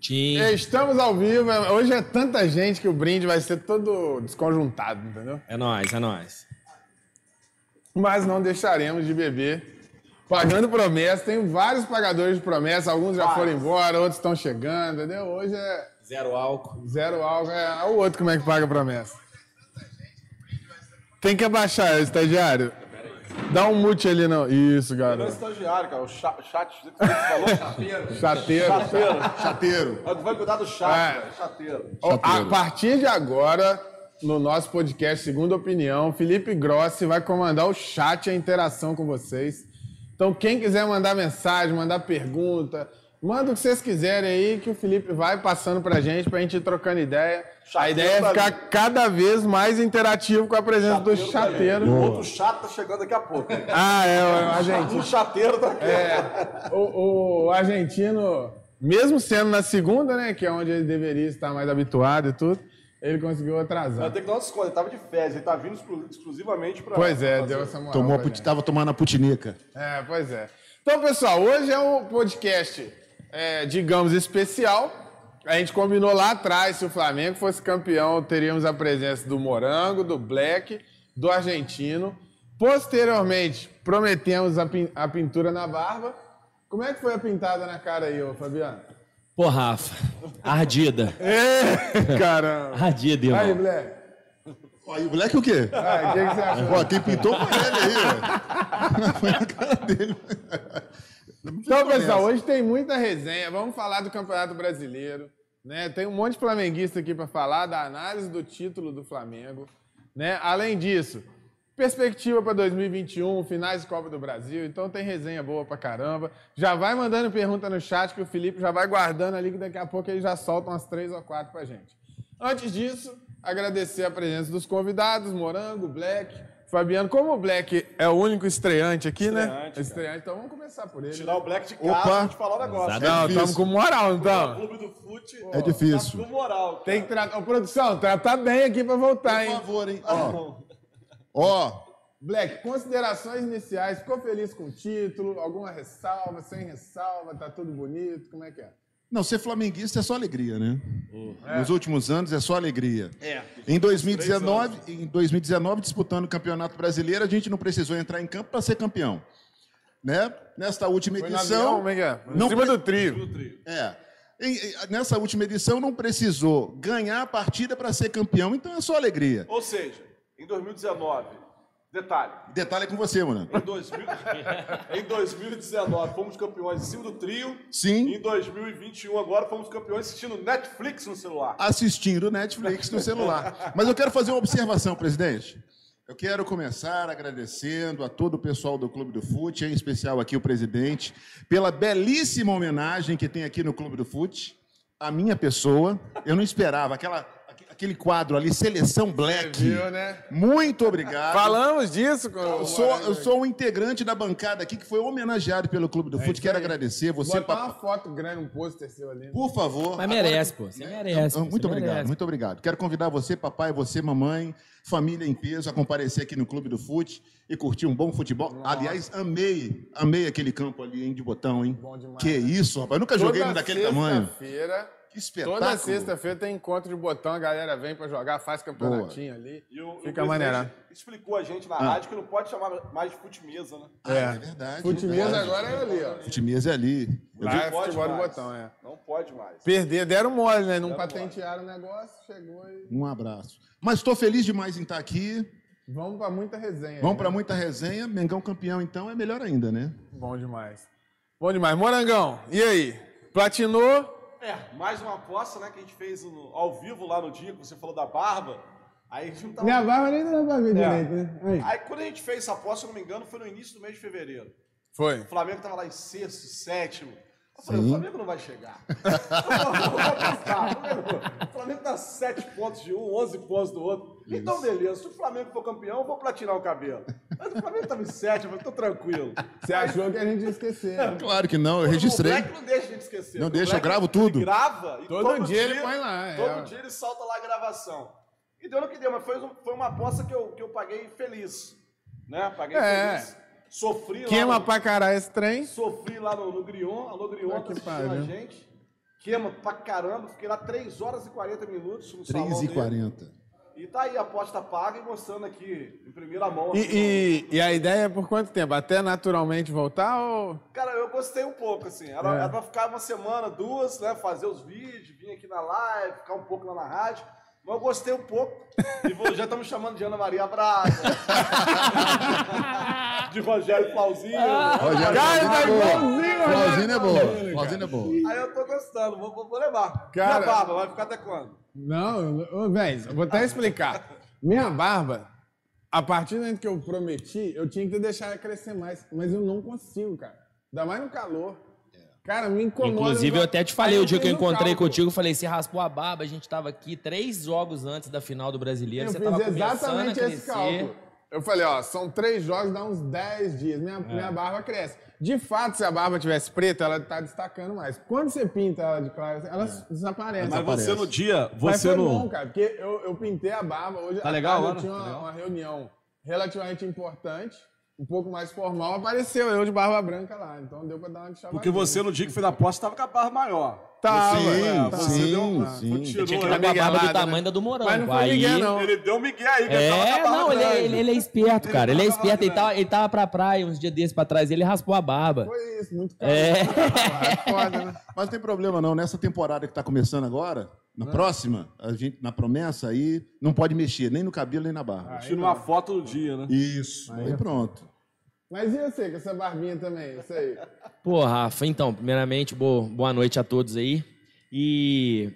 Tim. Estamos ao vivo. Hoje é tanta gente que o brinde vai ser todo desconjuntado, entendeu? É nóis, é nóis. Mas não deixaremos de beber. Pagando promessa, tem vários pagadores de promessa, alguns já foram embora, outros estão chegando, entendeu? Hoje é Zero álcool. zero álcool, é o outro como é que paga promessa. Tem que abaixar, estagiário. Dá um mute ali, não. Isso, Não é garoto. estagiário, cara. O cha- chat, você falou? Chateiro. Chateiro. Chateiro. Chateiro. Vai cuidar do chat, É. cara. Chateiro. Ó, A partir de agora, no nosso podcast Segunda Opinião, Felipe Grossi vai comandar o chat e a interação com vocês. Então, quem quiser mandar mensagem, mandar pergunta, manda o que vocês quiserem aí, que o Felipe vai passando pra gente, pra gente ir trocando ideia. a Chateiro ideia é da ficar cada vez mais interativo com a presença do tá aí. chateiro. O outro chato tá chegando daqui a pouco. Ah, é, o argentino. O chateiro tá aqui. É, O, o argentino, mesmo sendo na segunda, né, que é onde ele deveria estar mais habituado e tudo, ele conseguiu atrasar. Vai ter que dar uma escolha. Ele tava de férias. Ele tá vindo exclu- exclusivamente pra... Pois é, pra fazer. um deu essa moral. Tomou a pra puti- tava tomando a putinica. gente. É, pois é. Então, pessoal, hoje é um podcast, é, digamos, especial. A gente combinou lá atrás, se o Flamengo fosse campeão, teríamos a presença do Morango, do Black, do Argentino. Posteriormente, prometemos a, pin- a pintura na barba. Como é que foi a pintada na cara aí, ô Fabiano? Pô, Rafa. Ardida. Ê, caramba! Ardida, irmão. Aí, Black. Ó, e o moleque o quê? Aí, o que, que você achou? Ó, quem pintou foi ele aí, ó. Foi na cara dele. Então, pessoal, hoje tem muita resenha. Vamos falar do Campeonato Brasileiro. Né? Tem um monte de flamenguista aqui para falar da análise do título do Flamengo. Né? Além disso, perspectiva para 2021, finais de Copa do Brasil. Então tem resenha boa pra caramba. Já vai mandando pergunta no chat que o Felipe já vai guardando ali, que daqui a pouco ele já solta umas três ou quatro pra gente. Antes disso, agradecer a presença dos convidados, Morango, Black, Fabiano. Como o Black é o único estreante aqui, né? Estreante, Estreante, então vamos começar por ele. Tirar o Black de Opa. casa pra gente falar o negócio. Exato. É. Não, difícil. estamos com moral, O então. clube do fute... É Tá difícil. com moral, cara. Tem que tratar. Ô, produção, tratar bem aqui pra voltar, Tá Por hein? favor, hein? Ah, Ó, não. ó, Black, considerações iniciais. Ficou feliz com o título? Alguma ressalva? Sem ressalva? Tá tudo bonito? Como é que é? Não, ser flamenguista é só alegria, né? Nos últimos anos é só alegria. É. Em 2019, em 2019, disputando o Campeonato Brasileiro, a gente não precisou entrar em campo para ser campeão. Né? Nesta última Foi no avião? edição. Como é que é? não em cima pre- do trio. É. Em- em- nessa última edição não precisou ganhar a partida para ser campeão, então é só alegria. Ou seja, em 2019... Detalhe. Detalhe é com você, mano. Em, 2000, em 2019 fomos campeões em cima do trio. Sim. E em 2021 agora fomos campeões assistindo Netflix no celular. assistindo Netflix no celular. Mas eu quero fazer uma observação, presidente. Eu quero começar agradecendo a todo o pessoal do Clube do Fute, em especial aqui o presidente, pela belíssima homenagem que tem aqui no Clube do Fute, a minha pessoa. Eu não esperava aquela, aquele quadro ali, Seleção Black. Viu, né? Então, Muito obrigado. Falamos disso com Eu sou, eu sou um integrante da bancada aqui que foi homenageado pelo Clube do Fute. Quero agradecer você, Botar papai. uma foto grande, um pôster seu ali. Por favor. Mas merece, pô. Você merece. Ah, pô, Muito você obrigado, merece. muito obrigado. Quero convidar você, papai, você, mamãe, família em peso, a comparecer aqui no Clube do Fute e curtir um bom futebol. Aliás, amei, amei aquele campo ali, hein, de botão, hein? Bom demais. que isso, rapaz. Nunca joguei um daquele tamanho. Sexta-feira. Que espetáculo. Toda sexta-feira tem encontro de botão, a galera vem pra jogar, faz campeonatinho ali. E Fica o, Ah. o presidente maneirado. explicou a gente na rádio que não pode chamar mais de fute mesa, né? Ah, é. verdade. Fute mesa agora é ali, ó. Futimesa é ali. Eu Lá vi- é Pode futebol de mais. botão, é. Não pode mais. Perder, deram mole, né? Não Deram patentearam o negócio, chegou e. Um abraço. Mas estou feliz demais em estar aqui. Vamos pra muita resenha. Vamos né? para muita resenha. Mengão campeão, então, é melhor ainda, né? Bom demais. Bom demais. Morangão, e aí? Platinou? É, mais uma aposta, né, que a gente fez no- ao vivo lá no dia que você falou da barba. Aí a gente não tava... barba nem dá pra ver direito, né? Aí. Aí quando a gente fez essa aposta, se eu não me engano, foi no início do mês de fevereiro. Foi. O Flamengo tava lá em sexto, sétimo. Eu falei, o Flamengo não vai chegar. o Flamengo tá 7 pontos de um, 11 pontos do outro. Então, beleza, se o Flamengo for campeão, eu vou platinar o cabelo. Mas o Flamengo tava em sétimo, eu tô tranquilo. Você achou que a gente ia esquecer. né? Claro que não, eu O registrei. Black não deixa a gente esquecer. Não O deixa, eu Black, gravo tudo. Ele grava e Todo dia ele põe lá, é. Todo dia ele solta lá a gravação. E deu no que deu, mas foi, um- foi uma aposta que eu, que eu paguei feliz. Né? Paguei É. feliz. Sofri lá. Queima no- pra caralho esse trem. Sofri lá no, no Grion. Alô, Grion, Tá tá que assistindo pariu. a gente. Queima pra caramba, fiquei lá 3 horas e 40 minutos no 3 salão 3 dele. e 40. E tá aí a aposta paga e mostrando aqui em primeira mão. assim, E, e- e a ideia é por quanto tempo? Até naturalmente voltar ou. Cara, eu gostei um pouco, assim. Era, É. era pra ficar uma semana, duas, né? Fazer os vídeos, vir aqui na live, ficar um pouco lá na rádio. Mas eu gostei um pouco. E vou- já estamos chamando de Ana Maria Braga. de Rogério Flauzinho. Rogério Cara, tá Flauzino é boa. igualzinho, Rogério Flauzino é boa. Flauzino é boa. Aí eu tô gostando, vou, vou- vou levar. Cara- Minha barba vai ficar até quando? Não, eu- ô, véi, eu vou até explicar. Minha barba, a partir do momento que eu prometi, eu tinha que deixar ela crescer mais. Mas eu não consigo, cara. Ainda mais no calor. Cara, me incomoda. Inclusive, não- eu até te falei Aí o dia que eu fiz um encontrei cálculo. contigo, eu falei, você raspou a barba, a gente tava aqui três jogos antes da final do Brasileiro, Eu você tava fiz começando exatamente a esse crescer. cálculo. Eu falei, ó, são três jogos, dá uns 10 dias. É. Minha, minha barba cresce. De fato, se a barba tivesse preta, ela tá destacando mais. Quando você pinta ela de claro, É. ela desaparece. Mas Mas você Aparece. no dia, Mas você foi no. bom, cara, porque eu, eu pintei a barba hoje. Tá à legal, tarde Ana? Eu tinha Tá uma, legal? uma reunião relativamente importante, um pouco mais formal. Apareceu eu de barba branca lá, então deu pra dar uma chavadinha. Porque você no dia que fez a aposta tava com a barra maior. Tava, Sim, tava. um sim, sim. Tirou, Tinha que né? estar com a barba Miguelada, do tamanho da do Morango. é Mas não foi Aí- ninguém, não. Ele deu um migué aí, que tava com a É, barra não, ele, grande. ele- ele é esperto, cara. Ele é tava esperto. Ele grande. tava, ele tava pra praia uns dias desses pra trás, ele raspou a barba. Foi isso, muito caro. É. É foda, né? Mas não tem problema, não. Nessa temporada que tá começando agora, na próxima, a gente, na promessa aí, não pode mexer nem no cabelo nem na Ah, barba. Tira uma foto do dia, é. né? Isso. Aí pronto. Mas e você, com essa barbinha também? Isso aí. Pô, Rafa, então, primeiramente, bo- boa noite a todos aí. E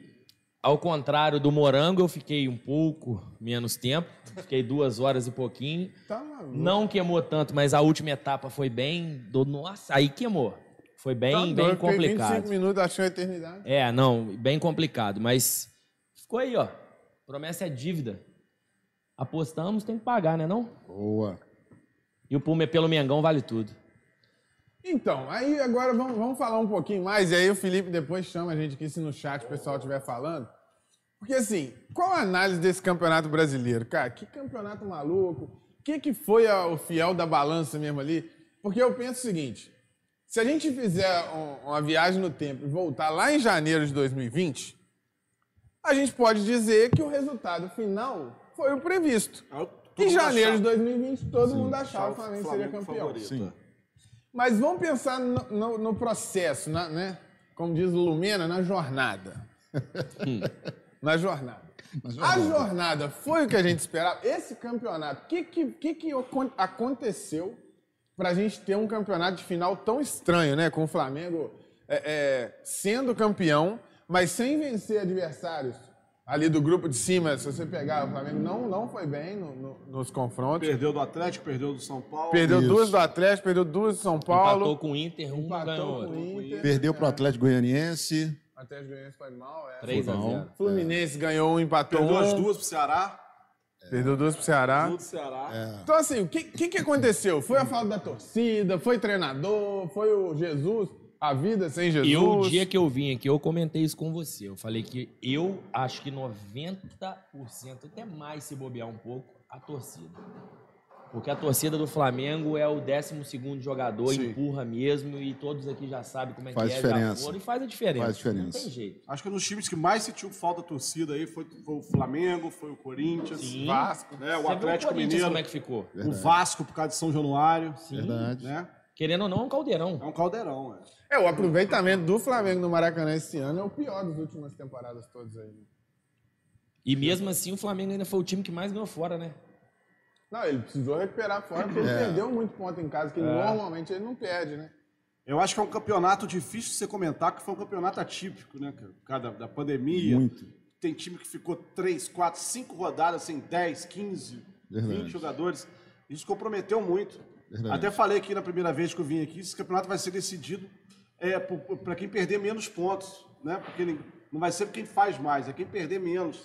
ao contrário do morango, eu fiquei um pouco menos tempo. Fiquei duas horas e pouquinho. Tá maluco. Não queimou tanto, mas a última etapa foi bem. do- Nossa, aí queimou. Foi bem, Tá doido, bem fiquei 25 complicado. minutos, achou a eternidade. É, não, bem complicado, mas ficou aí, ó. Promessa é dívida. Apostamos, tem que pagar, né não? Boa. E o Puma é pelo Mengão vale tudo. Então, aí agora vamos, vamos falar um pouquinho mais, e aí o Felipe depois chama a gente aqui se no chat o pessoal estiver falando. Porque assim, qual a análise desse campeonato brasileiro? Cara, que campeonato maluco. O que, que foi a- o fiel da balança mesmo ali? Porque eu penso o seguinte: se a gente fizer um- uma viagem no tempo e voltar lá em janeiro de 2020, a gente pode dizer que o resultado final foi o previsto. Aí eu- todo Em mundo janeiro de achava- 2020, todo mundo achava que o Flamengo, seria Flamengo campeão. favorito. Sim. Mas vamos pensar no, no- no processo, na- né? Como diz o Lumena, na jornada. na jornada. Mas A vamos lá. jornada foi o que a gente esperava. Esse campeonato, o que, que, que, que acon- aconteceu pra gente ter um campeonato de final tão estranho, né? Com o Flamengo é, é, sendo campeão, mas sem vencer adversários ali do grupo de cima. Se você pegar, o Flamengo não, não foi bem no- no- nos confrontos. Perdeu do Atlético, perdeu do São Paulo. Perdeu Isso. duas do Atlético, perdeu duas do São Paulo. Empatou com o Inter, um Empatou ganhou com outro. o Inter. Perdeu pro Atlético Goianiense. Até os Goianiense foi mal, é. 3 a Fogão. 0 Fluminense ganhou um, empatou Perdeu um. as Duas pro Ceará. Perdeu duas pro Ceará. Duas do Ceará. É. Então, assim, o que, que, que aconteceu? Foi a falta da torcida, foi treinador, foi o Jesus, a vida sem Jesus. E o dia que eu vim aqui, eu comentei isso com você. Eu falei que eu acho que 90%, até mais se bobear um pouco, a torcida. Porque a torcida do Flamengo é o 12 jogador, Sim. empurra mesmo, e todos aqui já sabem como é Faz que é. diferença. Já foram, e faz a diferença. Faz diferença. Não tem jeito. Acho que um dos times que mais sentiu falta da torcida aí foi, foi o Flamengo, foi o Corinthians, Sim. Vasco, né? Você o viu Atlético Corinthians Mineiro, como é que ficou. o Vasco por causa de São Januário, Verdade. né? Querendo ou não, é um caldeirão. É um caldeirão, é. É, o aproveitamento do Flamengo no Maracanã esse ano é o pior das últimas temporadas todas aí. né? E mesmo assim, o Flamengo ainda foi o time que mais ganhou fora, né? Não, ele precisou recuperar fora, porque É. ele perdeu muito ponto em casa, que normalmente ele não perde, né? Eu acho que é um campeonato difícil de você comentar, que foi um campeonato atípico, né, cara? Por causa da, da pandemia. Muito. Tem time que ficou 3, 4, 5 rodadas sem 10, 15, Verdade. 20 jogadores. Isso comprometeu muito. Verdade. Até falei aqui na primeira vez que eu vim aqui, esse campeonato vai ser decidido é, para quem perder menos pontos, né? Porque nem- não vai ser quem faz mais, é quem perder menos.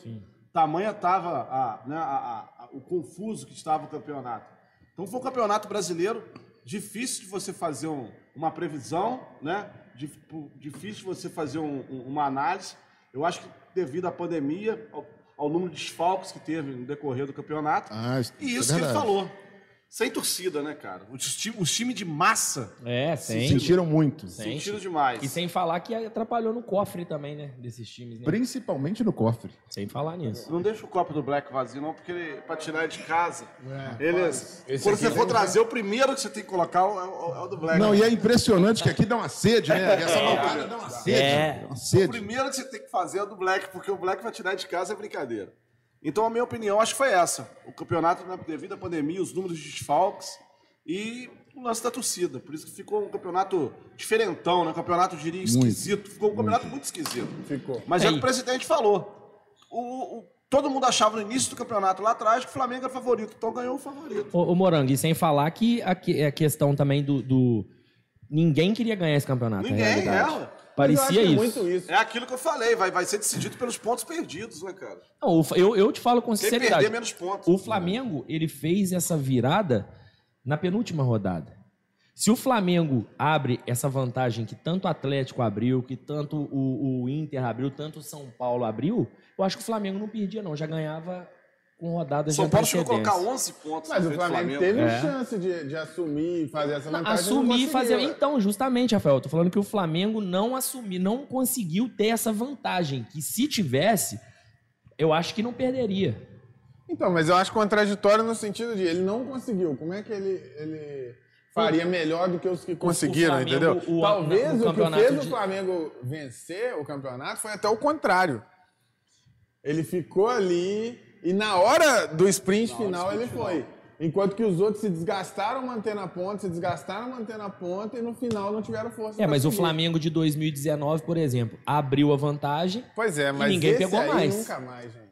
Tamanha né, estava o confuso que estava o campeonato. Então foi um campeonato brasileiro difícil de você fazer um- uma previsão, né? Dif- pu- Difícil de você fazer um- um- uma análise. Eu acho que devido à pandemia, ao, ao número de desfalques que teve no decorrer do campeonato, Ah, É e isso que ele verdade. falou. sem torcida, né, cara? Os, ti- os times de massa É, tem. Sentiram muito. Sente. sentiram demais. E sem falar que atrapalhou no cofre também, né? Desses times, né? Principalmente no cofre. Sem falar nisso. Não deixa o copo do Black vazio, não, porque ele, pra tirar ele de casa. É. Ele, Esse quando aqui é você for é tem- trazer, o primeiro que você tem que colocar é o, é o do Black. Não, e é impressionante que aqui dá uma sede, né? Essa malvada dá uma sede. É. Dá Uma O sede. primeiro que você tem que fazer é o do Black, porque o Black vai tirar de casa é brincadeira. Então, a minha opinião, acho que foi essa. O campeonato, né, devido à pandemia, os números de desfalques e o lance da torcida. Por isso que ficou um campeonato diferentão, né? Um campeonato, eu diria, esquisito. ficou um campeonato muito esquisito. Ficou. Mas é o que Aí. o presidente falou. O- o- todo mundo achava no início do campeonato lá atrás que o Flamengo era favorito, então ganhou o favorito. Ô, ô, Morango, e sem falar que a, que- é a questão também do, do- Ninguém queria ganhar esse campeonato. na Ninguém, realidade. é, Mas ué. eu Parecia acho que isso. é muito isso. É aquilo que eu falei, vai, vai ser decidido pelos pontos perdidos, né, cara? Não, eu, eu te falo com Quem é sinceridade. perder menos pontos. O Flamengo, ele fez essa virada na penúltima rodada. Se o Flamengo abre essa vantagem que tanto o Atlético abriu, que tanto o, o Inter abriu, tanto o São Paulo abriu, eu acho que o Flamengo não perdia, não. Já ganhava com rodadas É. São de Paulo chegou a antecedência. colocar 11 pontos. Mas na o frente do Flamengo teve É. chance de, de assumir e fazer essa vantagem. não assumir e conseguiu, fazer. né? Então, justamente, Rafael, eu tô falando que o Flamengo não assumiu, não conseguiu ter essa vantagem. Que se tivesse, eu acho que não perderia. Então, mas eu acho contraditório no sentido de ele não conseguiu. Como é que ele, ele faria melhor do que os que conseguiram, Flamengo, entendeu? o- Talvez o o, que campeonato fez de- o Flamengo vencer o campeonato foi até o contrário. Ele ficou ali e na hora do sprint final ele foi. Enquanto que os outros se desgastaram mantendo a ponta, se desgastaram mantendo a ponta e no final não tiveram força. É, pra mas o seguir. Flamengo de 2019, por exemplo, abriu a vantagem. Pois é, mas ninguém esse pegou aí mais. nunca mais, gente.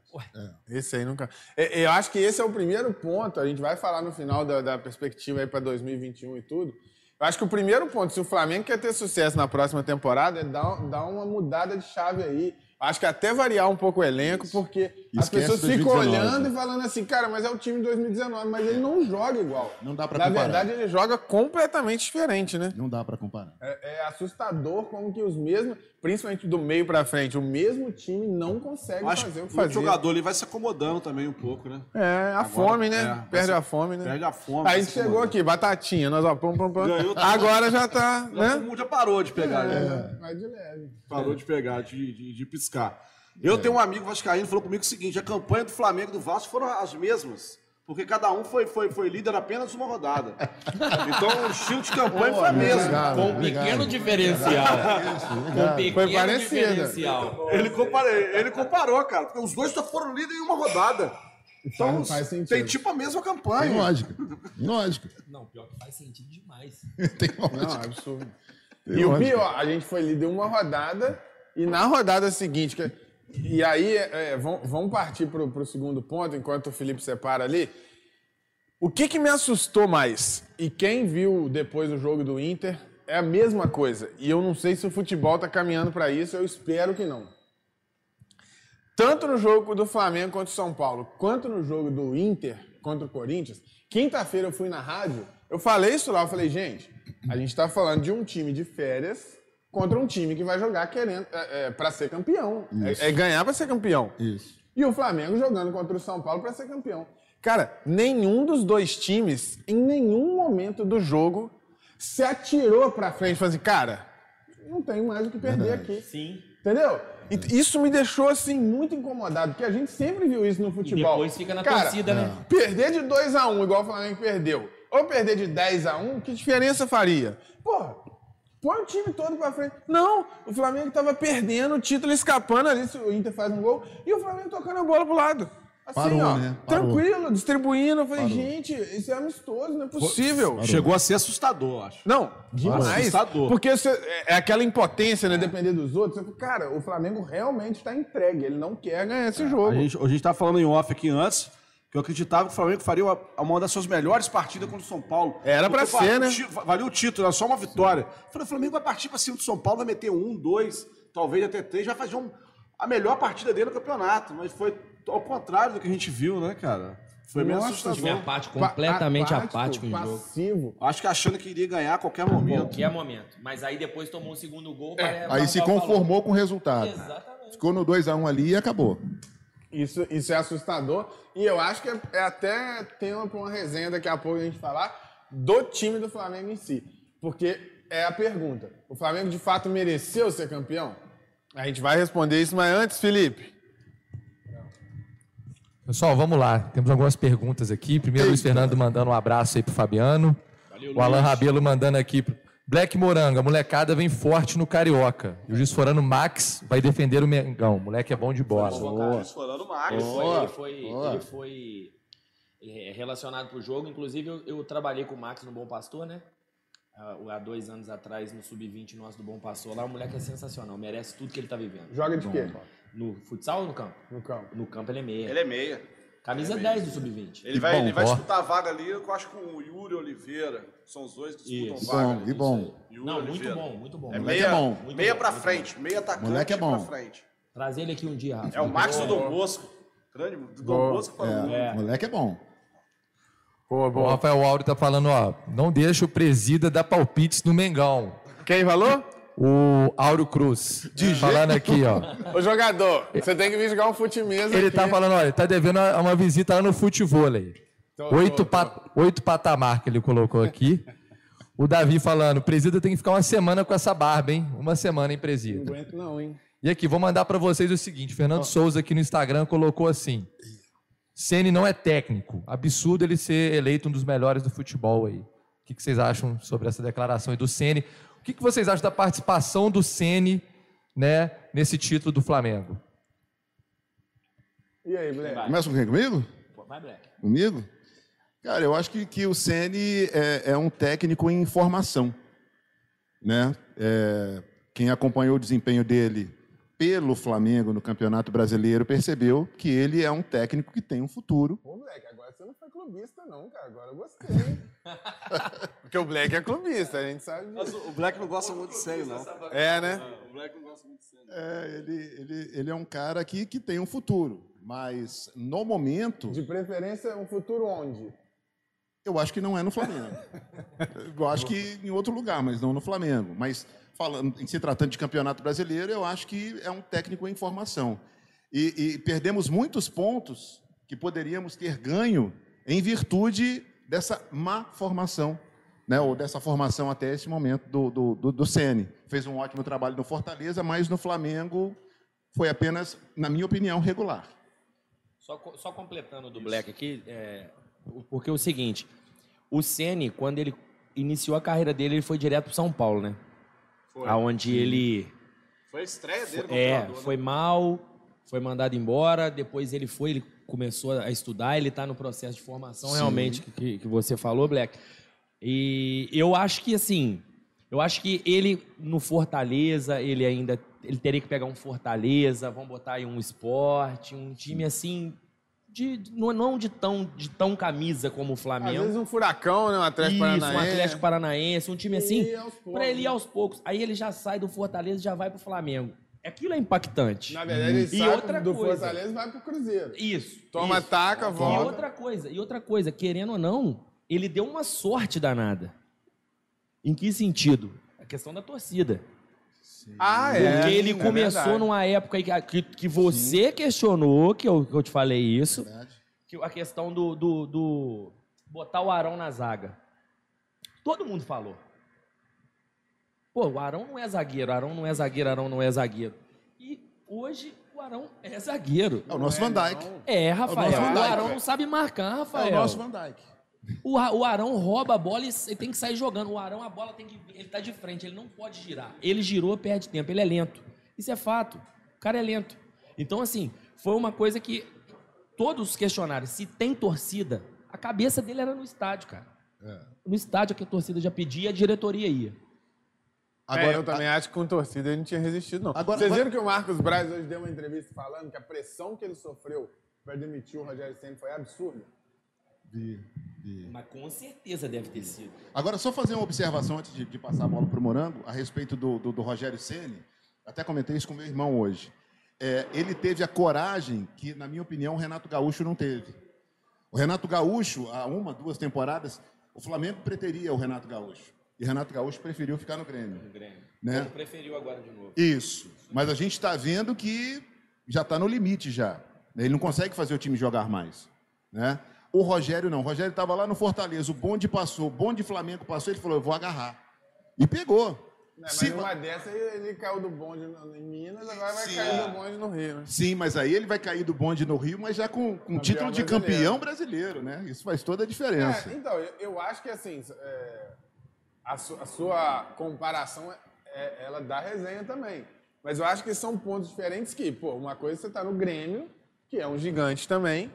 Esse aí nunca. É, Eu acho que esse é o primeiro ponto. A gente vai falar no final da, da perspectiva aí para 2021 e tudo. Eu acho que o primeiro ponto, se o Flamengo quer ter sucesso na próxima temporada, é dar, dar uma mudada de chave aí. Acho que até variar um pouco o elenco, porque as Esquece pessoas ficam 2019, olhando né? e falando assim, cara, mas é o time de 2019, mas ele não joga igual. Não dá pra Na comparar. verdade, ele joga completamente diferente, né? Não dá pra comparar. É, é assustador como que os mesmos, principalmente do meio pra frente, o mesmo time não consegue Eu Acho fazer o que que o fazer. jogador ele vai se acomodando também um pouco, né? É, a fome, né? é, vai Perde ser- a fome, né? Perde a fome. Aí a vai se gente chegou acomodando. aqui, batatinha, nós ó, pam, pam, pam. Ganhou tudo. Agora já tá, Não, O né? mundo já parou de pegar, né? É, vai de leve. Parou de pegar, de, de, de piscar. É. Eu tenho um amigo vascaíno que falou comigo o seguinte: a campanha do Flamengo e do Vasco foram as mesmas. Porque cada um foi, foi, foi líder apenas uma rodada. Então o estilo de campanha foi a mesma. Com um pequeno diferencial. Com um pequeno Foi parecida. diferencial. Ele, compara- ele comparou, cara, porque os dois só foram líder em uma rodada. Então Faz- faz sentido. tem tipo a mesma Tem campanha. lógica. Tem lógica. Não, pior que faz sentido demais. Tem lógica. Não, absurdo. Tem e o lógica. pior, a gente foi líder uma rodada e na rodada seguinte. que- e aí, é, é, vão- vamos partir pro, pro segundo ponto, enquanto o Felipe separa ali. O que, que me assustou mais? E quem viu depois do jogo do Inter é a mesma coisa. E eu não sei se o futebol tá caminhando para isso, eu espero que não. Tanto no jogo do Flamengo contra o São Paulo, quanto no jogo do Inter contra o Corinthians, quinta-feira eu fui na rádio, eu falei isso lá, eu falei, gente, a gente tá falando de um time de férias contra um time que vai jogar querendo é, é, para ser campeão. É, é ganhar para ser campeão. Isso. E o Flamengo jogando contra o São Paulo para ser campeão. Cara, nenhum dos dois times, em nenhum momento do jogo, se atirou pra frente e falou assim, cara, não tenho mais o que perder aqui. Sim. Entendeu? E Isso me deixou assim muito incomodado, porque a gente sempre viu isso no futebol. depois fica na Cara, torcida, É. né? Perder de 2 a 1 um, igual o Flamengo perdeu, ou perder de 10 a 1, que diferença faria? Porra, põe o time todo pra frente. Não, o Flamengo tava perdendo, o título escapando ali, se o Inter faz um gol, e o Flamengo tocando a bola pro lado. Assim, Parou, ó, né? Parou. tranquilo, distribuindo. Eu falei, gente, isso é amistoso, não é possível. Chegou a ser assustador, acho. Não, demais. Assustador. Porque você- é- é aquela impotência, né? Depender dos outros. Você fala, Cara, o Flamengo realmente está entregue. Ele não quer ganhar esse jogo. A gente, a gente tava falando em off aqui antes, que eu acreditava que o Flamengo faria uma, uma das suas melhores partidas contra o São Paulo. Era pra Porque ser, va- né? ti- va- Valia o título, era só uma vitória. Eu Falei, o Flamengo vai partir pra cima do São Paulo, vai meter um, dois, talvez até três, vai fazer um- a melhor partida dele no campeonato. Mas foi ao contrário do que a gente viu, né, cara? Foi meio Nossa, Time assustador. apático, completamente apático, em jogo. passivo. Acho que achando que iria ganhar a qualquer momento. Qualquer momento. Mas aí depois tomou o segundo gol. parece- É, Aí se Rafael É, falou. conformou com o resultado. Exatamente. Ficou no 2x1 ali e um acabou. Isso, isso é assustador. E eu acho que é, é até tema para uma resenha daqui a pouco a gente falar do time do Flamengo em si. Porque é a pergunta: o Flamengo de fato mereceu ser campeão? A gente vai responder isso, mas antes, Felipe. Pessoal, vamos lá. Temos algumas perguntas aqui. Primeiro, Luiz Fernando mandando um abraço aí pro Fabiano. o Alan Rabelo mandando aqui. pro- Black Moranga, molecada vem forte no Carioca. E o Juiz Forano Max vai defender o Mengão. Moleque é bom de bola. Falando Max. Ele foi, Boa, ele foi, boa. ele foi, é, relacionado pro jogo. Inclusive, eu, eu trabalhei com o Max no Bom Pastor, né? Há- Há dois anos atrás, no Sub-20 nosso do Bom Pastor. Lá o moleque é sensacional, merece tudo que ele tá vivendo. Joga de quê? No futsal ou no campo? No campo. No campo ele é meia. Ele é meia. Camisa 10 do Sub-20. Ele vai, bom, ele vai ó. disputar a vaga ali, eu acho, com o Yuri Oliveira. São os dois que disputam Isso. vaga. Bom, ali. e bom. Yuri Não, muito Oliveira. bom, muito bom. É Muito meia, bom. muito meia bom, pra muito frente, meia atacante Moleque é bom. pra frente. bom. Trazer ele aqui um dia, Rafa. É o Max do Dom Bosco. Grande do Dom Bosco para o mundo. É, moleque é bom. Boa, O boa. Rafael Áureo tá falando, ó, não deixa o presida dar palpites no Mengão. Quem falou? O Áureo Cruz. falando aqui, ó. Ô jogador, você tem que vir jogar um fute mesmo. Ele aqui. tá falando, olha, tá devendo a- uma visita lá no futevôlei. Tô, Oito, Então, tô, pa- oito patamar que ele colocou aqui. O Davi falando, presida tem que ficar uma semana com essa barba, hein? Uma semana em Não presida. aguento, não, hein? E aqui, vou mandar pra vocês o seguinte: Fernando Souza aqui no Instagram colocou assim: Ceni não é técnico. Absurdo ele ser eleito um dos melhores do futebol aí. O que, que vocês acham sobre essa declaração aí do Ceni? O que, que vocês acham da participação do Ceni, né, nesse título do Flamengo? E aí, Blair? Começa com quem? Comigo? bom. Vai, Black. Comigo? Cara, eu acho que, que o Ceni é, é um técnico em formação. Né? É, quem acompanhou o desempenho dele pelo Flamengo no Campeonato Brasileiro percebeu que ele é um técnico que tem um futuro. Ô, Black, agora você não foi clubista, não, cara. Agora eu gostei. hein? Porque o Black é clubista, a gente sabe disso. Mas o o Black não gosta muito de senho, não. É, né? O Black não gosta muito de senho. não. É, ele, ele, ele é um cara que, que tem um futuro. Mas, no momento, De preferência, um futuro onde? eu acho que não é no Flamengo. Eu acho que em outro lugar, mas não no Flamengo. Mas, falando, em se tratando de campeonato brasileiro, eu acho que é um técnico em formação. E, e perdemos muitos pontos que poderíamos ter ganho em virtude dessa má formação, né? ou dessa formação até esse momento do, do, do, do Sene. Fez um ótimo trabalho no Fortaleza, mas no Flamengo foi apenas, na minha opinião, regular. Só, co- só completando do Black aqui, é, o- porque é o seguinte, o Ceni quando ele iniciou a carreira dele, ele foi direto pro São Paulo, né? Foi. Aonde ele Foi a estreia dele no é, Operador, né? foi mal, foi mandado embora, depois ele foi, ele começou a estudar, ele tá no processo de formação Sim. realmente que- que, que você falou, Black. E eu acho que assim, eu acho que ele no Fortaleza, ele ainda ele teria que pegar um Fortaleza, vamos botar aí um esporte, um time assim de não, não de tão de tão camisa como o Às Flamengo. vezes um furacão, né? Um Isso, Atlético um Paranaense. Atlético Paranaense, um time assim. E aos poucos, Pra ele ir né? aos poucos. Aí ele já sai do Fortaleza e já vai pro Flamengo. Aquilo é impactante. Na verdade, ele E sai outra do coisa. Fortaleza e vai pro Cruzeiro. Isso. Toma, isso. ataca, E volta. outra coisa, e outra coisa, querendo ou não, ele deu uma sorte danada. Em que sentido? A questão da torcida. Ah, Porque ele é começou verdade. numa época aí que, que, que você questionou, que eu, que eu te falei isso, É Verdade. que a questão do, do, do botar o Arão na zaga. Todo mundo falou. Pô, o Arão não é zagueiro, Arão não é zagueiro, Arão não é zagueiro. E hoje o Arão é zagueiro. É o nosso Van Dijk. É, É o nosso Rafael. O Van Dijk, Arão velho. não sabe marcar, É o Rafael. nosso Van Dijk. O, Ra- o Arão rouba a bola e s- ele tem que sair jogando. O Arão, a bola tem que. Ele tá de frente, ele não pode girar. Ele girou, perde tempo. Ele é lento. Isso é fato. O cara é lento. Então, assim, foi uma coisa que todos questionaram. Se tem torcida, a cabeça dele era no estádio, cara. É. No estádio que a torcida já pedia, a diretoria ia. Agora, eu também acho que com torcida ele não tinha resistido, não. É, Agora- Vocês agora- viram que o Marcos Braz hoje deu uma entrevista falando que a pressão que ele sofreu pra demitir o Rogério Senna foi absurda? Né, Mas com certeza deve ter sido. Agora, só fazer uma observação antes de, de passar a bola para o Morango, a respeito do, do- do Rogério Ceni. Até comentei isso com meu irmão hoje. É, ele teve a coragem que, na minha opinião, o Renato Gaúcho não teve. O Renato Gaúcho, há uma, duas temporadas, o Flamengo preteria o Renato Gaúcho. E o Renato Gaúcho preferiu ficar no Grêmio. Grêmio. Né? Ele preferiu agora de novo. tá Isso. Mas a gente está vendo que já está no tá limite já. Ele não consegue fazer o time jogar mais. Né? O Rogério não. O Rogério estava lá no Fortaleza, o bonde passou, o bonde Flamengo passou, ele falou: eu vou agarrar. E pegou. Né, Mas Se- numa dessa ele ele caiu do bonde no- em Minas, agora vai é. cair do bonde no Rio, né? Sim, mas aí ele vai cair do bonde no Rio, mas já com, com Campeão título de brasileiro. campeão brasileiro, né? Isso faz toda a diferença. É, então, eu, eu acho que assim, é, a, su- a sua comparação, é- é- ela dá resenha também. Mas eu acho que são pontos diferentes que, pô, uma coisa você tá no Grêmio, que é um gigante também,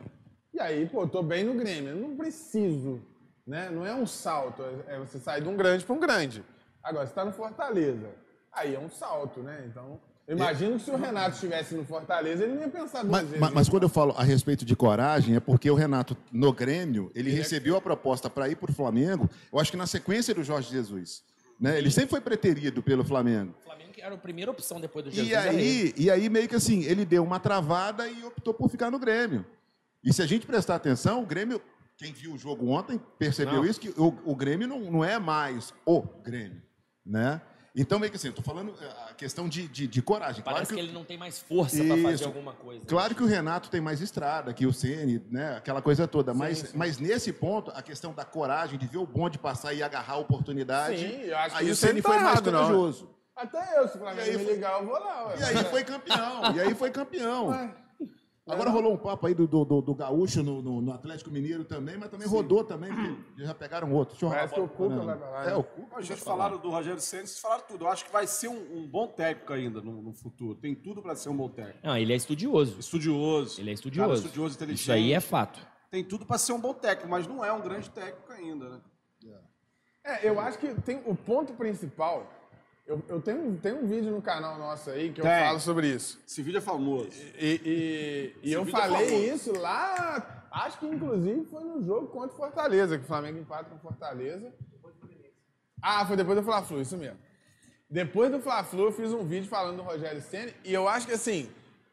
e aí, pô, tô bem no Grêmio, eu não preciso, né? Não é um salto, é é você sair de um grande para um grande. Agora, você tá no Fortaleza, aí é um salto, né? Então, eu imagino que se o Renato estivesse no Fortaleza, ele não ia pensar duas Mas, vezes. mas- mas quando eu falo a respeito de coragem, é porque o Renato, no Grêmio, ele Ele é- recebeu a proposta para ir para o Flamengo, eu acho que na sequência do Jorge Jesus. Né? Ele sempre foi preterido pelo Flamengo. O Flamengo que era a primeira opção depois do Jesus. né, E era ele. aí, e aí, meio que assim, ele deu uma travada e optou por ficar no Grêmio. E se a gente prestar atenção, o Grêmio, quem viu o jogo ontem, percebeu Não. isso, que o, o Grêmio não, não é mais o Grêmio, né? Então, meio que assim, estou falando eh, a questão de, de, de coragem. Parece claro que, que ele não tem mais força pra fazer Isso. alguma coisa. Claro que o Renato tem mais estrada que o Ceni, né? Aquela coisa toda. Mas, mas nesse ponto, a questão da coragem de ver o bonde passar e agarrar a oportunidade. Sim, eu acho que aí o isso ele Ceni tá foi né? mais errado, não. corajoso. Até eu, se o E aí Flamengo me foi- ligar, é eu vou lá. ué. E aí foi campeão. E aí foi campeão. Agora rolou um papo aí do, do, do- do Gaúcho no, no- no Atlético Mineiro também, mas também rodou também, porque já pegaram outro. Deixa eu rolar Parece a bola que o pro Cuca Fernando. vai pra lá, né? É, o Cuca. A gente falaram do Rogério Senna, vocês falaram tudo. Eu acho que vai ser um, um bom técnico ainda no, no futuro. Tem tudo para ser um bom técnico. Não, ele é estudioso. Estudioso. Ele é Cara, estudioso. estudioso, inteligente. Isso aí é fato. Tem tudo para ser um bom técnico, mas não é um grande técnico ainda, né? É, eu acho que tem o ponto principal. Eu, eu tenho, tem um vídeo no canal nosso aí que eu Tem. falo sobre isso. Esse vídeo é famoso. E, e- e Esse eu vídeo é falei famoso. isso lá, acho que inclusive foi no jogo contra o Fortaleza, que o Flamengo empata com o Fortaleza. Ah, foi depois do Fla-Flu, isso mesmo. Depois do Fla-Flu, eu fiz um vídeo falando do Rogério Ceni e eu acho que assim,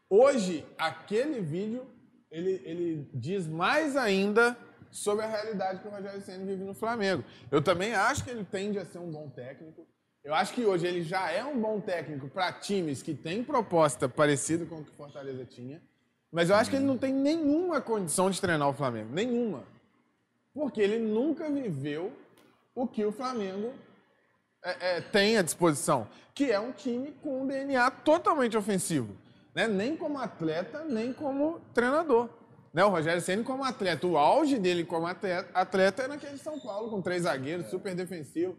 hoje aquele vídeo ele, ele diz mais ainda sobre a realidade que o Rogério Ceni vive no Flamengo. Eu também acho que ele tende a ser um bom técnico. Eu acho que hoje ele já é um bom técnico para times que têm proposta parecida com o que o Fortaleza tinha. Mas eu acho que ele não tem nenhuma condição de treinar o Flamengo, nenhuma. Porque ele nunca viveu o que o Flamengo é, é, tem à disposição, que é um time com um DNA totalmente ofensivo, né? nem como atleta, nem como treinador. Né? O Rogério Ceni como atleta, o auge dele como atleta, atleta é naquele São Paulo, com três É. zagueiros, super defensivo,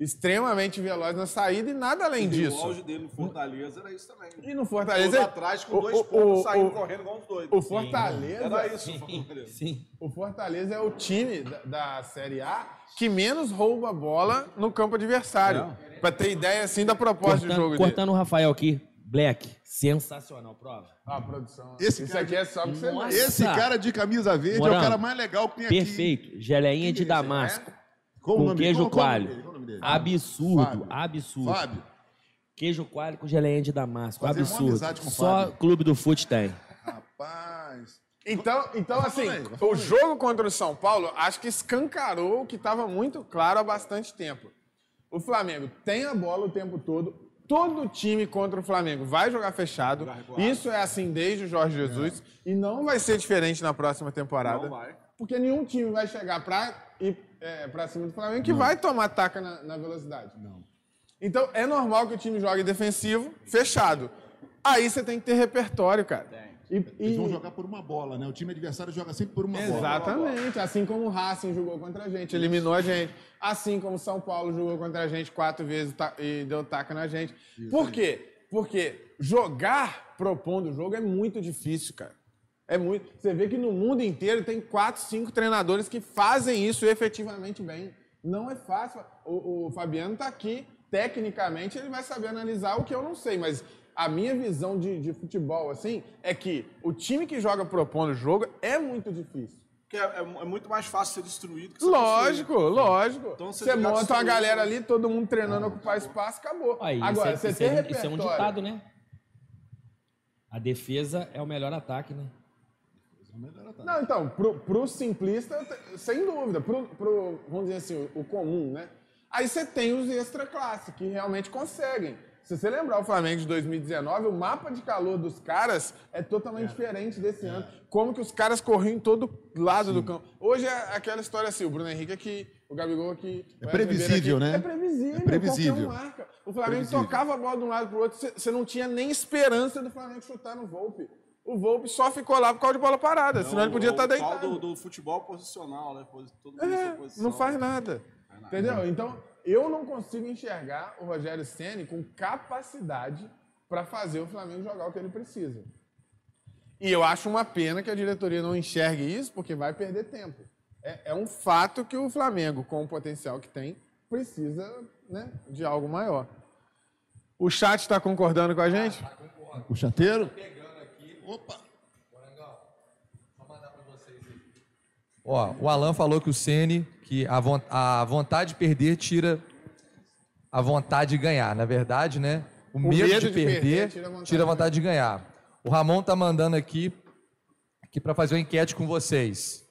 extremamente veloz na saída e nada além E disso. O auge é dele no Fortaleza era isso também. E no Todo Fortaleza... atrás com o- dois o- pontos o- saindo o- correndo igual uns O doidos. Fortaleza... Era isso, o Sim, Fortaleza. sim. O Fortaleza é o time da, da Série A que menos rouba a bola no campo adversário. Pra ter ideia, assim, da proposta de Cortando, jogo dele. cortando o Rafael aqui. Black, sensacional, prova. Ah, a produção. Esse Isso cara aqui é só pra você Nossa. ver. Esse cara de camisa verde é o Morango. cara mais legal que tem aqui. É, Perfeito. Geleinha de damasco. Qual o Com nome- queijo qual- qual o nome coalho. dele? Qual o nome dele? Absurdo, Fábio. absurdo. Fábio. Queijo coalho com geleinha de damasco. Fazer uma amizade absurdo. com o Só Fábio. clube do fute tem. Rapaz. Então, então Vai assim, falando aí, vai falando o jogo contra o São Paulo, acho que escancarou o que estava muito claro há bastante tempo. O Flamengo tem a bola o tempo todo. Todo time contra o Flamengo vai jogar fechado. Isso é assim desde o Jorge Jesus. E não vai ser diferente na próxima temporada. Não vai. Porque nenhum time vai chegar pra ir é, pra cima do Flamengo que vai tomar taca na, na velocidade. Não. Então é normal que o time jogue defensivo, fechado. Aí você tem que ter repertório, cara. E, Eles e- vão jogar por uma bola, né? O time adversário joga sempre por uma bola. Exatamente. Assim como o Racing jogou contra a gente, eliminou a gente. Assim como o São Paulo jogou contra a gente quatro vezes ta- e deu taca na gente. Por quê? Porque jogar propondo o jogo é muito difícil, cara. É muito. Você vê que no mundo inteiro tem quatro, cinco treinadores que fazem isso efetivamente bem. Não é fácil. O, o Fabiano tá aqui. Tecnicamente, ele vai saber analisar o que eu não sei, mas a minha visão de, de futebol, assim, é que o time que joga propondo o jogo é muito difícil. Porque é, é mu- é muito mais fácil ser destruído que ser Lógico, lógico. Então, você você jogar monta uma destruído, galera né? ali, todo mundo treinando a ocupar espaço, acabou. Aí, Agora, isso é, você isso tem é um- isso é um repertório. ditado, né? A defesa é o melhor ataque, né? tá. Não, então, pro, pro simplista, te- sem dúvida. Pro, pro, vamos dizer assim, o, o comum, né? Aí você tem os extra classe, que realmente conseguem. Se você lembrar o Flamengo de 2019, o mapa de calor dos caras é totalmente diferente desse É. ano. Como que os caras corriam em todo lado do campo. Hoje é aquela história assim, o Bruno Henrique aqui, o Gabigol aqui. É o Everton Ribeiro previsível, aqui. né? É previsível. É previsível. qualquer um marca. O Flamengo Previsível. tocava a bola de um lado pro outro, você- você não tinha nem esperança do Flamengo chutar no Volpe. O Volpe só ficou lá por causa de bola parada, senão ele podia Então, o estar tal deitado. Do, do futebol posicional, né? Posi- Todo mundo em sua É, posição. não faz nada. Entendeu? Então, eu não consigo enxergar o Rogério Ceni com capacidade para fazer o Flamengo jogar o que ele precisa. E eu acho uma pena que a diretoria não enxergue isso, porque vai perder tempo. É, é um fato que o Flamengo, com o potencial que tem, precisa né, de algo maior. O chat está concordando com a gente? O chateiro? Ó, o Alan falou que o Sene, que a, von- a vontade de perder tira a vontade de ganhar. Na verdade, né? O, medo, de, perder, tira a vontade, de ganhar. O Ramon tá mandando aqui, aqui para fazer uma enquete com vocês.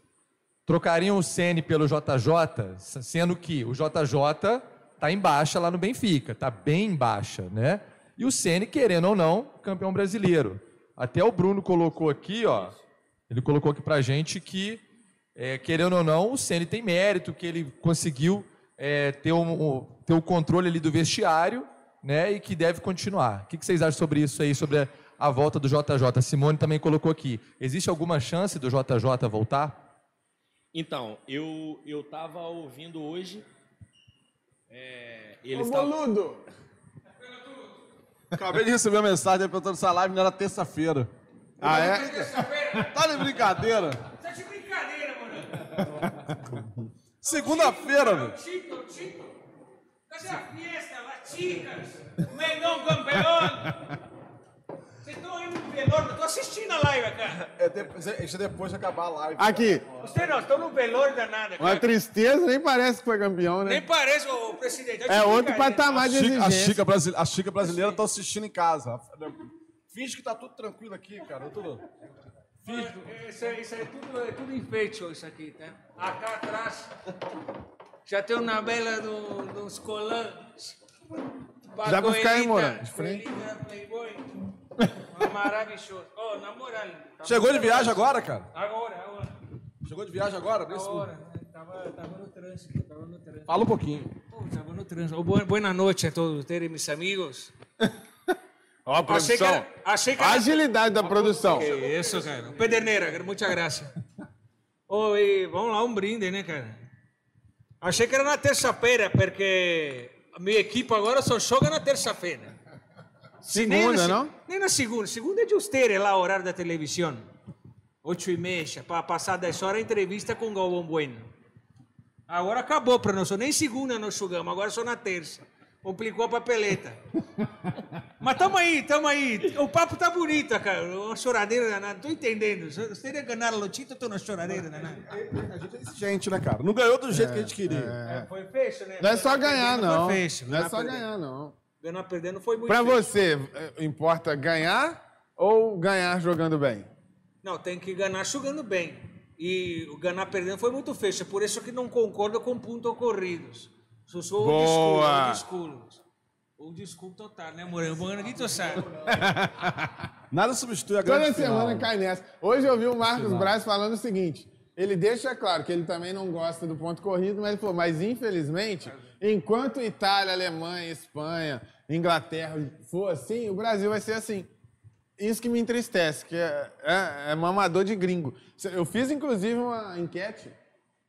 Trocariam o Sene pelo JJ, s- sendo que o JJ tá em baixa lá no Benfica, tá bem em baixa, né? E o Sene, querendo ou não, campeão brasileiro. Até o Bruno colocou aqui, ó. Ele colocou aqui pra gente que, é, querendo ou não, o Ceni tem mérito, que ele conseguiu é, ter, um- um- ter o controle ali do vestiário, né? E que deve continuar. O que, que vocês acham sobre isso aí, sobre a, a volta do JJ? A Simone também colocou aqui. Existe alguma chance do JJ voltar? Então, eu, eu tava ouvindo hoje. É, Ô, eles tavam- boludo! Acabei de receber uma mensagem aí perguntando se a live não era terça-feira. Ah, é? Tá de brincadeira? Tá de brincadeira, mano. Segunda-feira, velho. Tito, Tito. Cadê a fiesta, las chicas, o melão campeão? Vocês estão indo no velório, eu tô assistindo a live, cara. É depois, é- isso é depois de acabar a live. Aqui, Vocês não estão no velório danado, uma cara. tristeza, nem parece que foi campeão, né? Nem parece o presidente. tá de É outro brincadeira. patamar de Chica- a, exigência. Chica brasile- a Chica brasileira tá assistindo em casa. Finge que tá tudo tranquilo aqui, cara. Eu tô- Isso, é- isso é, tudo, é tudo enfeite, isso aqui, tá? Acá atrás já tem uma bela do, dos colãs. Já pra ficar aí, Moran, de frente. Playboy. Maravilhoso. Ó, na moral. tá Chegou de viagem agora, cara? Agora, agora. Chegou de viagem agora? Nesse... Agora, né? tava, tava no trânsito, tava no trânsito. Fala um pouquinho. Pô, tava no trânsito. Boa, boa noite a todos vocês, meus amigos. Ó, Achei que produção. era- achei que A era- agilidade da produção. Que isso, cara. Pederneira, cara, muita graça. Oi, vamos lá, um brinde, né, cara? Achei que era na terça-feira, porque a minha equipe agora só joga na terça-feira. Se nem Segunda, na se- não? Nem na segunda. Segunda é de usted, lá, o horário da televisão. Oito e meia, para passar 10 horas, entrevista com o Galvão Bueno. Agora acabou para nós, nem segunda nós jogamos, agora só na terça. Complicou a papeleta. Mas tamo aí, tamo aí. O papo tá bonito, cara. Uma choradeira danada. Tô entendendo. Se você ia ganhar a lotita, eu tô na choradeira danada. A gente é exigente, né, cara? Não ganhou do jeito que a gente queria. É, foi fecho, né? Não é só Ganhar ganhar, perdendo não. Foi fecho. Não é só ganhar, não. Ganhar perdendo foi muito Pra feio. você, eh, importa ganhar ou ganhar jogando bem? Não, tem que ganhar jogando bem. E o ganhar perdendo foi muito fecho. Por isso que não concordo com ponto corridos. Sou só Boa. o desculo, o desculo. O desculo total, né, Moreno? O Moreno aqui, tu sabe. Nada substitui a grande Toda final. né? semana cai nessa. Hoje eu vi o Marcos Braz falando o seguinte: ele deixa claro que ele também não gosta do ponto corrido, mas ele falou, mas infelizmente, enquanto Itália, Alemanha, Espanha, Inglaterra for assim, o Brasil vai ser assim. Isso que me entristece, que é, é, é mamador de gringo. Eu fiz, inclusive, uma enquete.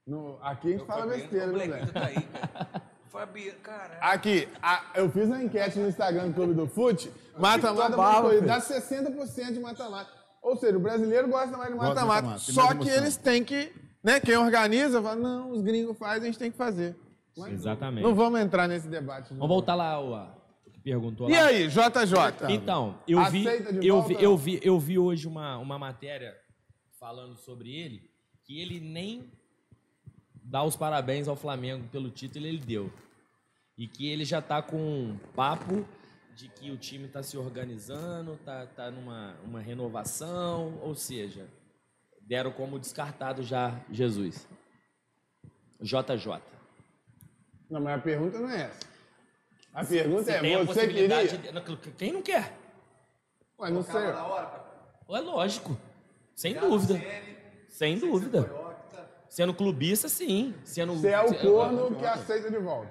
no- aqui a gente fala besteira, O né, Blequinho velho? tá aí, cara. Fabiano, cara. é Aqui, a- eu fiz uma enquete no Instagram do Clube do Fute. Mata-mata, mata, corrida, dá 60% de mata-mata. Ou seja, o brasileiro gosta mais de Gosta de mata-mata. mata-mata, tem Só mais que emoção. eles têm que. Né, quem organiza fala: não, os gringos fazem, a gente tem que fazer. Mas Exatamente. Não vamos entrar nesse debate. não. Vamos voltar lá, ó, o que perguntou E lá. aí, JJ? Então, eu vi, Aceita de eu volta? vi, eu vi, eu vi hoje uma, uma matéria falando sobre ele, que ele nem dá os parabéns ao Flamengo pelo título, ele deu. E que ele já tá com um papo de que o time tá se organizando, tá, tá numa uma renovação, ou seja, deram como descartado já Jesus. JJ. Não, mas a pergunta não é essa. A A pergunta é, Tem a você queria? possibilidade. de- Quem não quer? Ué, não sei. É lógico. Sem dúvida. é Sem dúvida. tá? Sendo clubista, sim. Sendo, Você é o se- corno que aceita de volta.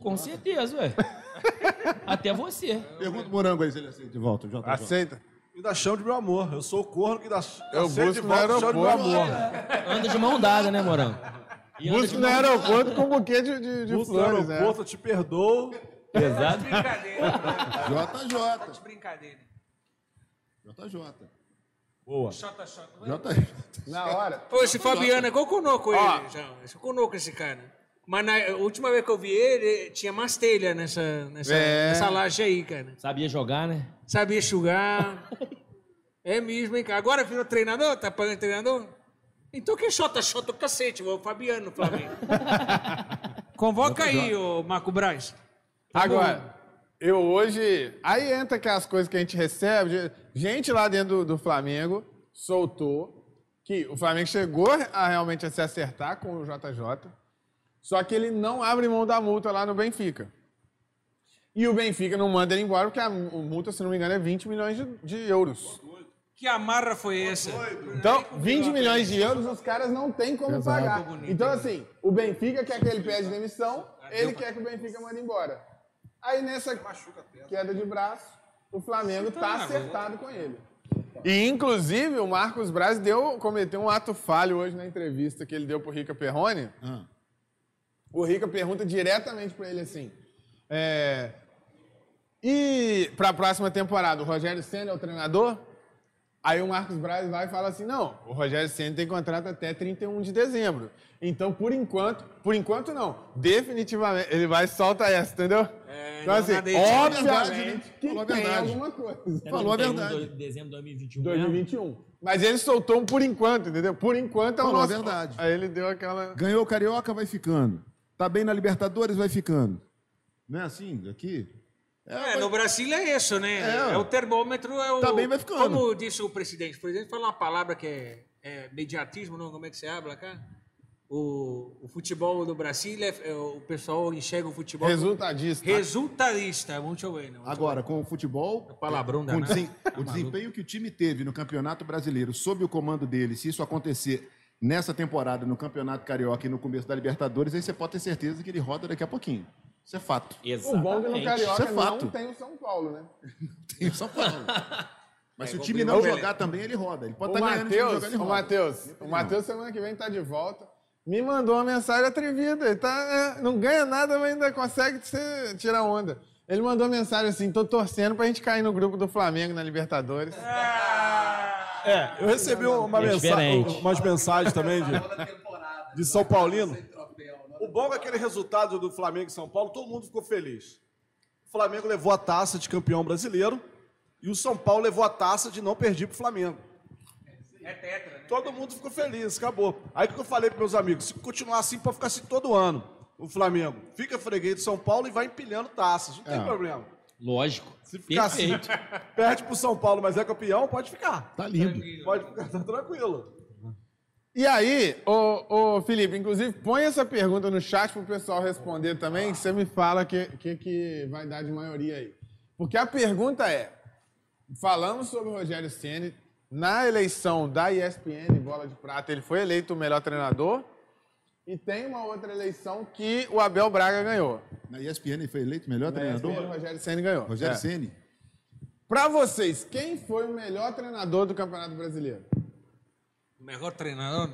Com certeza, ué. Até você. Pergunta o Morango aí se ele aceita de volta, JJ. Aceita. Me dá chão de meu amor. Eu sou o corno que dá Eu aceita busco de no volta o chão de meu aeroporto. amor. Anda de mão dada, né, Morango? E anda Busco de no mão- aeroporto com um buquê de, de, de Busco no flores, né? aeroporto, eu te perdoo. Pesado. Brincadeira, Franco. Tá JJ. de brincadeira. JJ. Xota, xota. JJ. Na hora. Poxa, Fabiano, é igual conoco ele, João. Eu sou conoco esse cara. Mas na última vez que eu vi ele, eh, tinha mais telha nessa, nessa, É. nessa laje aí, cara. Sabia jogar, né? Sabia enxugar. é mesmo, hein, cara. Agora virou treinador? Tá pagando treinador? Então quem chota, chota o cacete, o Fabiano, Flamengo. Convoca aí, ô Marco Braz. Agora, eu hoje. Aí entra aquelas coisas que a gente recebe. de- Gente lá dentro do, do Flamengo soltou que o Flamengo chegou a realmente a se acertar com o JJ, só que ele não abre mão da multa lá no Benfica. E o Benfica não manda ele embora, porque a mu- multa, se não me engano, é 20 milhões de, de euros. Que amarra foi essa? Então, 20 milhões de euros os caras não têm como pagar. Então, assim, o Benfica quer que ele pede demissão, ele quer que o Benfica mande embora. Aí nessa queda de braço, o Flamengo tá acertado com ele. E inclusive o Marcos Braz deu, cometeu um ato falho hoje na entrevista que ele deu pro Rica Perrone. O Rica pergunta diretamente pra ele assim: é, e pra próxima temporada, o Rogério Senna é o treinador? Aí o Marcos Braz vai e fala assim: não, o Rogério Senna tem contrato até 31 de dezembro. Então, por enquanto, por enquanto não, definitivamente, ele vai e solta essa, entendeu? É, então, não, assim, nada aí, obviamente tinha que Falou a tem verdade. alguma coisa. Falou 31 a verdade. de dezembro de 2021. né? 2021. Mas ele soltou um por enquanto, entendeu? Por enquanto é o Falou a nosso. verdade. Aí ele deu aquela. Ganhou o Carioca, vai ficando. Tá bem na Libertadores, vai ficando. Não é assim? Aqui? É, no Brasil é isso, né? É. É, o termômetro, é o. Também vai ficando. Como disse o presidente, o presidente falou uma palavra que é, é mediatismo, não? Como é que se habla cá? O, o futebol do Brasil, é, é- o pessoal enxerga o futebol. Resultadista. Resultadista, muito bem. não? Agora, com o futebol, É Palavrão com o, danado. É desen- o desempenho que o time teve no Campeonato Brasileiro, sob o comando dele, se isso acontecer nessa temporada, no Campeonato Carioca e no começo da Libertadores, aí você pode ter certeza que ele roda daqui a pouquinho. Isso é fato. O bom que no Exatamente. Carioca Isso é não fato. tem o São Paulo, né? Tem o São Paulo. Mas se o time É igual não o Pelé. jogar também, ele roda. Ele pode O estar tá ganhando se não Matheus, jogar, ele o roda. Matheus, o Matheus semana que vem tá de volta. Me mandou uma mensagem atrevida. Ele tá, é, não ganha nada, mas ainda consegue ser- tirar onda. Ele mandou uma mensagem assim: tô torcendo pra gente cair no grupo do Flamengo na Libertadores. Eu recebi uma É mensa diferente. umas mensagens também de, de São Paulino. né? O bom é aquele resultado do Flamengo e São Paulo, todo mundo ficou feliz. O Flamengo levou a taça de campeão brasileiro e o São Paulo levou a taça de não perder pro Flamengo. É tetra, né? Todo mundo ficou feliz, acabou. Aí que eu falei pros meus amigos, se continuar assim pode ficar assim todo ano, o Flamengo. Fica freguês de São Paulo e vai empilhando taças, não tem É. problema. Lógico. Se ficar Perfeito. assim, perde pro São Paulo, mas é campeão, pode ficar. Tá lindo. Pode ficar, tá tranquilo. E aí, ô, ô, Felipe, inclusive, põe essa pergunta no chat pro pessoal responder também, que você me fala que, que, que vai dar de maioria aí. Porque a pergunta é: falamos sobre o Rogério Ceni na eleição da ESPN Bola de Prata, ele foi eleito o melhor treinador. E tem uma outra eleição que o Abel Braga ganhou. Na ESPN ele foi eleito melhor Na treinador? né? ESPN, o Rogério Ceni ganhou. Rogério É. Ceni. Pra vocês, quem foi o melhor treinador do Campeonato Brasileiro? Melhor treinador.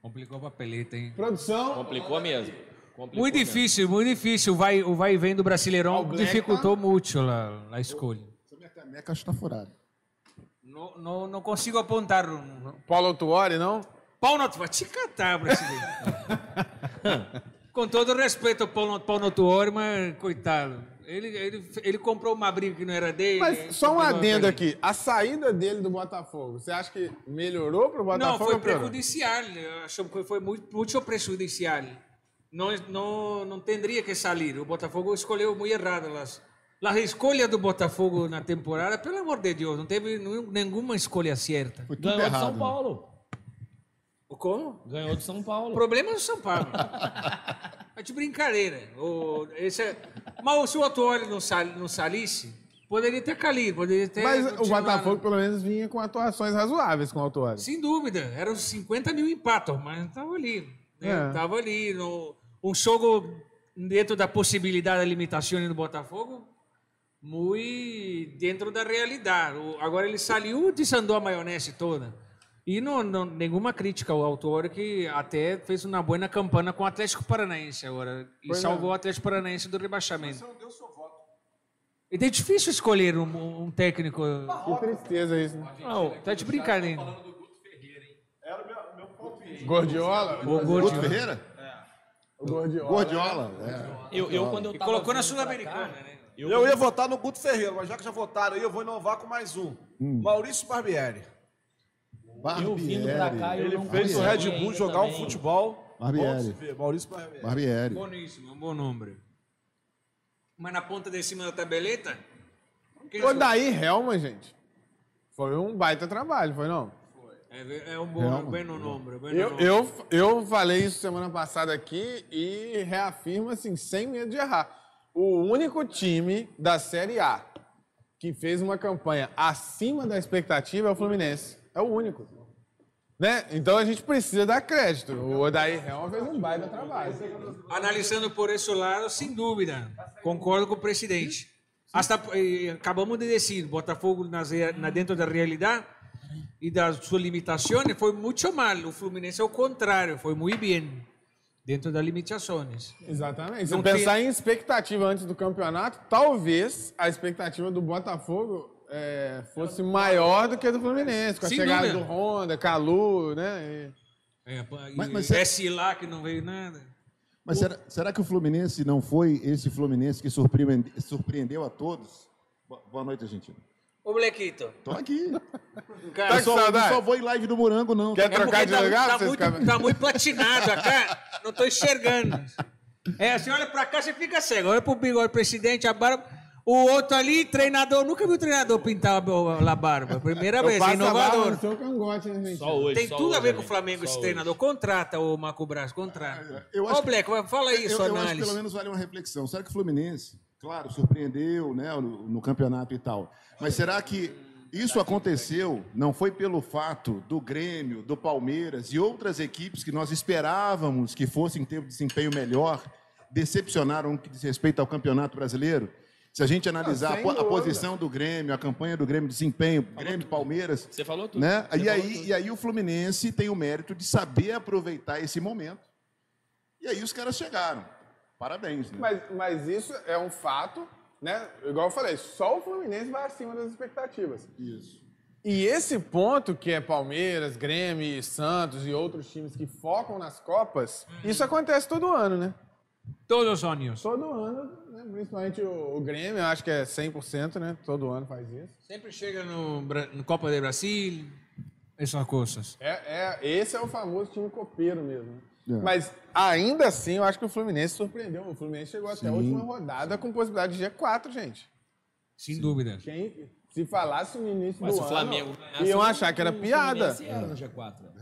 Complicou a papeleta, hein? Produção, Complicou mesmo. Complicou Muito mesmo. difícil, muito difícil. O vai, o vai e vem do Brasileirão Black tá- dificultou muito a, a escolha. Essa minha caneca acho que tá furada. Não, não, não consigo apontar um. Paulo Tuori, não? Pau na tua. Vai te catar, brasileiro. Com todo respeito ao pau no, pau no Tuori, mas coitado. Ele, ele, ele comprou uma briga que não era dele. Mas só um comprou uma adendo coisa. aqui. A saída dele do Botafogo, você acha que melhorou pro Botafogo? Não, foi ou piorou? prejudicial. Eu Acho que foi muito, muito prejudicial. Não, não, não teria que sair. O Botafogo escolheu muito errado. As, as escolhas do Botafogo na temporada, pelo amor de Deus, não teve nenhum- nenhuma escolha certa. Foi tudo Ganhou de errado. né? São Paulo. Como? Ganhou de São O Paulo. problema é do São Paulo. É de brincadeira. O, esse é- mas se o Otuori não, sal, não salisse, poderia ter calido, poderia ter. Mas o continuado. Botafogo, pelo menos, vinha com atuações razoáveis com o Autuori. Sem dúvida, eram 50 mil empatos, mas estava ali. Né? É. Tava ali. no- um jogo dentro da possibilidade da limitação do Botafogo, muito dentro da realidade. O- agora ele saiu e desandou a maionese toda. E não, não- nenhuma crítica ao autor que até fez uma boa campanha com o Atlético Paranaense agora. E salvou o Atlético Paranaense do rebaixamento. Você não deu seu voto. E é difícil escolher um, um técnico. Que tristeza isso, né? Não, tá de brincadeira. Gordiola? O Guto Gordi- Ferreira? O Gordiola. Gordiola. é. Eu, eu, quando eu E tava colocou na vindo pra cá, Sul-Americana, né? Eu, Eu ia votar no Guto Ferreira, mas já que já votaram aí, eu vou inovar com mais um. Hum. Maurício Barbieri. eu vindo pra cá, eu Barbieri. não Fez o consegui Red Bull ainda jogar um também. futebol. Barbieri. Bom de se ver, Maurício Barbieri. Barbieri. Boníssimo, um bom nome. Mas na ponta de cima da tabeleta? quem é O Daí Helma, gente. Foi um baita trabalho, foi não? É, é um bom, Não, bem no nome. bem no Eu, nome. eu, eu falei isso semana passada aqui e reafirmo assim, sem medo de errar. O único time da Série A que fez uma campanha acima da expectativa é o Fluminense. É o único. Né? Então a gente precisa dar crédito. O Odair Helma fez um baita trabalho. Analisando por esse lado, sem dúvida. Concordo com o presidente. Hasta, eh, acabamos de dizer, Botafogo nas, rea- na dentro da realidade e da sua limitação foi muito mal. O Fluminense é o contrário, foi muito bem dentro das limitações. Exatamente. Se Não pensar em expectativa antes do campeonato, talvez a expectativa do Botafogo é, fosse maior do que a do Fluminense, com a Sem chegada dúvida. do Honda, Calu, né? E- É, pá, e Mas- mas esse lá que não veio nada. Mas será, será que o Fluminense não foi esse Fluminense que surpreende- surpreendeu a todos? Bo- Boa noite, Argentina. Ô, Blequito, Tô aqui. cara, Tá Eu que só, eu saudade. só vou em live do Morango, não. Quer É trocar porque de tá, lugar pra tá, vocês muito, ficarem- tá muito platinado acá, não tô enxergando. É, assim, olha pra cá, você fica cego. Olha pro bigode, presidente, a barba. O outro ali, treinador, nunca vi o treinador pintar a bo- a barba. Primeira Eu vez, passo a barba inovador. no seu cangote, né, gente? Só hoje, Tem só tudo a hoje, ver com o gente, Flamengo só esse hoje. treinador. Contrata o Marco Braz, contrata. É. Eu Ô, acho que- Black, fala aí eu, sua eu acho que pelo análise. menos vale uma reflexão. Será que o Fluminense, claro, surpreendeu né, no, no campeonato e tal, mas será que isso aconteceu não foi pelo fato do Grêmio, do Palmeiras e outras equipes que nós esperávamos que fossem ter um desempenho melhor, decepcionaram no que diz respeito ao Campeonato Brasileiro? Se a gente analisar a po- a, posição do Grêmio, a campanha do Grêmio, desempenho, Grêmio, Palmeiras, Você falou tudo. né? Você E falou aí, tudo. e aí o Fluminense tem o mérito de saber aproveitar esse momento. E aí os caras chegaram. Parabéns, né? Mas, mas isso é um fato, né? Igual eu falei, só o Fluminense vai acima das expectativas. Isso. E esse ponto que é Palmeiras, Grêmio, Santos e outros times que focam nas Copas, isso acontece todo ano, né? Todos os ônibus. Todo ano, né? principalmente o, o Grêmio, eu acho que é 100%, né? Todo ano faz isso. Sempre chega no, Bra- no Copa do Brasil, essas coisas. É, é- esse é o famoso time copeiro mesmo. né? É. Mas ainda assim, eu acho que o Fluminense surpreendeu. O Fluminense chegou até a última rodada com possibilidade de G4, gente. Sem dúvida. Quem, se falasse no início Mas do se o ano, Flamengo ganhasse, iam o- achar que era o piada. Fluminense era no G4.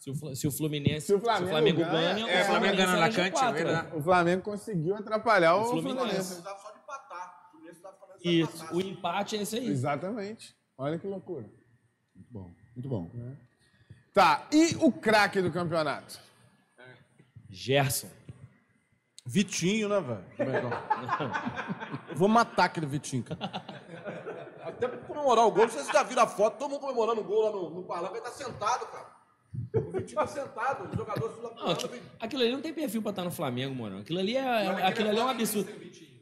Se o, Fla- se o Fluminense, Se o Flamengo ganha, ganha, é, o Flamengo ganha na Cante, é verdade. O Flamengo conseguiu atrapalhar o, O Fluminense. Fluminense. Isso, o empate é esse aí. Exatamente. Olha que loucura. Muito bom. Muito bom. Tá, e o craque do campeonato? Gerson. Vitinho, né, velho? Do Mengão. Eu vou matar aquele Vitinho, cara. Até pra comemorar o gol, não sei se vocês já viram a foto, todo mundo comemorando o gol lá no, no palanque, ele tá sentado, cara. O Vitinho tá sentado, o jogador Não, aqui- sul-americano. aquilo, ali não tem perfil pra estar no Flamengo, Morão. Aquilo ali é, é- aquilo ali é um absurdo.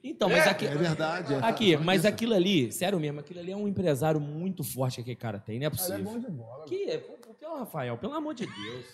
Então, mas aqui, É verdade. é. aqui, mas Isso. aquilo ali, sério mesmo, aquilo ali é um empresário muito forte que aquele cara tem, não é possível. Que, pô, pô, Rafael, pelo amor de Deus.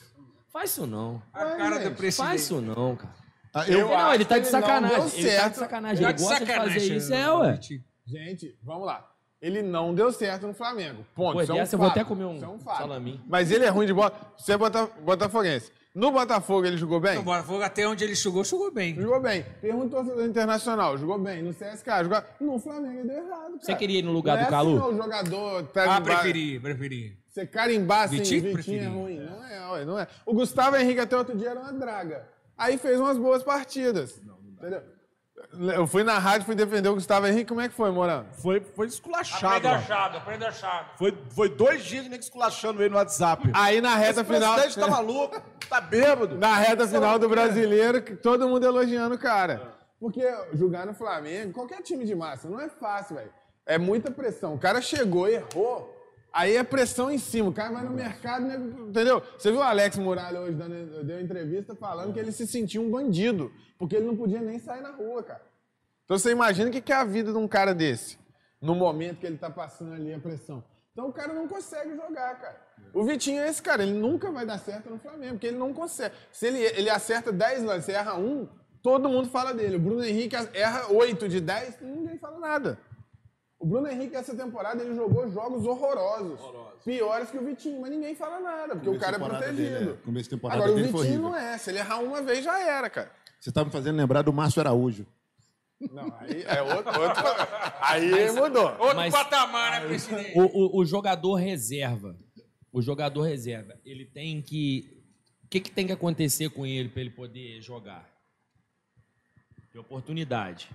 Faz isso não. A cara do Faz presidente. isso não, cara. Ah, eu- Eu- não, acho ele tá que de ele não sacanagem. deu Ele tá certo. de sacanagem. Ele gosta de fazer isso. né? É, ué. Gente, vamos lá. Ele não deu certo no Flamengo. Ponto. Pô, Isso é um dessa eu vou fato. até comer um Isso é fato. salaminho. Mas ele é ruim de bola. Você é bota, botafoguense. No Botafogo ele jogou bem? O Botafogo, Então, até onde ele chegou, chegou bem. Jogou bem. Pergunta ao torcedor internacional. Jogou bem. No CSK, jogou... No Flamengo ele deu errado, cara. Você queria ir no lugar do Não é assim, Calu? não, o jogador... Ah, carimbar- preferi, preferi. Você carimbar assim, Vitinho Vitinho, preferi. é ruim. Não é, ué, não é. O Gustavo Henrique até outro dia era uma draga. Aí fez umas boas partidas. Entendeu? Eu fui na rádio, fui defender o Gustavo Henrique. Como é que foi, Morão? Foi, foi Tá esculachado. mano. achado, aprenda achado. Foi, foi dois dias de nego esculachando ele no WhatsApp. Aí na reta Esse final. presidente tá maluco, tá bêbado. Na reta final do é. brasileiro, que todo mundo elogiando o cara. Porque jogar no Flamengo, qualquer time de massa, não é fácil, velho. É muita pressão. O cara chegou, errou. Aí é pressão em cima. O cara vai no mercado, né, entendeu? Você viu o Alex Muralha hoje dando, deu entrevista falando que ele se sentia um bandido, porque ele não podia nem sair na rua, cara. Então você imagina o que que é a vida de um cara desse, no momento que ele tá passando ali a pressão. Então o cara não consegue jogar, cara. O Vitinho é esse cara, ele nunca vai dar certo no Flamengo, porque ele não consegue. Se ele, ele acerta 10 lances, erra um, todo mundo fala dele. O Bruno Henrique erra 8 de 10, ninguém fala nada. O Bruno Henrique, essa temporada, ele jogou jogos horrorosos. Piores que o Vitinho, mas ninguém fala nada, porque o cara é temporada protegido. dele, é. Começo de temporada Agora, o dele foi Vitinho horrível. não é. Se ele errar uma vez, já era, cara. Você tá me fazendo lembrar do Márcio Araújo. Não, aí é outro. outro aí mudou. Outro Mas- patamar, né, presidente? O, o- o jogador reserva. O jogador reserva, ele tem que. O que, que tem que acontecer com ele para ele poder jogar? De oportunidade.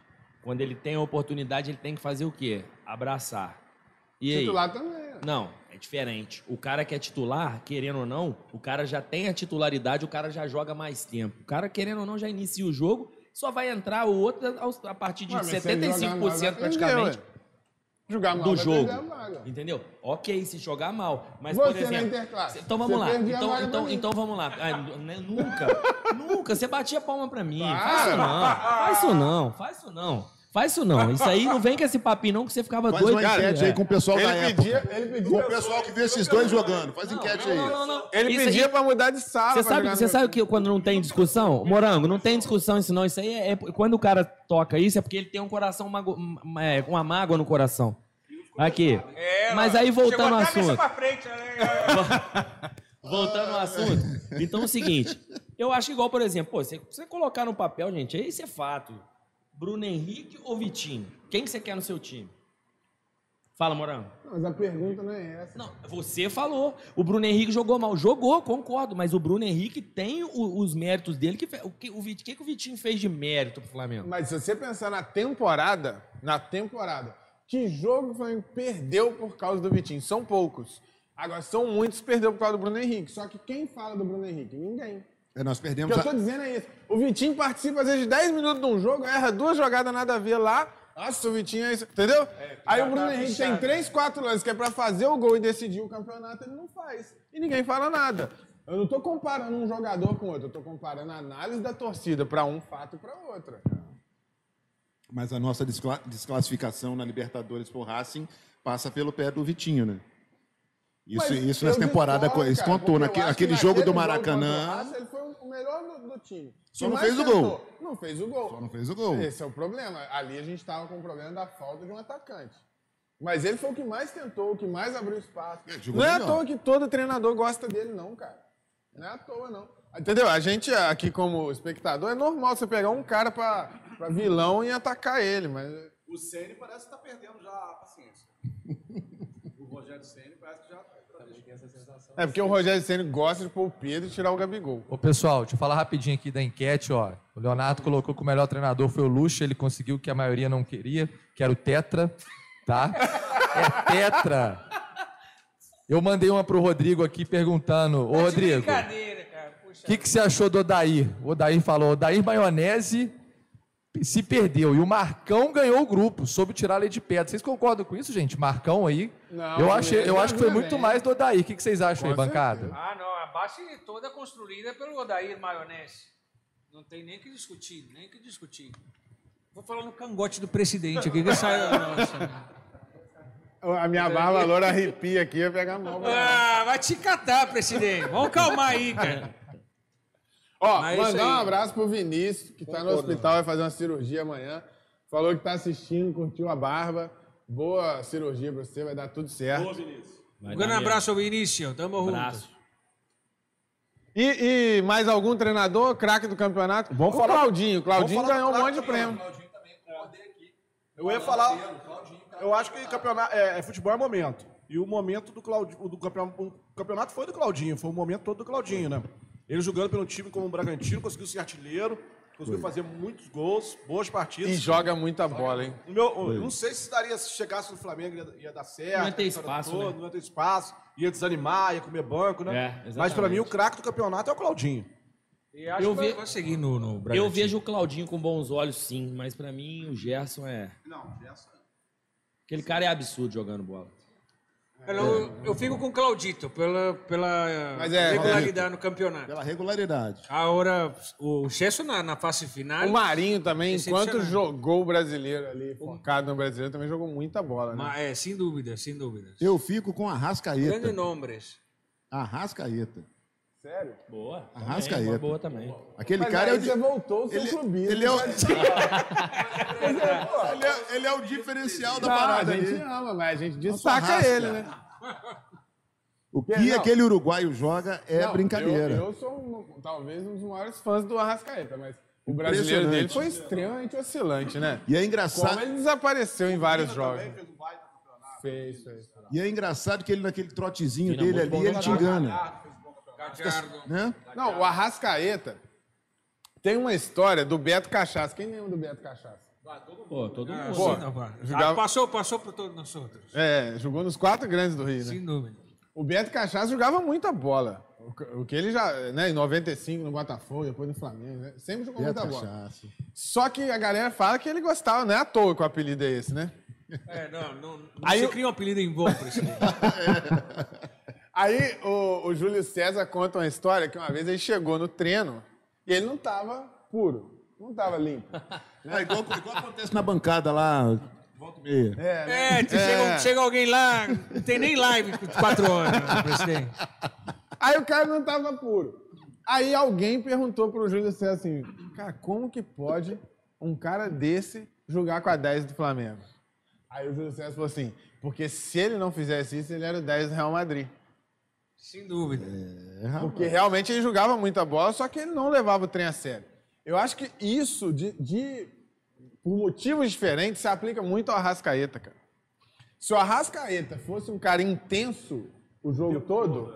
Quando ele tem a oportunidade, ele tem que fazer o quê? Abraçar. E aí? Titular também. né? Não, é diferente. O cara que é titular, querendo ou não, o cara já tem a titularidade, o cara já joga mais tempo. O cara, querendo ou não, já inicia o jogo, só vai entrar o outro aos- a partir de Ué, mas se ele jogar mal, 75% vai perder, praticamente ué. Jogar mal do vai jogo. perder a vaga. Entendeu? Ok, se jogar mal. Mas, Você por exemplo. na Interclasse. Então vamos Você lá. perdia a Então, vaga pra então, mim. então vamos lá. Ah, n- n- nunca. nunca. Você batia palma pra mim. Para. Faz isso não. Faz isso não. Faz isso não. Faz isso não. Isso aí não vem com esse papinho, não, que você ficava Faz doido. uma enquete aí com o pessoal da é. Ele época. pedia, ele Com o pedia, pessoal que vê esses dois jogando. Faz enquete aí. Não, não, não. ele Isso aí- pedia pra mudar de sala. Você pra sabe, jogar você no- sabe que quando não tem discussão, Morango, não tem discussão isso não. Isso aí é, é- quando o cara toca isso é porque ele tem um coração mago, ma- é, uma mágoa no coração. Aqui. É, Mas mano, aí voltando ao Chegou a cabeça assunto. pra frente, né? Voltando ao assunto. Então é o seguinte, eu acho que igual, por exemplo, pô, você, você colocar no papel, gente, aí isso é fato. Bruno Henrique ou Vitinho? Quem que você quer no seu time? Fala, Morango. Não, Mas a pergunta não é essa. Não, você falou. O Bruno Henrique jogou mal. Jogou, concordo. Mas o Bruno Henrique tem o- os méritos dele. Que fe- o que o, Vit- que que o Vitinho fez de mérito pro Flamengo? Mas se você pensar na temporada, na temporada, que jogo o Flamengo perdeu por causa do Vitinho? São poucos. Agora, são muitos que perdeu por causa do Bruno Henrique. Só que quem fala do Bruno Henrique? Ninguém. É, nós O perdemos que eu a... tô dizendo é isso. O Vitinho participa, às vezes, de 10 minutos de um jogo, erra duas jogadas nada a ver lá. Nossa, o Vitinho é isso. Entendeu? Aí o tá Bruno Henrique tem 3, 4 lances que é pra fazer o gol e decidir o campeonato, ele não faz. E ninguém fala nada. Eu não tô comparando um jogador com outro, eu tô comparando a análise da torcida pra um fato e pra outra. Mas a nossa descla- desclassificação na Libertadores pro Racing passa pelo pé do Vitinho, né? Isso, Mas isso eu nessa temporada discordo, co- isso cara, porque contou. eu Naquele, acho que aquele jogo naquele do contra o Maracanã, Racing, ele foi o melhor do, do time. Só Que não mais fez o gol. tentou. Não fez o gol. só não fez o gol. Esse é o problema. Ali a gente estava com o problema da falta de um atacante. Mas ele foi o que mais tentou, o que mais abriu espaço. É, jogou Não é à melhor. toa que todo treinador gosta dele, não, cara. Não é à toa, não. Entendeu? A gente aqui, como espectador, é normal você pegar um cara pra, pra vilão e atacar ele, mas. O Ceni parece que tá perdendo já a paciência. o Rogério Ceni parece que já também tem essa sensação. É porque o Rogério Senna gosta de pôr o Pedro e tirar o Gabigol. Ô, pessoal, deixa eu falar rapidinho aqui da enquete, ó. O Leonardo colocou que o melhor treinador foi o Lucha, ele conseguiu o que a maioria não queria, que era o Tetra, tá? É Tetra. Eu mandei uma pro Rodrigo aqui perguntando, ô Tá de Rodrigo, o brincadeira, cara. Puxa. que, que você achou do Odair? O Odair falou, Odair Maionese se perdeu e o Marcão ganhou o grupo, soube tirar a lei de pedra. Vocês concordam com isso, gente? Marcão aí? Não, eu achei, eu não, acho que foi não, muito não. mais do Odair. O que, que vocês acham aí, Com bancada? Ah, não. A base toda é construída pelo Odair Maionese. Não tem nem que discutir, nem que discutir. Vou falar no cangote do presidente aqui que saiu. Nossa. A É. minha barba loura arrepia aqui, ia pegar mal. Ah, vai te catar, presidente. Vamos calmar aí, cara. Ó, Mas é isso mandar um aí. abraço pro Vinícius, que tá no hospital, vai fazer uma cirurgia amanhã. Falou que tá assistindo, curtiu a barba. Boa cirurgia pra você, vai dar tudo certo. Vai Um dar grande mesmo. abraço, Vinícius. Tamo junto. Abraço. E, e mais algum treinador, craque do campeonato? Vamos o Claudinho. Claudinho ganhou um monte de prêmio. Eu ia falar. Eu acho que campeonato, é, é, futebol é momento. E o momento do Claudinho, do campeonato, o campeonato foi do Claudinho, foi o momento todo do Claudinho, né? Ele jogando pelo time como o Bragantino, conseguiu ser artilheiro, conseguiu fazer muitos gols, boas partidas. E joga muita bola, hein? O meu- eu não sei se daria se chegasse no Flamengo ia, ia dar certo. Não ia ter essa história espaço, toda, né? Não ia ter espaço, ia desanimar, ia comer banco, É, né? Mas exatamente. pra mim o craque do campeonato é o Claudinho. E acho Eu que vai vi- conseguir no, no Eu Bragantino. vejo o Claudinho com bons olhos, sim, mas pra mim o Gerson é. Não, essa. Aquele cara é absurdo jogando bola. Eu, eu fico com o Claudito pela, pela Mas é, regularidade no campeonato. Pela regularidade. Agora, o Gesso na, na fase final. O Marinho também, enquanto Decepcionante. jogou o brasileiro ali, focado no brasileiro, também jogou muita bola, né? ma- é, sem dúvida, sem dúvida. Eu fico com a Grande Arrascaeta. nombres. Arrascaeta. Boa. Arrascaeta. Também, uma boa também. Aquele Mas cara é aí o. di- você voltou o seu Ele, clubismo. né? ele é o... ele, é, ele é o diferencial da Não, parada Tá, a gente ali. ama, mas a gente destaca rasca. ele, né? O que Não. aquele uruguaio joga é Não, brincadeira. Eu, eu sou um- talvez um dos maiores fãs do Arrascaeta, mas o brasileiro dele foi extremamente oscilante, né? E é Como engraçado. ele desapareceu em vários jogos. Fez, fez. E é engraçado que ele naquele trotezinho Vina, dele muito bom né? ali, ele te jogador. engana. Gadiardo. Né? Não, o Arrascaeta tem uma história do Beto Cachaça. Quem lembra do Beto Cachaça? Pô, todo mundo. Pô, Não, pá. jogava- Ah, passou, passou por todos nós outros. É, jogou nos quatro grandes do Rio, né? Sem dúvida. O Beto Cachaça jogava muita bola. O que- O que ele já, né, em 95 no Botafogo, depois no Flamengo, né? sempre jogou Beto muita bola. Cachaça. Só que a galera fala que ele gostava, não é à toa que o apelido é esse, né? É, não, não, não Aí se eu- cria um apelido em vão pra isso. aí. Aí o, o Júlio César conta uma história que uma vez ele chegou no treino e ele não tava puro, não tava limpo. É igual, igual acontece na bancada lá, volta e meia. É, tu Chega, chega alguém lá, não tem nem live por quatro horas, né, presidente. Aí o cara não tava puro. Aí alguém perguntou pro Júlio César assim, cara, como que pode um cara desse jogar com a 10 do Flamengo? Aí o Júlio César falou assim, porque se ele não fizesse isso, ele era o 10 do Real Madrid. Sem dúvida. Porque realmente ele jogava muita bola, só que ele não levava o trem a sério. Eu acho que isso, de, de- por motivos diferentes, se aplica muito ao Arrascaeta, cara. Se o Arrascaeta fosse um cara intenso o jogo todo,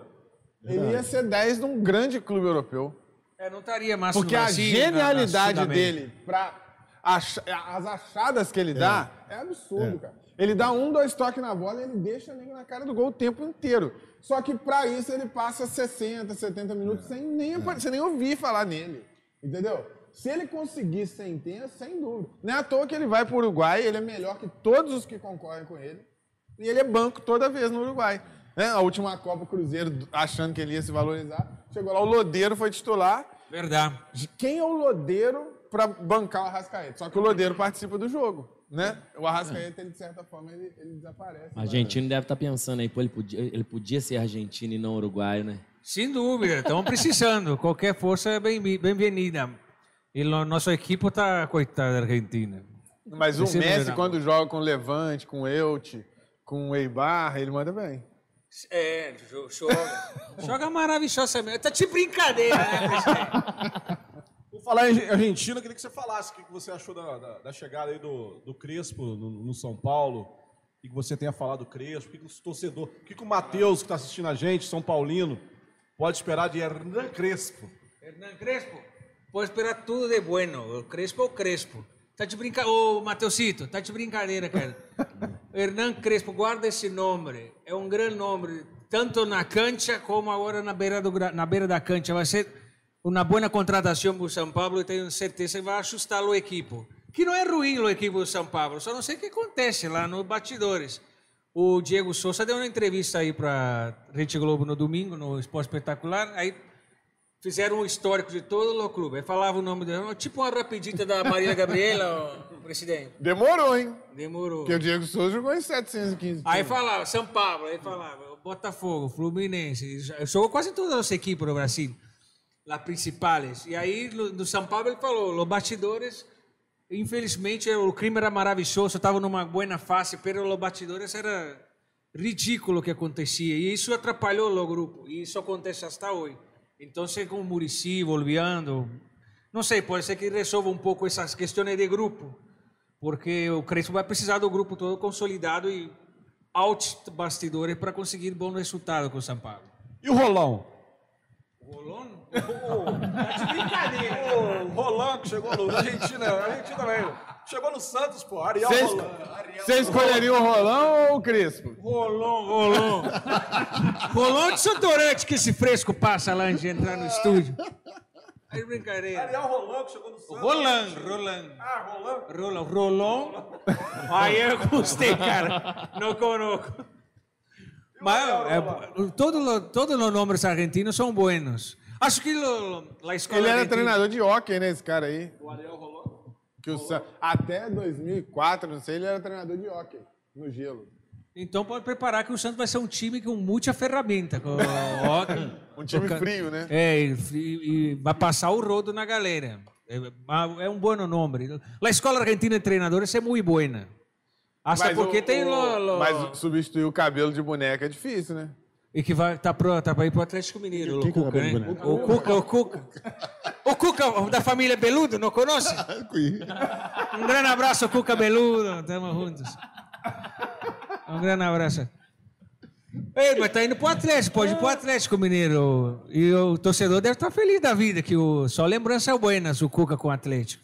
ele ia ser 10 de um grande clube europeu. É, não estaria né, mais Porque no a Brasil, na- na genialidade Sudamérica. dele, pra ach- as achadas que ele dá, é, absurdo, cara. Ele dá um, dois toques na bola e ele deixa nego na cara do gol o tempo inteiro. Só que pra isso ele passa 60, 70 minutos sem nem, apare- sem nem ouvir falar nele. Entendeu? Se ele conseguir ser intenso, sem dúvida. Não é à toa que ele vai pro Uruguai, ele é melhor que todos os que concorrem com ele. E ele é banco toda vez no Uruguai. Né? A última Copa o Cruzeiro, achando que ele ia se valorizar, chegou lá, o Lodeiro foi titular. Verdade. De quem é o Lodeiro pra bancar o Arrascaeta? Só que o Lodeiro participa do jogo, né? O Arrascaeta, ele, de certa forma, ele, ele desaparece. Argentino deve estar pensando aí, pô, ele podia, ele podia ser argentino e não uruguaio, né? Sem dúvida, estamos precisando. Qualquer força é bem- bem-vinda. E o nosso equipe está coitada da Argentina. Mas o Esse não Messi, era. quando joga com o Levante, com o Elche, com o Eibar, ele manda bem. É, joga. joga maravilhosamente. Tá de brincadeira, né, presidente? Por falar em Argentina, eu queria que você falasse o que que você achou da, da- da chegada aí do, do Crespo no, no São Paulo. O que que você tenha falado do Crespo, o que que o torcedor, o que que o Matheus, que está assistindo a gente, São Paulino, pode esperar de Hernan Crespo. Hernan Crespo, pode esperar tudo de bueno. O Crespo é o Crespo. Tá de brincadeira. Ô, Matheusito, tá de brincadeira, cara. Hernan Crespo, guarda esse nome. É um grande nome, tanto na cancha como agora na beira, do, gra- na beira da cancha. Vai ser uma boa contratação para o São Paulo e tenho certeza que vai ajustar o equipo. Que não é ruim o equipe do São Paulo, só não sei o que acontece lá nos bastidores. O Diego Souza deu uma entrevista aí para Rede Globo no domingo, no Esporte Espetacular. Aí fizeram um histórico de todo o clube. Aí falava o nome dele, tipo uma rapidita da Maria Gabriela, o presidente. Demorou, hein? Demorou. Porque o Diego Souza jogou em 715. Aí falava São Paulo, aí falava Botafogo, Fluminense. Jogou quase todas as equipes do Brasil, as principais. E aí no, no São Paulo ele falou, os bastidores, infelizmente o crime era maravilhoso, estava numa boa fase, mas os bastidores era ridículo o que acontecia. E isso atrapalhou o grupo, e isso acontece até hoje. Então, com o Murici, Volviando, não sei, pode ser que resolva um pouco essas questões de grupo porque o Crespo vai precisar do grupo todo consolidado e out bastidores para conseguir bom resultado com o São Paulo. E o Rolão? O Rolon Tá de brincadeira. O Roland que chegou no na Argentina, na Argentina também. Chegou no Santos, pô. Ariel Vocês- Roland. Ariel Você escolheria o Rolão ou o Crespo? Rolon, Rolon. Rolon de desodorante que esse fresco passa lá antes de entrar no estúdio. Tá de brincadeira. Ariel Roland é que chegou no Santos. Roland, Roland. Ah, Roland. Rolon, Rolon. Aí eu gostei, cara. No conoco. Mas é, todo, lo- todos os nomes argentinos são buenos. Acho que lo, la escola Ele era argentina- treinador de hockey, né, esse cara aí? O Ariel Rolão? Que o Sa- Até 2004, não sei, ele era treinador de hockey, no gelo. Então pode preparar que o Santos vai ser um time com muita ferramenta. Com o Ockham, Um time tocando- frio, né? É, e, e- e vai passar o rodo na galera. É, mas é um bom nome. La escola argentina de treinadores é muito boa. Hasta porque o- tem o- lo, lo- Mas substituir o cabelo de boneca é difícil, né? E que vai tá pro, tá pra ir pro Atlético Mineiro, o que Cuca, acabou de né? O, o Cuca, o Cuca. O Cuca da família Beludo, não conhece? Um grande abraço, Cuca Beludo. Tamo juntos. Um grande abraço. Ei, mas tá indo pro Atlético, pode ir pro Atlético Mineiro. E o torcedor deve estar feliz da vida, que o, só lembrança buenas o Cuca com o Atlético.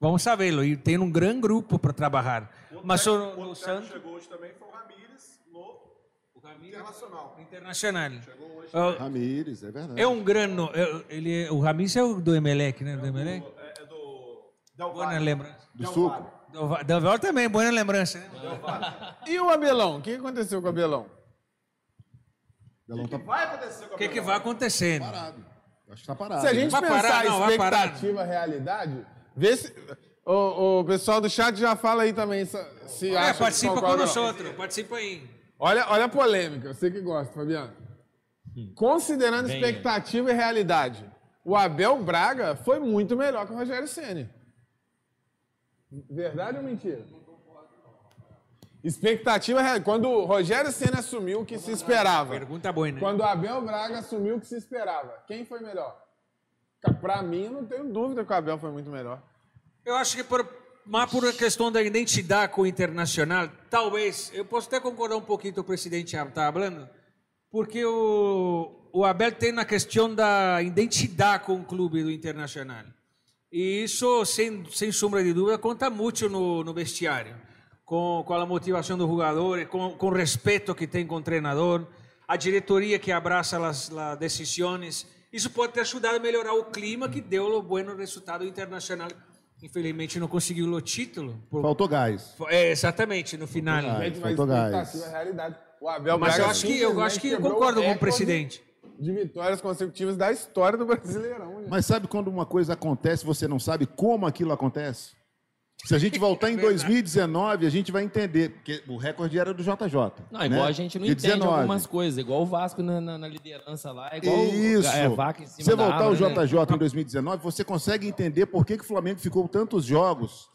Vamos sabê-lo. E tem um grande grupo para trabalhar. Mas o, o, Santos... Chegou hoje também, foi o Ramírez no Internacional. Internacional. Ah, Ramires, é verdade. É um grande. no- é- Ele, é- o Ramis é o do Emelec, né? Do Emelec? É, é do. Del Boa Valle. lembrança. Do suco. Do Va- Da Val também, boa lembrança. né? E o Abelão? O que aconteceu com o Abelão? Belão tá Vai acontecer com O a que, que vai acontecendo? parado. Acho que tá parado. Se a gente Vai pensar parar, não, vai parar. expectativa, realidade, vê se. O, o pessoal do chat já fala aí também se, se É, acha que participa concorda ou não. conosco, participa aí. Olha, olha a polêmica, você que gosta, Fabiano. Considerando Bem, expectativa e realidade, o Abel Braga foi muito melhor que o Rogério Ceni. Verdade ou mentira? Expectativa real. Quando o Rogério Ceni assumiu o que se esperava. Pergunta boa, né? Quando o Abel Braga assumiu o que se esperava. Quem foi melhor? Ca- Pra mim, eu não tenho dúvida que o Abel foi muito melhor. Eu acho que por, mas por uma questão da identidade com o internacional, talvez, eu posso até concordar um pouquinho com o presidente está falando, porque o, o Abel tem na questão da identidade com o clube do internacional. E isso, sem, sem sombra de dúvida, conta muito no, no vestiário, com, com a motivação dos jogadores, com, com o respeito que tem com o treinador, a diretoria que abraça as, as decisões. Isso pode ter ajudado a melhorar o clima que deu o bom resultado internacional. Infelizmente, não conseguiu o título. por- Faltou gás. É, exatamente, no final. Faltou gás. Gente, mas Ah, faltou gás. expectativa e realidade. O Abel Mas Braga eu acho que eu acho que eu simplesmente né? quebrou concordo com o recorde presidente. de vitórias consecutivas da história do Brasileirão. né? gente. Mas sabe quando uma coisa acontece, você não sabe como aquilo acontece? Se a gente voltar em 2019, a gente vai entender, porque o recorde era do JJ. Não, né? igual a gente não De entende algumas coisas. Igual o Vasco na, na- na liderança lá, é igual o- Isso. é, vaca em Se cima você da voltar ao árvore, né? JJ em 2019, você consegue entender por que, que o Flamengo ficou tantos jogos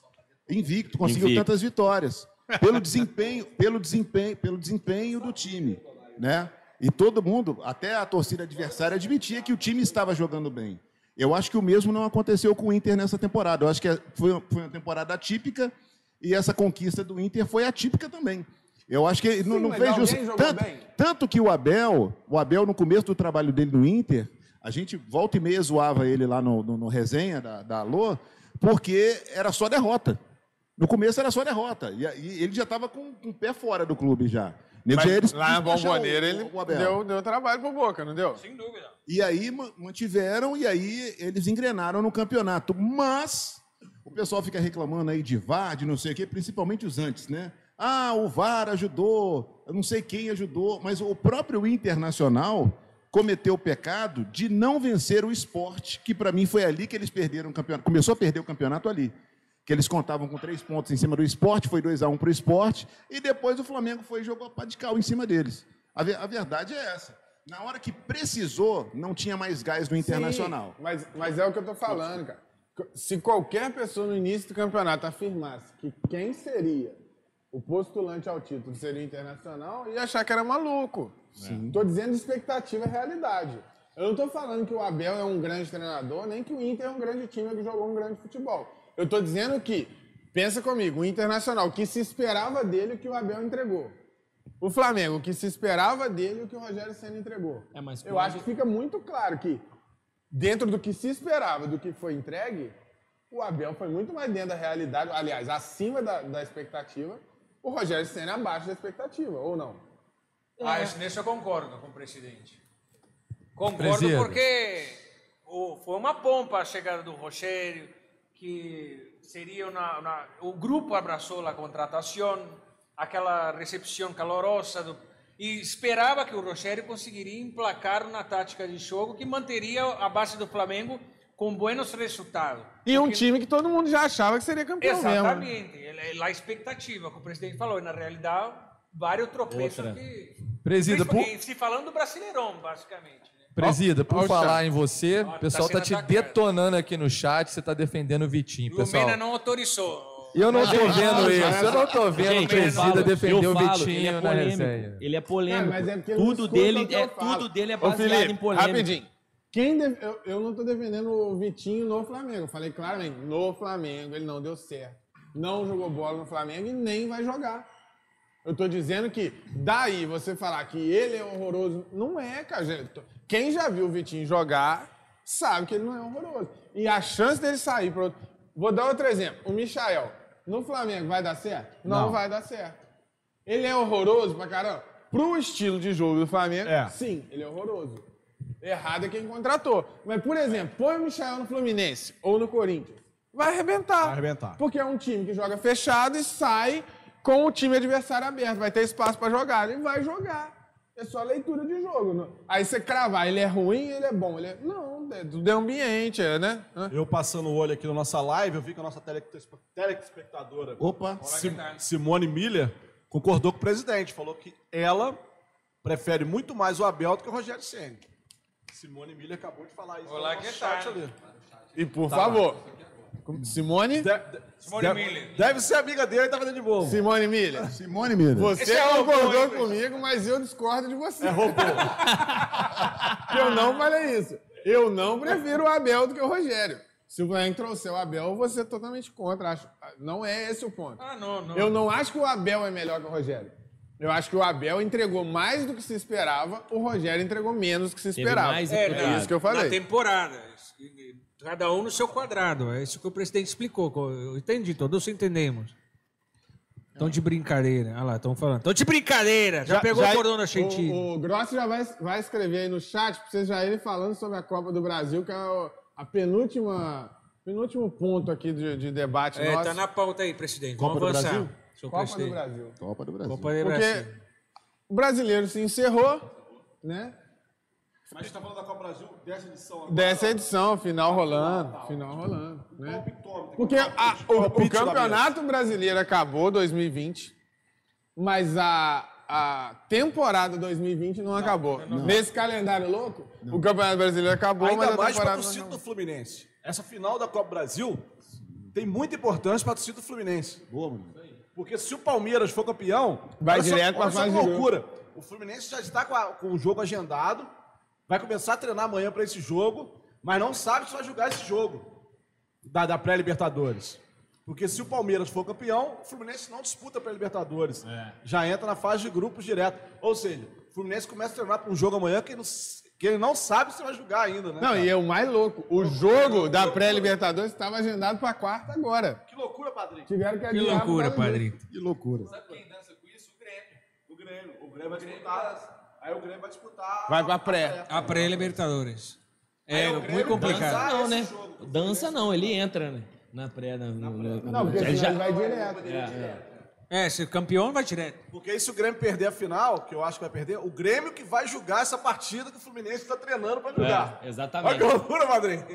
invicto, conseguiu Invicto. tantas vitórias. Pelo desempenho, pelo desempenho, pelo desempenho do time, né? E todo mundo, até a torcida adversária, admitia que o time estava jogando bem. Eu acho que o mesmo não aconteceu com o Inter nessa temporada. Eu acho que é, foi foi uma temporada atípica e essa conquista do Inter foi atípica também. Eu acho que ele não, Sim, não mas fez alguém justiça. jogou Tanto, bem. tanto que o Abel, o Abel, no começo do trabalho dele no Inter, a gente volta e meia zoava ele lá no, no- no resenha da, da Alô, porque era só derrota. No começo era só derrota. E, aí ele já estava com, com o pé fora do clube já. Nego já Mas eles- lá na eles deixaram Bomboneira o- ele o Abel. deu, deu trabalho pro Boca, não deu? E aí ma- mantiveram e aí eles engrenaram no campeonato. Mas o pessoal fica reclamando aí de VAR, de não sei o quê, principalmente os antes, né? Ah, o VAR ajudou, eu não sei quem ajudou, mas o próprio Internacional cometeu o pecado de não vencer o esporte, que para mim foi ali que eles perderam o campeonato. Começou a perder o campeonato ali. Que eles contavam com três pontos em cima do esporte, foi 2 a 1 para o esporte, e depois o Flamengo foi e jogou a pá de cal em cima deles. A, ve- a verdade é essa. Na hora que precisou, não tinha mais gás no Internacional. Sim, mas, mas é o que eu tô falando, cara. Se qualquer pessoa no início do campeonato afirmasse que quem seria o postulante ao título seria o internacional, ia achar que era maluco. Tô dizendo expectativa e realidade. Eu não tô falando que o Abel é um grande treinador, nem que o Inter é um grande time que jogou um grande futebol. Eu tô dizendo que, pensa comigo, o internacional, o que se esperava dele, o que o Abel entregou. O Flamengo, o que se esperava dele, o que o Rogério Senna entregou. É, mas Eu quando- acho que fica muito claro que dentro do que se esperava, do que foi entregue, o Abel foi muito mais dentro da realidade, aliás, acima da, da expectativa, o Rogério Senna abaixo da expectativa, ou não? Ah, isso- nisso eu concordo com o presidente. Concordo Presida. porque o- foi uma pompa a chegada do Rogério, que seria uma, uma- o grupo abraçou a contratação, aquela recepção calorosa do- e esperava que o Rogério conseguiria emplacar uma tática de jogo que manteria a base do Flamengo com buenos resultados. E um time que todo mundo já achava que seria campeão mesmo. né? Exatamente, ele- é a expectativa que o presidente falou, e na realidade, vários tropeços Outra. que. Presida, por- Principalmente, Se falando do Brasileirão, basicamente. né? Presida, por Ó o falar em você, o tá pessoal tá sendo te atacado. detonando aqui no chat, você tá defendendo o Vitinho, pessoal. Lumena não autorizou. Eu não tô vendo isso, eu não tô vendo o Gente, eu Presida falo- defender eu o falo, ele Vitinho é na polêmico. resenha. Ele é polêmico. Cara, mas é porque ele não tudo, escuta dele o que eu é, falo. tudo dele é Ô, baseado em Felipe, polêmica. rapidinho. Quem def- eu, eu não tô defendendo o Vitinho no Flamengo. Eu falei claramente, no Flamengo ele não deu certo. Não jogou bola no Flamengo e nem vai jogar. Eu tô dizendo que daí você falar que ele é horroroso, não é, cara. gente. Quem já viu o Vitinho jogar sabe que ele não é horroroso. E a chance dele sair para outro. Vou dar outro exemplo. O Michael, no Flamengo, vai dar certo? Não, Não. vai dar certo. Ele é horroroso pra caramba. Pro estilo de jogo do Flamengo, sim, ele é horroroso. Errado é quem contratou. Mas, por exemplo, põe o Michael no Fluminense ou no Corinthians. Vai arrebentar. Vai arrebentar. Porque é um time que joga fechado e sai com o time adversário aberto. Vai ter espaço pra jogar. Ele vai jogar. É só leitura de jogo. não- Aí você cravar, ele é ruim, ele é bom. Ele é... Não, é do do ambiente, é, né? Eu passando o olho aqui na nossa live, eu vi que a nossa tele- telespectadora Opa, Sim- Simone Miller concordou com o presidente, falou que ela prefere muito mais o Abel do que o Rogério Ceni. Simone Miller acabou de falar isso. Tá Olá, no nosso que tal? chat ali. Tá E por favor, Tá- Simone, De- de- Simone deve- Miller. Deve ser amiga dele, tá fazendo de bobo. Simone Miller, Simone Miller. você Esse é robô, concordou hein, É comigo, mas eu discordo de você. Roubou. Porque eu não falei isso. Eu não prefiro o Abel do que o Rogério. Se o Flamengo trouxer o Abel, você é totalmente contra. Acho, não é esse o ponto. Ah, não, não. Eu não acho que o Abel é melhor que o Rogério. Eu acho que o Abel entregou mais do que se esperava, o Rogério entregou menos do que se Teve esperava. mais é, dificuldade. isso que eu Na falei. temporada. Cada um no seu quadrado. É isso que o presidente explicou. co- Eu entendi, todos entendemos. Estão de brincadeira. Olha lá, estão falando. Estão de brincadeira. Já, pegou o cordão da Argentina. é- O, o Grossi já vai, vai escrever aí no chat pra vocês já irem falando sobre a Copa do Brasil, que é o- a penúltima, penúltimo ponto aqui de, de debate É, nosso. tá na pauta aí, presidente. Copa Vamos do avançar. Brasil? senhor Copa do presidente. Brasil. Copa do Brasil. Copa do Brasil. Porque o brasileiro se encerrou, né? Mas a gente tá falando da Copa Brasil, dessa edição agora. Tá Dessa edição, final rolando, final rolando, Um né? Palpitômetro. Porque a- o, o um Palpite da campeonato brasileiro acabou 2020, mas a, a temporada 2020 não, acabou. Nesse calendário louco, o campeonato brasileiro acabou, Ainda mas a mais para temporada a não torcida né, do acabou. Fluminense. Essa final da Copa Brasil tem muita importância para a torcida do Fluminense. Boa, mano. Porque se o Palmeiras for campeão, Vai olha só- direto pra olha só fase que de grupo. loucura. O Fluminense já está com, a- com o jogo agendado, vai começar a treinar amanhã para esse jogo, mas não sabe se vai jogar esse jogo da, da pré-Libertadores. Porque se o Palmeiras for campeão, o Fluminense não disputa a pré-Libertadores. Já entra na fase de grupos direto. Ou seja, o Fluminense começa a treinar para um jogo amanhã que ele, não, s- que ele não sabe se vai jogar ainda, né? Não, cara? e é o mais louco, o jogo da pré-Libertadores estava agendado para quarta agora. Que loucura, Padrinho. Tiveram que Que adiar. por loucura, causa disso. padrinho. Que loucura. O Grêmio. O Grêmio vai disputar. Aí o Grêmio vai disputar. Vai pra pré. A pré-Libertadores. É, Aí o muito Grêmio complicado. dançar Não, né? esse jogo. Dança não, ele entra, né? Na pré, na, no- no- no- é, Não, porque senão ele já- ele vai direto. É, se campeão vai direto. Porque se o Grêmio perder a final, que eu acho que vai perder, o Grêmio que vai julgar essa partida que o Fluminense está treinando para jogar. É, Olha que exatamente. loucura, Padrinho.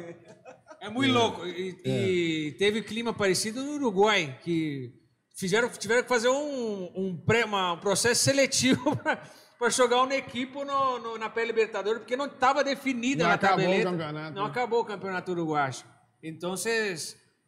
É muito louco. E, e É. teve clima parecido no Uruguai, que fizeram, tiveram que fazer um, um, pré, uma- um processo seletivo para jogar uma equipe no, no- na pré-Libertadores, porque não estava definida Não na acabou o tabeleta. campeonato. Não acabou o campeonato uruguaio. Então,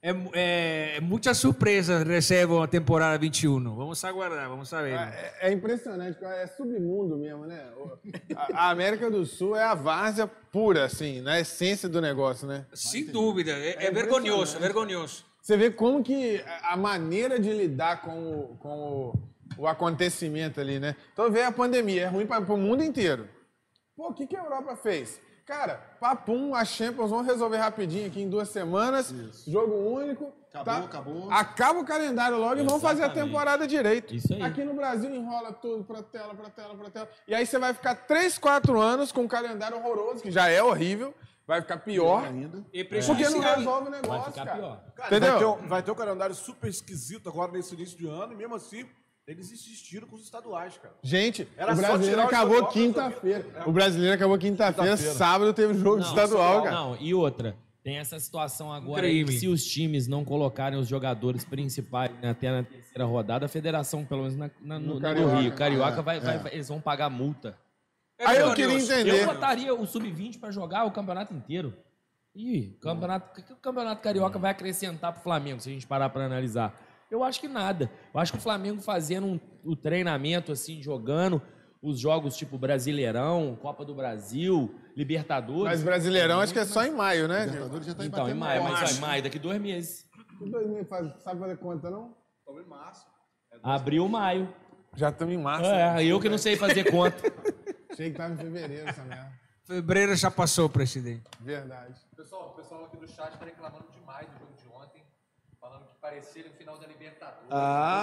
é, mu- é, muitas surpresas recebem a temporada 21. Vamos aguardar, vamos saber. É, é impressionante, cara, é submundo mesmo, né? O- A, a América do Sul é a várzea pura, assim, na essência do negócio, né? Sem dúvida, é, é vergonhoso, é vergonhoso. Você vê como que a a maneira de lidar com o, com o, o acontecimento ali, né? Então veio a pandemia, é ruim para o mundo inteiro. Pô, o que, que a Europa fez? Cara, papum, a Champions vão resolver rapidinho aqui em duas semanas. Jogo único. tá? Acabou, acabou. Acaba o calendário logo e vão fazer a Exatamente. temporada direito. Isso aí. Aqui no Brasil enrola tudo pra tela, pra tela, pra tela. E aí você vai ficar três, quatro anos com um calendário horroroso, que já é horrível. Vai ficar pior. Ainda. E prejudica Porque não esse- resolve o negócio, Vai ficar cara. pior. Cara, Entendeu? Vai, ter, um- vai ter um calendário super esquisito agora nesse início de ano, e mesmo assim, eles insistiram com os estaduais, cara. Gente, Era o só brasileiro tirar os acabou jogos, quinta-feira. resolvia. O brasileiro acabou quinta-feira, Quinta-feira. sábado teve jogo estadual, cara. Não, e outra. Tem essa situação agora aí, Incrível. que se os times não colocarem os jogadores principais né, até na terceira rodada, a federação, pelo menos na, na- no, No no Carioca. Rio, Carioca, É, vai, vai- é. vai- eles vão pagar multa. É Aí eu vergonhoso. queria Eu entender. botaria o sub-20 pra jogar o campeonato inteiro. Ih, campeonato, o que que o campeonato carioca vai acrescentar pro Flamengo, se a gente parar pra analisar? Eu acho que nada. Eu acho que o Flamengo fazendo um- o treinamento assim, jogando os jogos tipo Brasileirão, Copa do Brasil, Mas Libertadores. Brasileirão acho que é só em maio, né? Libertadores já tá então, em batendo maio, bola. mas ó, em maio, daqui dois meses. Dois mil faz- Sabe fazer conta, não? Talvez março. É Abril, maio. Já estamos em março. É, eu que não sei fazer conta. Achei que tava em fevereiro essa merda. Fevereiro já passou, presidente. Verdade. Pessoal, o pessoal aqui do chat tá reclamando demais do jogo de ontem, falando que parecia o final da Libertadores.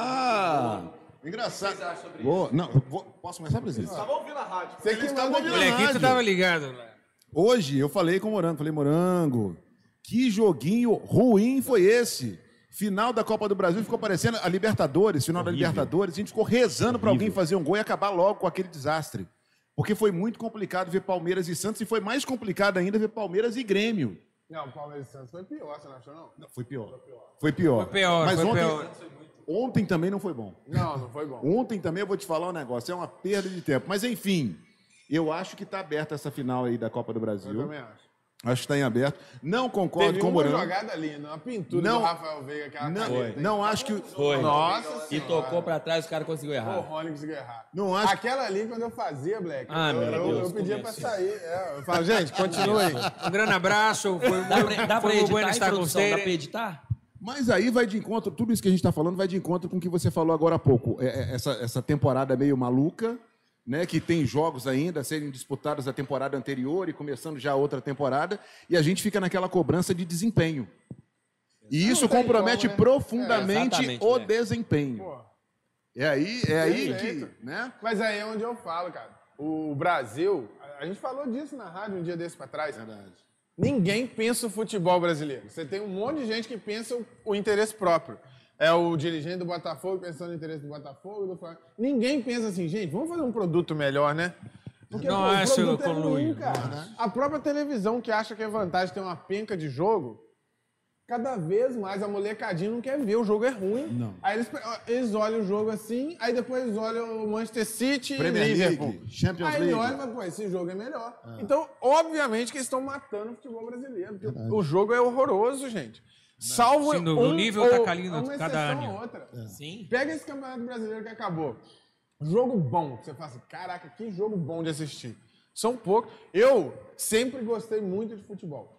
Ah! Engraçado. acham sobre Boa. Não, eu vou- posso começar, presidente? Tava ouvindo a rádio. Você que estavam manda ouvindo aqui. a Molequinho, rádio. tu tava ligado. né? Hoje eu falei com o Morango, falei, Morango, que joguinho ruim foi esse? Final da Copa do Brasil ficou parecendo a Libertadores, final da Libertadores, a gente ficou rezando para alguém fazer um gol e acabar logo com aquele desastre. Porque foi muito complicado ver Palmeiras e Santos e foi mais complicado ainda ver Palmeiras e Grêmio. Não, o Palmeiras e Santos foi pior, você não achou, não? Não, foi pior. Foi pior. Foi pior, Mas foi ontem, pior. ontem também não foi bom. Não, não foi bom. Ontem também eu vou te falar um negócio, é uma perda de tempo. Mas enfim, eu acho que tá aberta essa final aí da Copa do Brasil. Eu também acho. Acho que está em aberto. Não concordo Teve com o uma Morano. jogada ali, uma pintura Não. do Rafael Veiga, aquela Não, caneta. não acho que. Foi. Nossa E Senhora. tocou pra trás, o cara conseguiu Pô, O errar. Rony conseguiu errar. Não acho- Aquela ali, quando eu fazia, Black, Ah, eu, meu eu- Deus, eu pedia pra começo. sair. É, eu falo, gente, continua aí. Um grande abraço. Foi, Dá pra, dá pra foi editar, muito bueno hein, estar com produção? Dá pra você. editar? Mas aí vai de encontro, tudo isso que a gente está falando vai de encontro com o que você falou agora há pouco. É- é- essa, essa temporada meio maluca, né? Que tem jogos ainda a serem disputados da temporada anterior e começando já a outra temporada, e a gente fica naquela cobrança de desempenho. E isso tem compromete como, né? profundamente Exatamente, o né? desempenho. Pô. É aí, é aí Perfeito. que, né? Mas aí é onde eu falo, cara. O Brasil, a- a gente falou disso na rádio um dia desse pra trás. Verdade. Ninguém pensa o futebol brasileiro. Você tem um monte de gente que pensa o, o interesse próprio. É o dirigente do Botafogo pensando no interesse do Botafogo, do Flamengo. Ninguém pensa assim, gente, vamos fazer um produto melhor, né? Porque Não pô, acho, o produto é Coluio, ruim, cara. A própria televisão que acha que é vantagem ter uma penca de jogo, cada vez mais a molecadinha não quer ver, o jogo é ruim. Não. Aí eles, eles olham o jogo assim, aí depois eles olham o Manchester City e Premier Liverpool. League, Champions aí League. Ah. ele olha e fala, pô, esse jogo é melhor. Então, obviamente que eles estão matando o futebol brasileiro, porque o jogo é horroroso, gente. Salvo Sim, no- um, o nível ou, tá caindo uma cada exceção ano. ou Outra. É. Sim. Pega esse campeonato brasileiro que acabou. Jogo bom. que Você fala assim, caraca, que jogo bom de assistir. São poucos. Eu sempre gostei muito de futebol.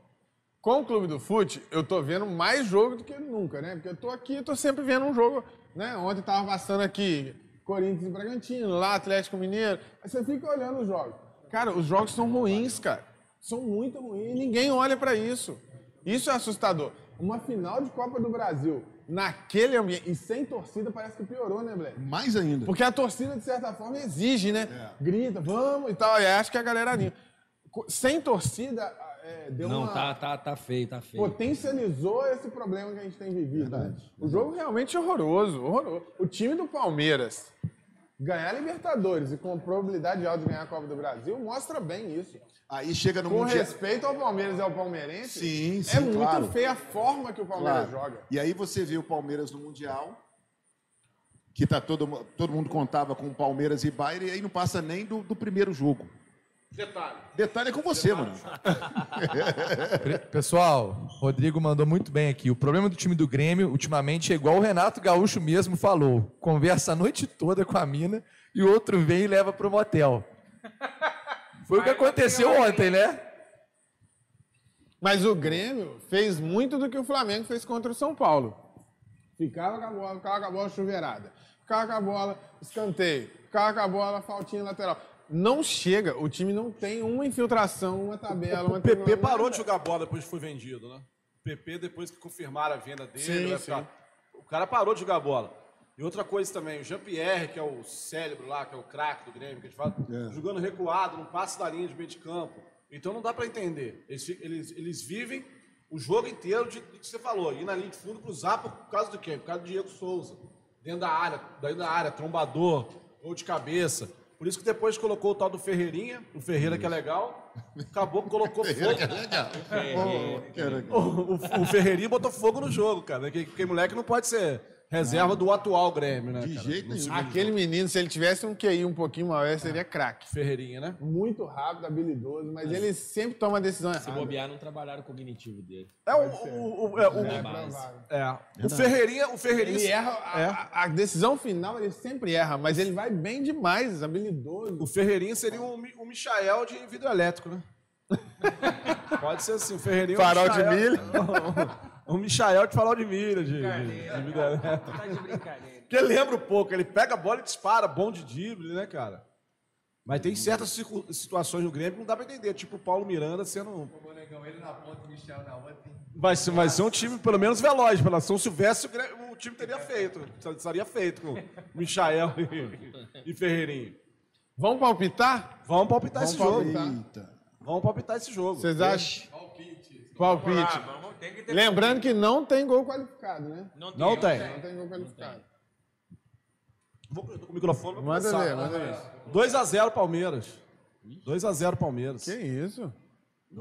Com o Clube do Fute, eu tô vendo mais jogo do que nunca, né? Porque eu tô aqui, eu tô sempre vendo um jogo, né? Ontem tava passando aqui Corinthians e Bragantino, lá Atlético Mineiro. Aí você fica olhando os jogos. Cara, os jogos são ruins, cara. São muito ruins. Ninguém olha pra isso. Isso é assustador. Uma final de Copa do Brasil naquele ambiente e sem torcida parece que piorou, né, Black? Mais ainda. É. Porque a torcida, de certa forma, exige, né? Grita, vamos e tal. E acho que a galera anima. Co- Sem torcida, é, deu Não, uma... tá, tá, tá feio, tá feio. Potencializou esse problema que a gente tem vivido. né? O jogo realmente é horroroso, horroroso. O time do Palmeiras ganhar a Libertadores e com probabilidade alta de ganhar a Copa do Brasil mostra bem isso. Aí chega no Com Mundial. respeito ao Palmeiras e ao palmeirense, Sim, é sim, muito claro. feia a forma que o Palmeiras Claro. joga. E aí você vê o Palmeiras no Mundial, que tá todo, mu- todo mundo contava com o Palmeiras e Bayern, e aí não passa nem do, do primeiro jogo. Detalhe. Detalhe é com você, mano. Pre- Pessoal, Rodrigo mandou muito bem aqui. O problema do time do Grêmio, ultimamente, é igual o Renato Gaúcho mesmo falou. Conversa a noite toda com a mina e o outro vem e leva pro motel. Foi tá o que aconteceu ontem, né? Mas o Grêmio fez muito do que o Flamengo fez contra o São Paulo. Ficava com a bola, ficava com a bola chuveirada. Ficava com a bola, escanteio. Ficava com a bola, faltinha lateral. não chega. O time não tem uma infiltração, uma tabela, uma O PP tabela, parou nada. de jogar bola depois que foi vendido, né? O PP, depois que confirmaram a venda dele, Sim, vai sim. ficar- o cara parou de jogar bola. E outra coisa também, o Jean-Pierre, que é o cérebro lá, que é o craque do Grêmio, que a gente fala, É. jogando recuado, não passa da linha de meio de campo. Então não dá pra entender. Eles, fi- eles- eles vivem o jogo inteiro de, de que você falou, ir na linha de fundo, cruzar por causa do quê? Por causa do Diego Souza. Dentro da área, dentro da área, trombador, ou de cabeça. Por isso que depois colocou o tal do Ferreirinha, o Ferreira que é legal, acabou que colocou fogo. é O, o- o Ferreirinha botou fogo no jogo, cara. né? Que, que moleque não pode ser reserva do atual Grêmio, né? De cara? jeito nenhum. Aquele menino, se ele tivesse um QI um pouquinho maior, ele seria craque. Ferreirinha, né? Muito rápido, habilidoso, É. mas ele sempre toma a decisão Se errada. bobear, não trabalharam o cognitivo dele. É o. o, o- é, o- Na base. é. O Ferreirinha. O Ferreirinha. Ele erra, a, a- a decisão final ele sempre erra, mas ele vai bem demais, habilidoso. O Ferreirinha seria o, Mi- o Michael de vidro elétrico, né? Pode ser assim, o Ferreirinha. é o Farol de Michael- milho. O Michael de farol de milho, de, de, de vidro elétrico. Tá de brincadeira. Porque lembra um pouco, ele pega a bola e dispara, bom de drible, né, cara? Mas tem certas circu- situações no Grêmio que não dá pra entender, tipo o Paulo Miranda sendo. um O Bonegão, ele na ponta, o Michel na outra. hein? Vai ser, vai ser um time, pelo menos, veloz. Pela São Silvestre, o, Grêmio- o time teria feito. Estaria feito com Michael e, e Ferreirinho. Vamos palpitar? Vamos palpitar esse jogo. Eita. Vamos palpitar esse jogo. Vocês acham? Palpite. Palpite. Ah, vamos, tem que ter... Lembrando que não tem gol qualificado, né? Não tem. Não tem. Não tem gol qualificado. Vou eu tô com o microfone. vou Manda começar. ver, manda ver. 2x0 Palmeiras. 2x0 Palmeiras. Que isso?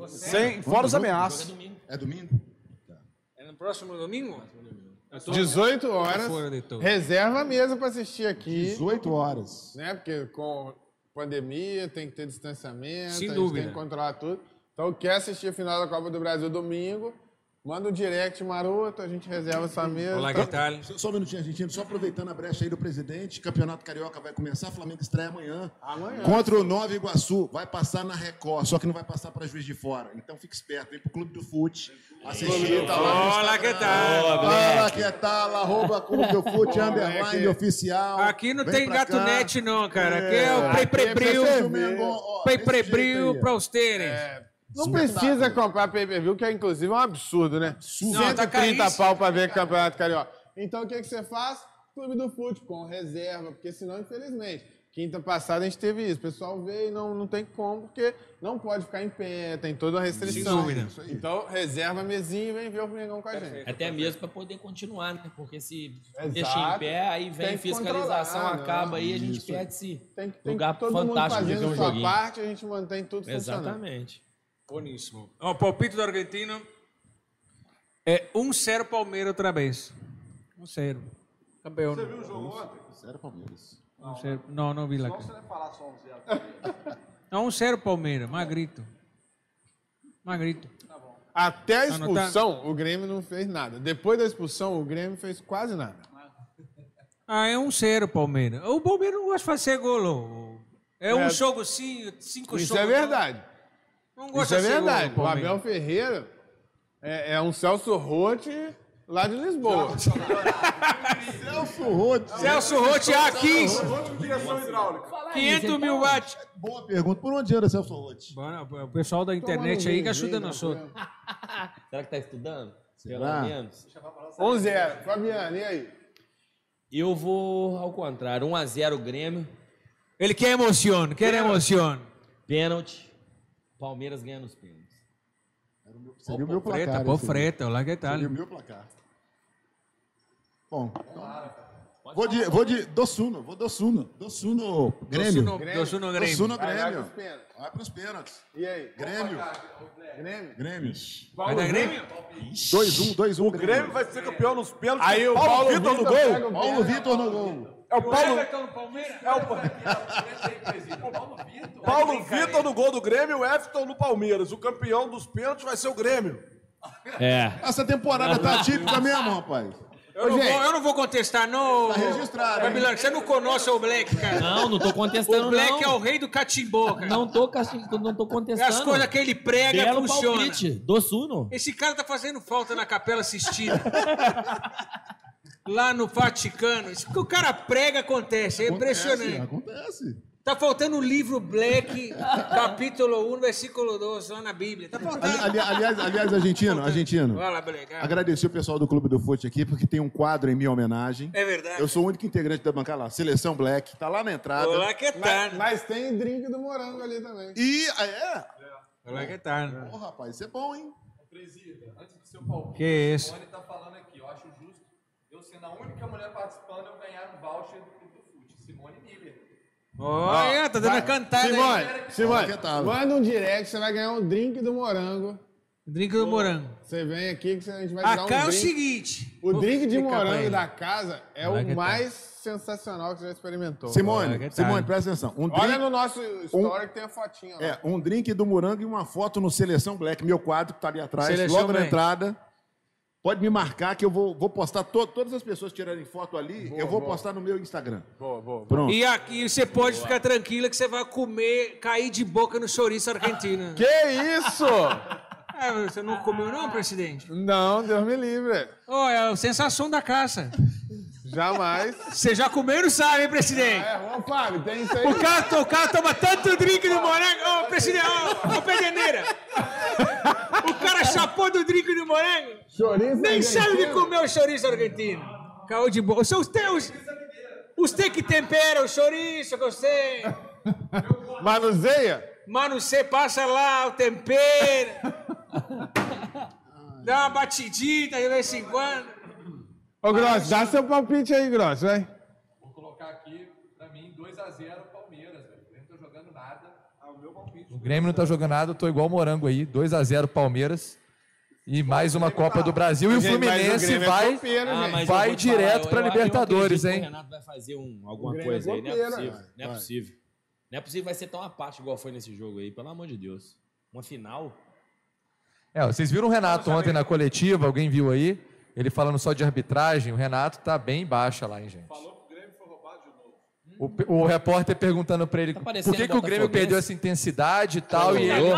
Sem, fora os ameaças. É domingo? É no próximo domingo? Eu tô 18 horas. fora de tudo. Reserva a mesa pra assistir aqui, 18 horas. né? Porque com pandemia tem que ter distanciamento, a Sem gente dúvida. tem que controlar tudo. Então, quer assistir a final da Copa do Brasil domingo? Manda um direct maroto, a gente reserva sua mesa. Hum. Olá, que tal? Só- Só um minutinho, Argentino. Só aproveitando a brecha aí do presidente, Campeonato Carioca vai começar, Flamengo estreia amanhã. Amanhã. Contra o Nova Iguaçu. Vai passar na Record, só que não vai passar para Juiz de Fora. Então fique esperto, vem pro Clube do Fute. Assistir, tá lá no Olá, que tal? Fala que tal, arroba Clube do Fute, underline oficial. Aqui não Vem tem pra gato cá. net, não, cara. Aqui é o Aqui é pré-prebril. pra Isso, Mengo, ó, desse Pré-prebril jeito aí, ó. pra os terem. Não precisa comprar pay-per-view, que é inclusive um absurdo, né? Não, tá 130 caríssimo. pau pra ver campeonato carioca. Então o que, que você faz? Clube do Fute, com reserva, porque senão, infelizmente, quinta passada a gente teve isso. O pessoal veio e não, não tem como, porque não pode ficar em pé, tem toda uma restrição. Então, reserva a mesinha e vem ver o Flamengo com a gente. Até mesmo para poder continuar, né? Porque se tá Exato. deixa em pé, aí Tem vem que fiscalização, controlar, né? acaba aí, a gente perde esse Tem que tem lugar todo mundo fantástico de ver fazendo um sua joguinho. parte, a gente mantém tudo funcionando. Exatamente. Bueníssimo. O É palpite do argentino é 1-0 Palmeiras outra vez. 1-0. Campeão. Você viu o jogo ontem? 0 Palmeiras. Não, não vi lá. cara. um Não, 1-0 Palmeiras. Magrito. Magrito. Até a Tá anotando? expulsão, o Grêmio não fez nada. Depois da expulsão, o Grêmio fez quase nada. Ah, é 1-0 Palmeiras. O Palmeiras não gosta de fazer gol. ô. É um É. jogo sim, cinco Isso jogos. é não. verdade. Não Isso gosta é de fazer gol, verdade. O Palmeiras. Abel Ferreira é, é um Celso Rotti lá de Lisboa. Celso Rotti. Celso Rotti A15. Vamos com direção hidráulica. 500 mil watts. Boa pergunta. Por onde anda Celso Rotti? Bora, é O pessoal da internet aí que ajuda nós outros. Será que tá estudando? Pelo Será? menos. 1 0 Fabiano, É, e aí? Eu vou ao contrário. 1x0 Grêmio, Ele quer emoção, quer emoção. pênalti. Palmeiras ganha nos pênaltis. Seria o meu Freta, placar. pô, esse aí. freta, lá que tal. Seria o meu placar. Bom. então- Vou de, vou de Dossuno, vou Dossuno. Dossuno Grêmio. Dosuno- Dosuno Grêmio. Dossuno Vai Grêmio. pros pênaltis. Vai pros pênaltis. E aí? Grêmio. Grêmio? Grêmio. Vai dar Grêmio? 2-1, 2-1. O Grêmio vai ser campeão nos pênaltis. Aí o Paulo, Paulo Vitor no Vitor gol. pega o Paulo Vitor no gol. É o Paulo, Everton Palmeiras. É um Paulo Vitor no gol do Grêmio, o Everton no Palmeiras. O campeão dos pênaltis vai ser o Grêmio. É. Essa temporada tá típica mesmo, rapaz. Eu não, vou, eu não vou contestar, não. Tá registrado, hein? Babilônia, você não conhece o Black, cara. Não, não tô contestando, O Black é o não. rei do catimbó, cara. Não tô, casti- não tô É contestando. As coisas que ele prega Belo funcionam. palpite. Dossuno. Esse cara tá fazendo falta na capela Sistina. Lá no Vaticano. Isso que o cara prega acontece. É impressionante. Acontece. acontece. Tá faltando o livro Black, capítulo 1, versículo 12, lá na Bíblia. Tá faltando. Ali- ali- aliás, aliás, argentino, argentino. Vai lá, Black. Ah, Agradecer o pessoal do Clube do Fute aqui, porque tem um quadro em minha homenagem. É verdade. Eu sou o único integrante da bancada lá. Seleção Black, tá lá na entrada. Olá, que Mas, é tarde. mas tem drink do morango ali também. E. ah, É? Olá, que tarde. Ô, rapaz, isso é bom, hein? Presida, antes do seu palpite, Que isso? o Rony tá falando aqui, eu acho justo eu sendo a única mulher participando, eu ganhar um voucher do Clube do Fute, Simone Miller. Olha, tá dando a cantada aí. Simone, Simone, Inquietável. manda um direct, você vai ganhar um drink do morango. Drink do morango. Você vem aqui que a gente vai te dar Acá é um o drink. seguinte. O drink de Fica pra morango ele. da casa é Vai que o tá. mais sensacional que você já experimentou. Simone, que Simone, tarde. presta atenção. Um drink, Olha no nosso story que tem a fotinha lá. é, um drink do morango e uma foto no Seleção Black, meu quadro que tá ali atrás, Seleção logo na Black. entrada. Pode me marcar que eu vou, vou postar to- todas as pessoas tirarem foto ali, eu vou postar no meu Instagram. Boa, boa. Pronto. E aqui você pode ficar tranquila que você vai comer, cair de boca no chouriço argentino. Que isso? Ah, você não comeu não, presidente? Não, Deus me livre. Oh, é a sensação da caça. Jamais. Você já comeu não sabe, hein, presidente? É, ô Fábio, tem isso aí. O cara, o cara toma tanto drink do morango. Ô, presidente, ô, ô, pedeneira. O cara chapou do drink do morango. Chouriço Nem sabe de argentino. comer o chouriço argentino. Caô de boa. São os teus. Os te que temperam o chouriço, que eu sei. Manuseia? Mano, você passa lá o tempero. Dá uma batidita de vez em quando. Ô, Grosso, dá seu palpite aí, Grosso, vai. Vou colocar aqui, pra mim, 2x0 Palmeiras, velho. Eu não tô jogando nada. Ah, o meu palpite. tá O Grêmio não tá jogando nada, eu tô igual o Morango aí. 2 a 0 Palmeiras. E mais uma Copa do Brasil. E o Gente, mas Fluminense Grêmio é vai. Ah, copeiro, gente. mas- Ah, Vai eu vou te falar, direto eu- pra eu- eu Libertadores, acredito que hein? O Renato vai fazer um, alguma Grêmio coisa aí. Não é goleiro, possível. vai, não é possível. Não é possível vai ser tão apático igual foi nesse jogo aí, pelo amor de Deus. Uma final. É, ó, vocês viram o Renato ontem na coletiva, alguém viu aí? Ele falando só de arbitragem, o Renato tá bem baixa lá, hein, gente. Falou que o Grêmio foi roubado de novo. O, repórter perguntando pra ele parecendo por que, que o Grêmio botafoguense. perdeu essa intensidade e tal. E ele,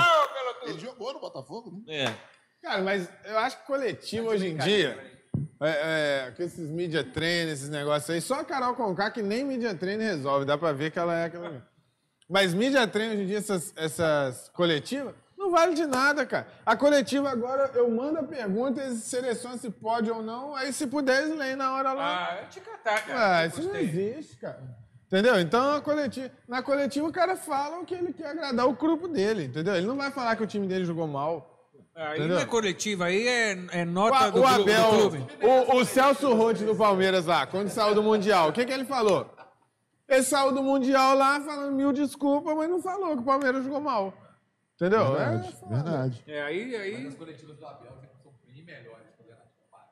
Ele jogou no Botafogo, né? É. Cara, mas eu acho que coletivo hoje em dia, é, é, com esses media train, esses negócios aí, só a Carol Conká que nem media train resolve, dá pra ver que ela é aquela mesmo. Mas media train hoje em dia, essas, essas coletivas, não vale de nada, cara. A coletiva agora, eu mando a pergunta, eles selecionam se pode ou não, aí se puder, eles leem na hora lá. Ah, eu te catar, cara. Ah, isso não existe, cara. Entendeu? Então, a coletiva, na coletiva, o cara fala o que ele quer agradar o grupo dele, entendeu? Ele não vai falar que o time dele jogou mal. Aí Entendeu? não é coletiva, aí é, é O, nota A- do, o gru- do Abel, clube. o, o Celso Roth do Palmeiras lá, quando saiu do Mundial, o que, que ele falou? Ele saiu do Mundial lá falando mil desculpas, mas não falou que o Palmeiras jogou mal. Entendeu? É, foda. Verdade. É, aí, aí. As coletivas do Abel são bem melhores que o Renato.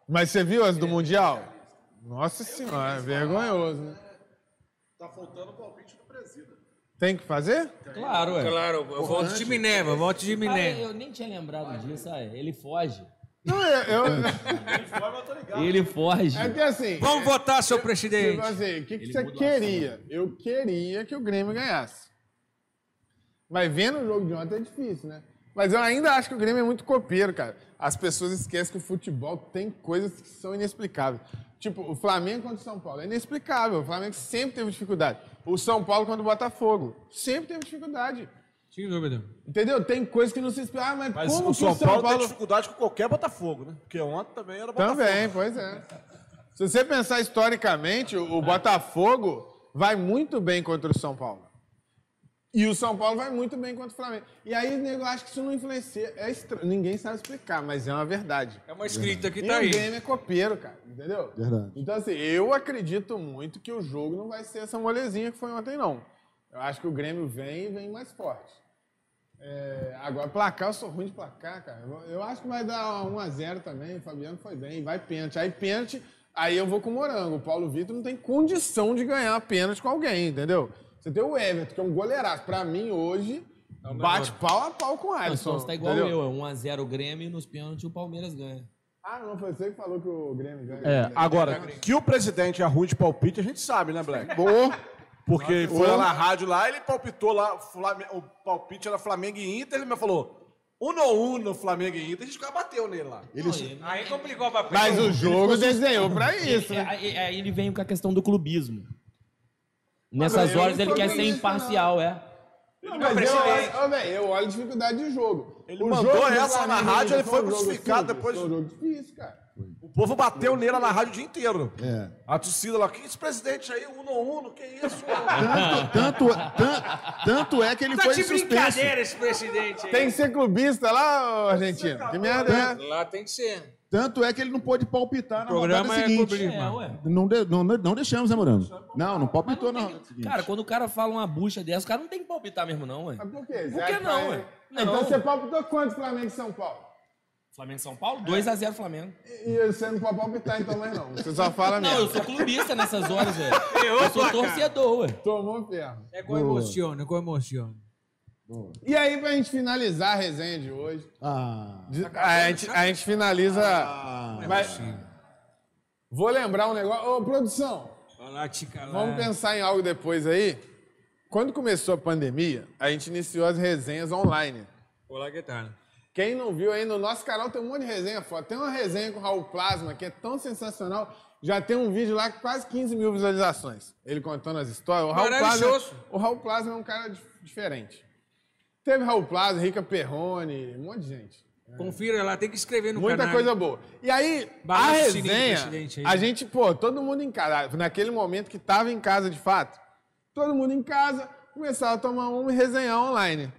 Mas você viu as do Mundial? Nossa senhora, é vergonhoso, né? Tá faltando o palpite do Presida. Tem que fazer? Claro, é. Claro, eu voto de Minerva, eu voto de Ah, eu- Minerva. eu nem tinha lembrado disso, ah, ele foge. Não, eu, eu- Ele foge. é que assim, Vamos votar, seu tipo presidente. assim, o que, que Ele você muda o queria? Eu queria que o Grêmio ganhasse. Mas vendo o jogo de ontem é difícil, né? Mas eu ainda acho que o Grêmio é muito copeiro, cara. As pessoas esquecem que o futebol tem coisas que são inexplicáveis. Tipo, o Flamengo contra o São Paulo é inexplicável. O Flamengo sempre teve dificuldade. O São Paulo contra o Botafogo sempre teve dificuldade. Sem dúvida. Entendeu? Tem coisa que não se explica. Ah, mas, Mas como o São, que o Paulo, tá tem dificuldade com qualquer Botafogo, né? Porque ontem também era Botafogo. Também, pois é. Se você pensar historicamente, o o Botafogo vai muito bem contra o São Paulo. E o São Paulo vai muito bem contra o Flamengo. E aí, nego, eu acho que isso não influencia. É estranho. Ninguém sabe explicar, mas é uma verdade. É uma escrita que E tá o aí. game é copeiro, cara, entendeu? Verdade. Então, assim, eu acredito muito que o jogo não vai ser essa molezinha que foi ontem, não. Eu acho que o Grêmio vem e vem mais forte. É, agora, placar, eu sou ruim de placar, cara. Eu, eu acho que vai dar 1x0 também. O Fabiano foi bem, vai pênalti. Aí, pênalti, aí eu vou com o Morango. O Paulo Vitor não tem condição de ganhar pênalti com alguém, entendeu? Você tem o Everton, que é um goleiraço. Pra mim, hoje, É bate pau a pau com o Não, Alisson. Só tá igual entendeu? eu, é 1x0 o Grêmio e nos pênaltis o Palmeiras ganha. Ah, não, foi você que falou que o Grêmio ganha. É, agora, que o presidente é ruim de palpite, a gente sabe, né, Black? Boa. Porque ele foi um- lá na rádio lá, ele palpitou lá, Flame- o palpite era Flamengo e Inter, ele me falou, uno a uno Flamengo e Inter, a gente quase bateu nele lá. Ele, Aí complicou o papel. Mas o jogo desenhou pra isso, É, né? Aí aí ele vem com a questão do clubismo. Nessas eu horas não ele sou quer ser gremista, imparcial, é. Não, mas eu, olho- ô, velho, eu olho a dificuldade de jogo. Ele mandou essa na rádio, ele foi crucificado depois. Foi um jogo difícil, cara. O povo bateu nele na rádio o dia inteiro. É. A torcida lá, que esse presidente aí, um uno uno, que isso? Tanto, tanto, tan- tanto é que ele Tá foi de suspenso. brincadeira esse presidente aí. Tem que ser clubista lá, ô, argentino. Que merda é? essa? Lá tem que ser. Tanto é que ele não pôde palpitar na O programa rodada é seguinte. cobrir, mano. ué. não, de- não, não deixamos, né, Morando? Não, não palpitou na rodada seguinte. Cara, quando o cara fala uma bucha dessa, o cara não tem que palpitar mesmo, não, ué. Mas por quê? Por que não, ué? Então Não. você palpitou quanto Flamengo e São Paulo? Flamengo e São Paulo? 2x0 Flamengo. E e você não pode palpitar então mais não. Você só fala Não, eu mesmo. sou clubista nessas horas, velho. Errou Eu o sou placar. torcedor, ué. Tomou ferro. É com emociona, é com emociona. E aí, pra gente finalizar a resenha de hoje, Ah, de- a, gente, a gente finaliza. mas- vou lembrar um negócio. Ô, produção, Olha lá, tica lá. vamos pensar em algo depois aí. Quando começou a pandemia, a gente iniciou as resenhas online. Olá, que tal? Quem não viu ainda, o nosso canal tem um monte de resenha foda. Tem uma resenha com o Raul Plasma que é tão sensacional. Já tem um vídeo lá com quase 15 mil visualizações. Ele contando as histórias. O Raul, Plasma, Maravilhoso. o Raul Plasma é um cara dif- diferente. Teve Raul Plasma, Rica Perrone, um monte de gente. Confira lá, tem que escrever no Muita canal. coisa boa. E aí, a Balanço sininho, resenha, presidente, aí. a gente, pô, todo mundo em casa, naquele momento que tava em casa de fato, todo mundo em casa, começava a tomar uma e resenhar online.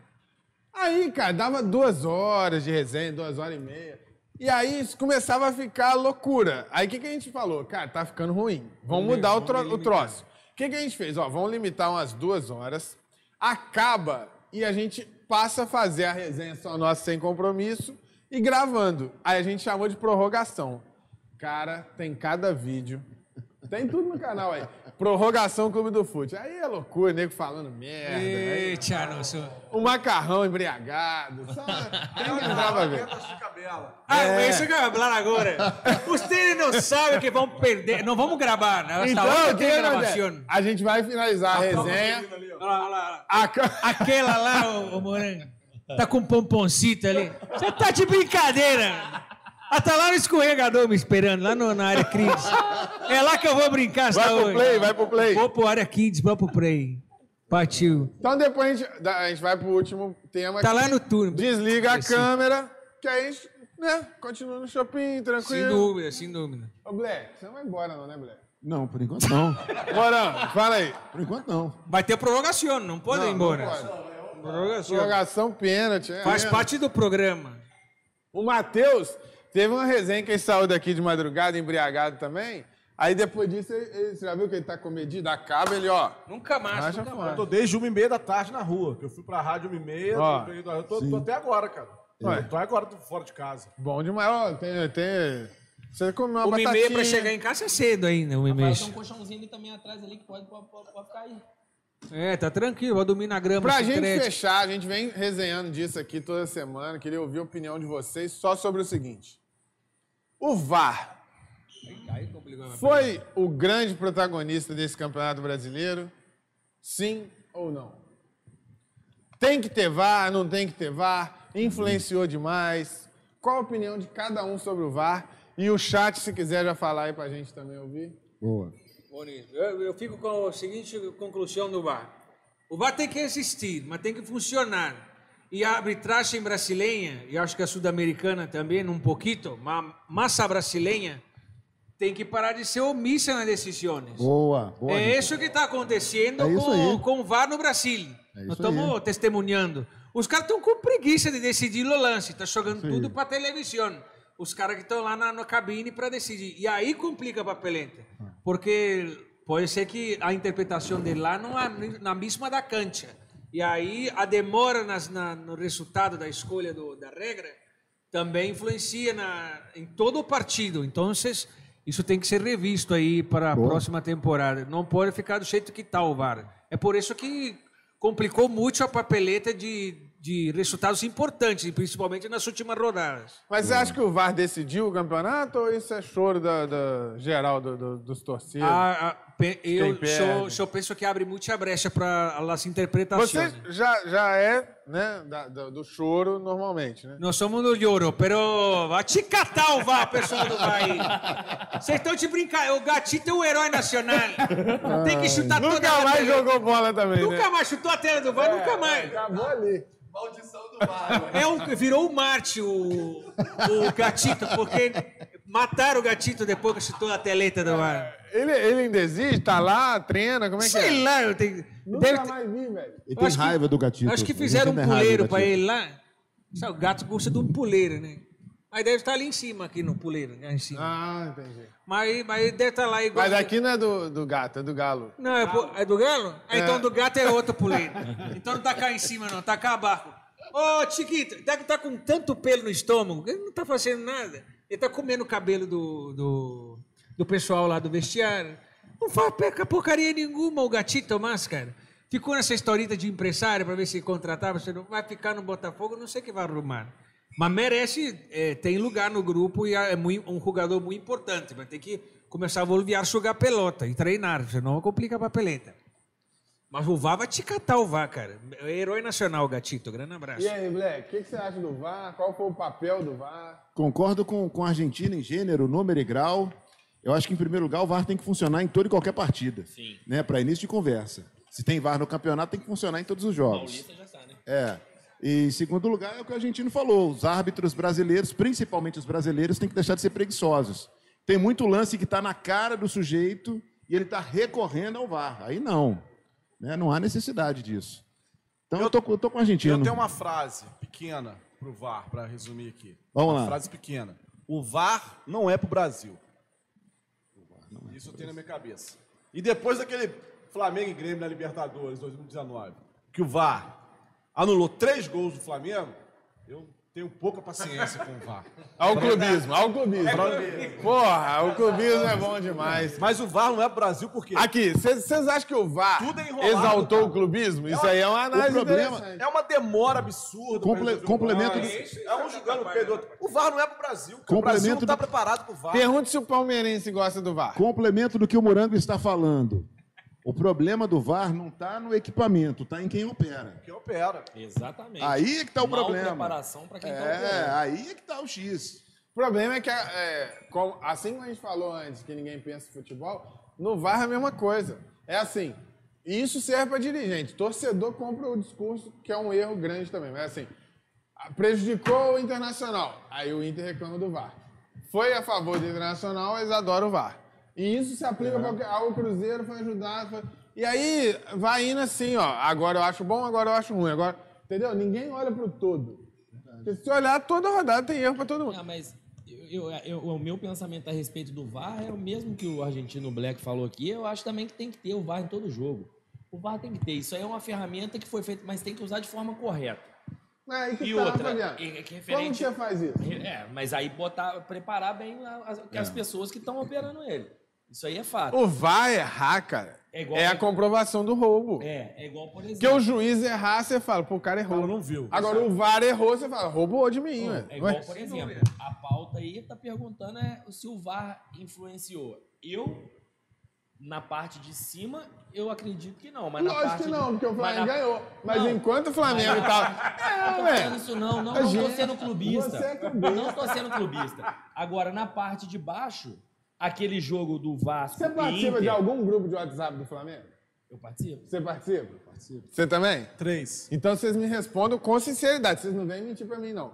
Aí, cara, dava duas horas de resenha, duas horas e meia. E aí isso começava a ficar loucura. Aí o que, que a gente falou? Cara, tá ficando ruim. Vamos mudar o, tro- o troço. O que, que a gente fez? Ó, vamos limitar umas duas horas. Acaba e a gente passa a fazer a resenha só nossa sem compromisso e gravando. Aí a gente chamou de prorrogação. Cara, tem cada vídeo. Tem tudo no canal aí. Prorrogação Clube do Fute. Aí é loucura, nego falando merda. né? aí- Ei, Tchano, sou... o Um macarrão embriagado. Só tem que entrar pra ver. Ah, é. isso que eu ia falar agora. Vocês não sabem que vão perder. Não vamos gravar, né? Essa hora Então, tem quem gravação. não A gente vai finalizar Tá a resenha. Olha lá, olha lá. A ca- Aquela lá, o, Morango, tá com um pomponcito ali. Você tá de brincadeira! Ela tá lá no escorregador me esperando, lá no- na área Kids. É lá que eu vou brincar Vai essa pro hoje. play, vai pro play. Vou pro área Kids, vou pro play. Partiu. Então depois a gente, da- a gente vai pro último tema. Tá que lá no turno. Desliga a Sim, câmera, que aí a gente, né, continua no shopping, Sem tranquilo. dúvida, sem dúvida. Ô, Black, você não vai embora não, né, Black? não, por enquanto não. Morão, fala aí. Por enquanto não. Vai ter prorrogação, não pode ir embora. Prorrogação. Prorrogação, pênalti. é. Faz parte do programa. O Matheus teve uma resenha que ele saiu daqui de madrugada, embriagado também. Aí depois disso, ele, ele- você já viu que ele tá comedido? Acaba, ele, ó... Nunca mais, Acha nunca fora. Eu tô desde uma e meia da tarde na rua, que eu fui pra rádio uma e meia, Ó, eu tô- eu tô, tô até agora, cara. Ué. Eu tô agora tô fora de casa. Bom demais, ó, tem, tem... Você comeu uma Uma e batatinha. meia pra chegar em casa é cedo ainda, uma e meia. Mas tem um colchãozinho ali também atrás ali que pode, pode, pode, pode ficar aí. É, tá tranquilo, vai dormir na grama. Pra sem gente crédito. fechar, a gente vem resenhando disso aqui toda semana. Queria ouvir a opinião de vocês só sobre o seguinte. O VAR foi o grande protagonista desse Campeonato Brasileiro? Sim ou não? Tem que ter VAR, não tem que ter VAR? Influenciou demais? Qual a opinião de cada um sobre o VAR? E o chat, se quiser, já falar aí pra gente também ouvir. Boa. Bonito. Eu, eu fico com a seguinte conclusão do VAR. O VAR tem que existir, mas tem que funcionar. E a arbitragem brasileira, e acho que a sul-americana também, um pouquinho, mas massa brasileira, tem que parar de ser omissa nas decisões. Boa, boa. É gente. isso que está acontecendo É isso com, aí. com o VAR no Brasil. É Nós isso aí. estamos testemunhando. Os caras estão com preguiça de decidir o lance, está jogando tudo para televisão. Os caras que estão lá na, na cabine para decidir. E aí complica para a pelenta. Ah. Porque pode ser que a interpretação de lá não é ni- na mesma da cancha. E aí a demora nas- na- no resultado da escolha do- da regra também influencia na, em todo o partido. Então, isso tem que ser revisto aí para a próxima temporada. Não tá pode ficar do jeito que está o VAR. É por isso que complicou muito a papeleta de de resultados importantes, principalmente nas últimas rodadas. Mas você acha que o VAR decidiu o campeonato ou isso é choro da, da- geral do- do- dos torcidos? Ah, ah, pe- eu Quem só, perde? só penso que abre muita brecha para as interpretações. Você já, já é né, da- da- do choro normalmente, né? Nós somos do Lloro, pero vai te catar o VAR, pessoal do Bahia. Vocês estão te brincando. O Gatito é um herói nacional. Tem que chutar tá toda Nunca a mais tela. jogou bola também, né? Nunca mais chutou a tela do VAR, nunca mais. Acabou ali. Maldição do VAR. né? É um, virou o Marte o, o Gatito, porque mataram o Gatito depois que chutou a teleta do VAR. Ele, ele ainda existe? Tá lá, treina? Como é que é? Sei lá, eu tenho. Nunca deve ter- mais vi, velho. Ele Eu tem acho que- raiva do gatito. Acho que Ele fizeram um é tem raiva do puleiro pra gatito. ele lá. Sabe, o gato gosta de um puleiro, né? Mas deve estar ali em cima, aqui no puleiro, lá em cima. Ah, entendi. Mas, mas ele deve estar lá igual. Mas aqui não é do, do gato, é do galo. Não, é, po- é do galo? Ah, então do gato é outro puleiro. Então não tá cá em cima, não, tá cá abaixo. Ô, Chiquito, tá, tá com tanto pelo no estômago, ele não tá fazendo nada. Ele tá comendo o cabelo do, do, do pessoal lá do vestiário. Não faz peca porcaria nenhuma o gatito mas, cara. Ficou nessa historita de empresário pra ver se contratava, se não vai ficar no Botafogo, não sei o que vai arrumar. Mas merece, é, tem lugar no grupo e é mui- um jogador muito importante. Vai ter que começar a volviar jogar pelota e treinar, senão complica a papeleta. Mas o VAR vai te catar o VAR, cara. É herói nacional, gatito. Grande abraço. E aí, Black, o que, que você acha do VAR? Qual foi o papel do VAR? Concordo com, com a Argentina em gênero, número e grau. Eu acho que, em primeiro lugar, o VAR tem que funcionar em toda e qualquer partida. Sim. Né? Para início de conversa. Se tem VAR no campeonato, tem que funcionar em todos os jogos. Paulista já tá, né? É. E, em segundo lugar, é o que o argentino falou. Os árbitros brasileiros, principalmente os brasileiros, têm que deixar de ser preguiçosos. Tem muito lance que está na cara do sujeito e ele está recorrendo ao VAR. Aí não. Né? Não há necessidade disso. Então, eu, tô, com- eu tô com o argentino. Eu tenho uma frase pequena pro VAR, para resumir aqui. Vamos uma lá. frase pequena. O VAR não é pro Brasil. Isso eu tenho na minha cabeça. E depois daquele Flamengo e Grêmio na Libertadores 2019, que o VAR anulou três gols do Flamengo, eu tenho pouca paciência com o VAR. Ao clubismo, ao É clubismo. Porra, o clubismo é bom demais. Mas o VAR não é pro Brasil por quê? Aqui, vocês acham que o VAR Tudo é enrolado, exaltou cara. o clubismo? Isso aí é uma análise problema- interessante. É uma demora absurda. pra Comple- resolver o complemento lance. É um julgando o pé do outro. O VAR não é pro Brasil. cara. O Complemento Brasil não tá do- preparado pro VAR. Pergunte se o palmeirense gosta do VAR. Complemento do que o Morango está falando. O problema do VAR não está no equipamento, está em quem opera. Que opera. Exatamente. Aí é que está o Mal problema. preparação pra quem tá É, operando. aí é que está o X. O problema é que, é, como- assim como a gente falou antes, que ninguém pensa em futebol, no VAR é a mesma coisa. É assim, e isso serve para dirigente. Torcedor compra o discurso, que é um erro grande também, mas é assim, ah, prejudicou o Internacional, aí o Inter reclama do VAR. Foi a favor do Internacional, eles adoram o VAR. E isso se aplica a qualquer- ao Cruzeiro, foi ajudar, foi- E aí vai indo assim, ó, agora eu acho bom, agora eu acho ruim, agora... Entendeu? Ninguém olha pro todo. Porque se olhar, toda rodada tem erro pra todo mundo. Ah, mas eu- eu- eu- o meu pensamento a respeito do VAR é o mesmo que o argentino Black falou aqui. Eu acho também que tem que ter o VAR em todo jogo. O VAR tem que ter. Isso aí é uma ferramenta que foi feita, mas tem que usar de forma correta. Ah, e que E tá, outra, Fabiano? e- que Como que referente- você faz isso? É, mas aí botar, preparar bem a- as, que É. as pessoas que estão operando ele. Isso aí é fato. O VAR errar, cara, É é, igual- a comprovação do roubo. É, é igual, por Porque o exemplo. juiz errar, você fala, pô, o cara errou. não viu. Agora o VAR errou, você fala, roubou de mim, ué. É Ué? igual, por exemplo, a pauta aí tá perguntando é se o VAR influenciou. Eu, na parte de cima, eu acredito que não. Mas na Lógico parte que de- não, porque o mas Flamengo na- ganhou. Mas Não. enquanto o Flamengo tá. Não Não, tô falando velho. isso não, não, não A tô gente- sendo clubista. Você é clubista. não tô sendo clubista. Agora, na parte de baixo, aquele jogo do Vasco. Você e participa Inter, de algum grupo de WhatsApp do Flamengo? Eu participo. Você participa? Participo. Você também? Três. Então vocês me respondam com sinceridade, vocês não vêm mentir pra mim, não.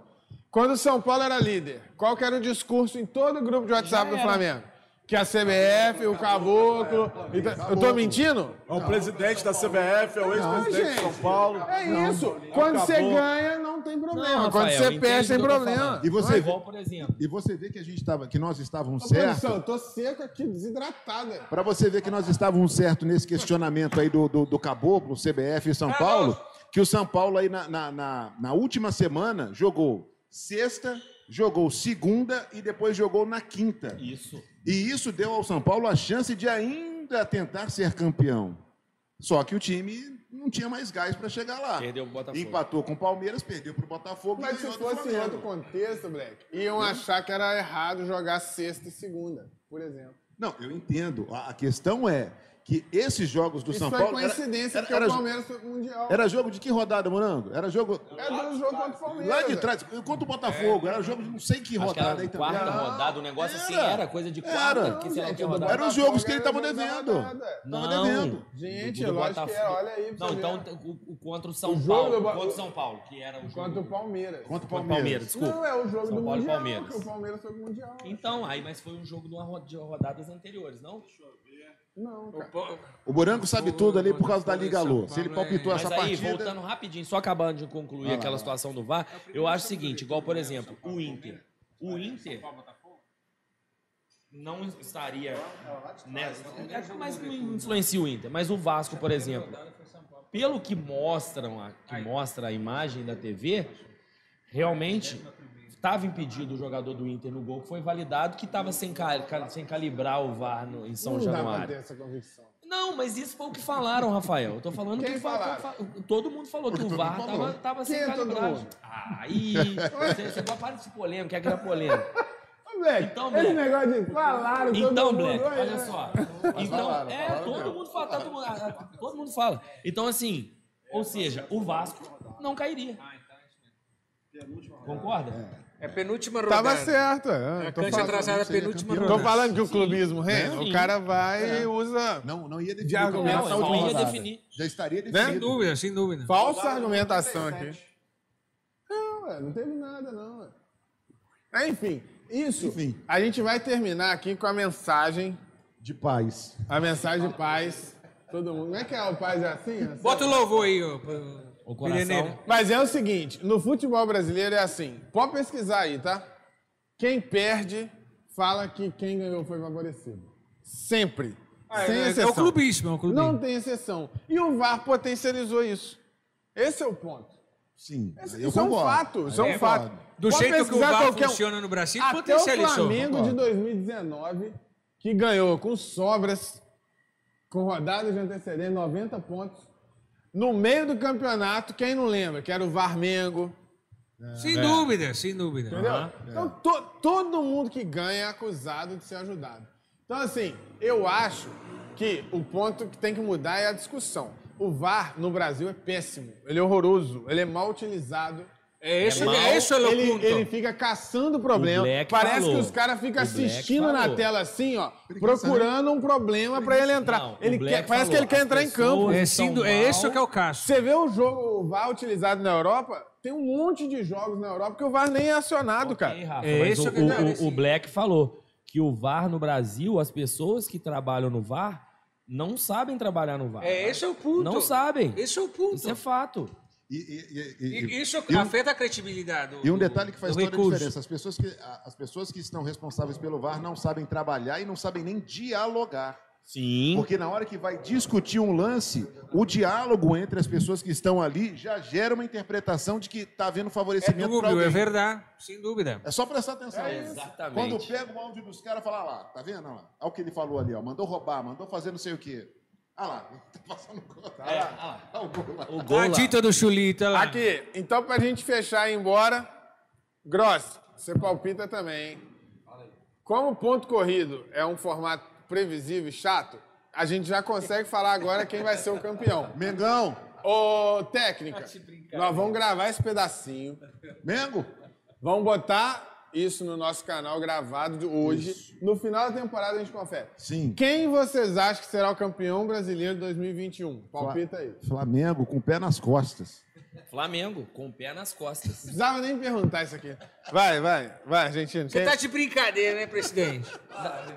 Quando o São Paulo era líder, qual que era o discurso em todo o grupo de WhatsApp do Flamengo? Que a CBF, o Caboclo. então- eu tô mentindo? É o presidente da CBF, é o ex-presidente de São Paulo. É isso. Quando você Acabou. ganha, não tem problema. Não, Quando Rafael, você entende perde, o tem que eu tô problema. falando. E você, Igual, por exemplo. e você vê que a gente estava, que nós estávamos Ô, certos. produção, eu tô seco aqui, desidratado. Para você ver que nós estávamos um certo nesse questionamento aí do, do, do Caboclo, CBF e São Paulo, que o São Paulo aí na, na, na- na última semana jogou sexta, jogou segunda e depois jogou na quinta. Isso. E isso deu ao São Paulo a chance de ainda tentar ser campeão. Só que o time não tinha mais gás para chegar lá. Perdeu o Botafogo. Empatou com o Palmeiras, perdeu para o Botafogo. Mas se ganhou do fosse em Flamengo. outro contexto, Black, iam achar que era errado jogar sexta e segunda, por exemplo. Não, eu entendo. A, a questão é que esses jogos do Isso São foi Paulo. era- coincidência, era, porque era, o Palmeiras foi pro mundial. era jogo de que rodada, Morango? Era jogo. Era do jogo contra o Palmeiras. Lá de trás, contra o Botafogo, era jogo de não sei que Acho que era rodada aí também. quarta Ah, rodada, o negócio assim era coisa de quarta, Era. que sei lá gente, que o do rodada. Era os jogos que ele tava Botafogo era devendo. rodada. Tava Não. devendo. Gente, Do- do lógico que é, Botafogo. olha aí. pra Não, você então ver. o, o contra o São O jogo Paulo. do Bo- Contra o São Paulo, que era o jogo. Contra o Palmeiras. Contra o Contra o Palmeiras. Palmeiras, desculpa. Não, é o jogo São do Paulo e Mundial, Palmeiras. que o Palmeiras foi pro Mundial. Então, aí, mas foi um jogo de, uma ro- de rodadas anteriores, não? Não, cara. O Morango sabe tudo ali por causa da Botafogo e Liga São Alô. Se ele Paulo, hein? palpitou Mas essa aí, partida. voltando rapidinho, só acabando de concluir aquela situação do VAR, eu acho É o seguinte, igual, por exemplo, o Inter. O Inter não estaria... Nessa, É, mas não influencia o Inter. Mas o Vasco, por exemplo, pelo que mostram a, que mostra a imagem da TV, realmente estava impedido o jogador do Inter no gol, que foi validado, que estava sem, ca- ca- sem calibrar o VAR no- em São não dá pra ter Januário. essa convicção. Não, mas isso foi o que falaram, Rafael. Eu tô falando Quem que fa- falaram? fa- fa- todo mundo falou que Porque o todo VAR mundo tava, falou. tava sem Quem é todo calibragem. mundo? Aí, você, você pode parar de ser polêmica, é que era polêmica. Ô, Black, Então, Black. esse negócio de falaram, todo Então, mundo, Black, olha, olha né? só. Então, é, todo mundo fala, todo mundo, ah, ah, todo mundo fala. Então, assim, ou seja, o Vasco não cairia. Concorda? É penúltima rodada. Tava certo. é, A Tô cancha falando, atrasada, seria penúltima campeão. tô rodada. falando que o clubismo reina. Sim. O cara É. tá vai e usa Não, não ia De definir. argumento, campeonato na não, última não ia rodada. definir. Já estaria Né, Sem definido. dúvida, sem dúvida. falsa argumentação aqui. Não, ué, não teve nada, não. ué. Ah, Enfim, isso. Enfim. A gente vai terminar aqui com a mensagem. De paz. A mensagem de paz. Todo mundo. Como é que é o paz é assim? É assim? Bota o louvor aí, ó. O coração... Mas é o seguinte, no futebol brasileiro é assim. Pode pesquisar aí, tá? Quem perde, fala que quem ganhou foi favorecido. Sempre. Sem É, exceção. o clubismo, é o clubismo. Não tem exceção. E o VAR potencializou isso. Esse é o ponto. Sim. Esse- aí eu isso é um concordo. fato, isso é Aí um eu fato. concordo. Do Pode jeito que o pesquisar VAR qualquer um. funciona no Brasil, Até o potencializou. Flamengo de 2019, que ganhou com sobras, com rodadas de antecedência, 90 pontos. No meio do campeonato, quem não lembra? Que era o Varmengo, É. Sem dúvida, sem dúvida. entendeu? Então, to- todo mundo que ganha é acusado de ser ajudado. Então, assim, eu acho que o ponto que tem que mudar é a discussão. O VAR no Brasil é péssimo, ele é horroroso, ele é mal utilizado. É isso, É mal, é isso é o ele, ponto. ele fica caçando problema. O Black Parece falou. que os caras O ficam Black assistindo na falou. tela assim, ó, procurando um problema pra ele entrar. Não, o ele Black quer- parece falou, que ele quer as entrar em pessoas campo. É, sim, estão é mal. isso que é o caso. Você vê o jogo o VAR utilizado na Europa, tem um monte de jogos na Europa que o VAR nem é acionado, Ei, cara. Rafa, É mas isso o, que eu quero o- dizer. o Black falou que o VAR no Brasil, as pessoas que trabalham no VAR não sabem trabalhar no VAR. É esse é o ponto. Não sabem. Esse é o ponto. Isso é fato. E, e- e- E- e- e isso e um- afeta a credibilidade. do- E um detalhe que faz do toda recurso. a diferença: as pessoas, que, a- as pessoas que estão responsáveis pelo VAR não sabem trabalhar e não sabem nem dialogar. Sim. Porque na hora que vai discutir um lance, o diálogo entre as pessoas que estão ali já gera uma interpretação de que está havendo É favorecimento para dúbio, é alguém. verdade, sem dúvida. É só prestar atenção. É exatamente. Quando pega o áudio dos caras, fala "Ah lá, tá vendo? Olha lá. Olha o que ele falou ali, ó. Mandou roubar, mandou fazer não sei o quê. Olha lá, tá passando gol. Olha É, lá. Olha o gol lá. O gol lá. A dita do Chulita lá. Aqui, então pra gente fechar e ir embora, Gross, você palpita também, hein? Como o ponto corrido é um formato previsível e chato, a gente já consegue falar agora quem vai ser o campeão. Mengão! Ô, técnica, nós né? vamos gravar esse pedacinho, Mengo! vamos botar isso no nosso canal gravado de hoje. No final da temporada a gente confere. Sim. Quem vocês acham que será o campeão brasileiro de 2021? Palpita aí. Flamengo com o pé nas costas. Flamengo, com o pé nas costas. Precisava nem perguntar isso aqui. Vai, vai, vai, argentino. Você Quem- tá de brincadeira, né, presidente?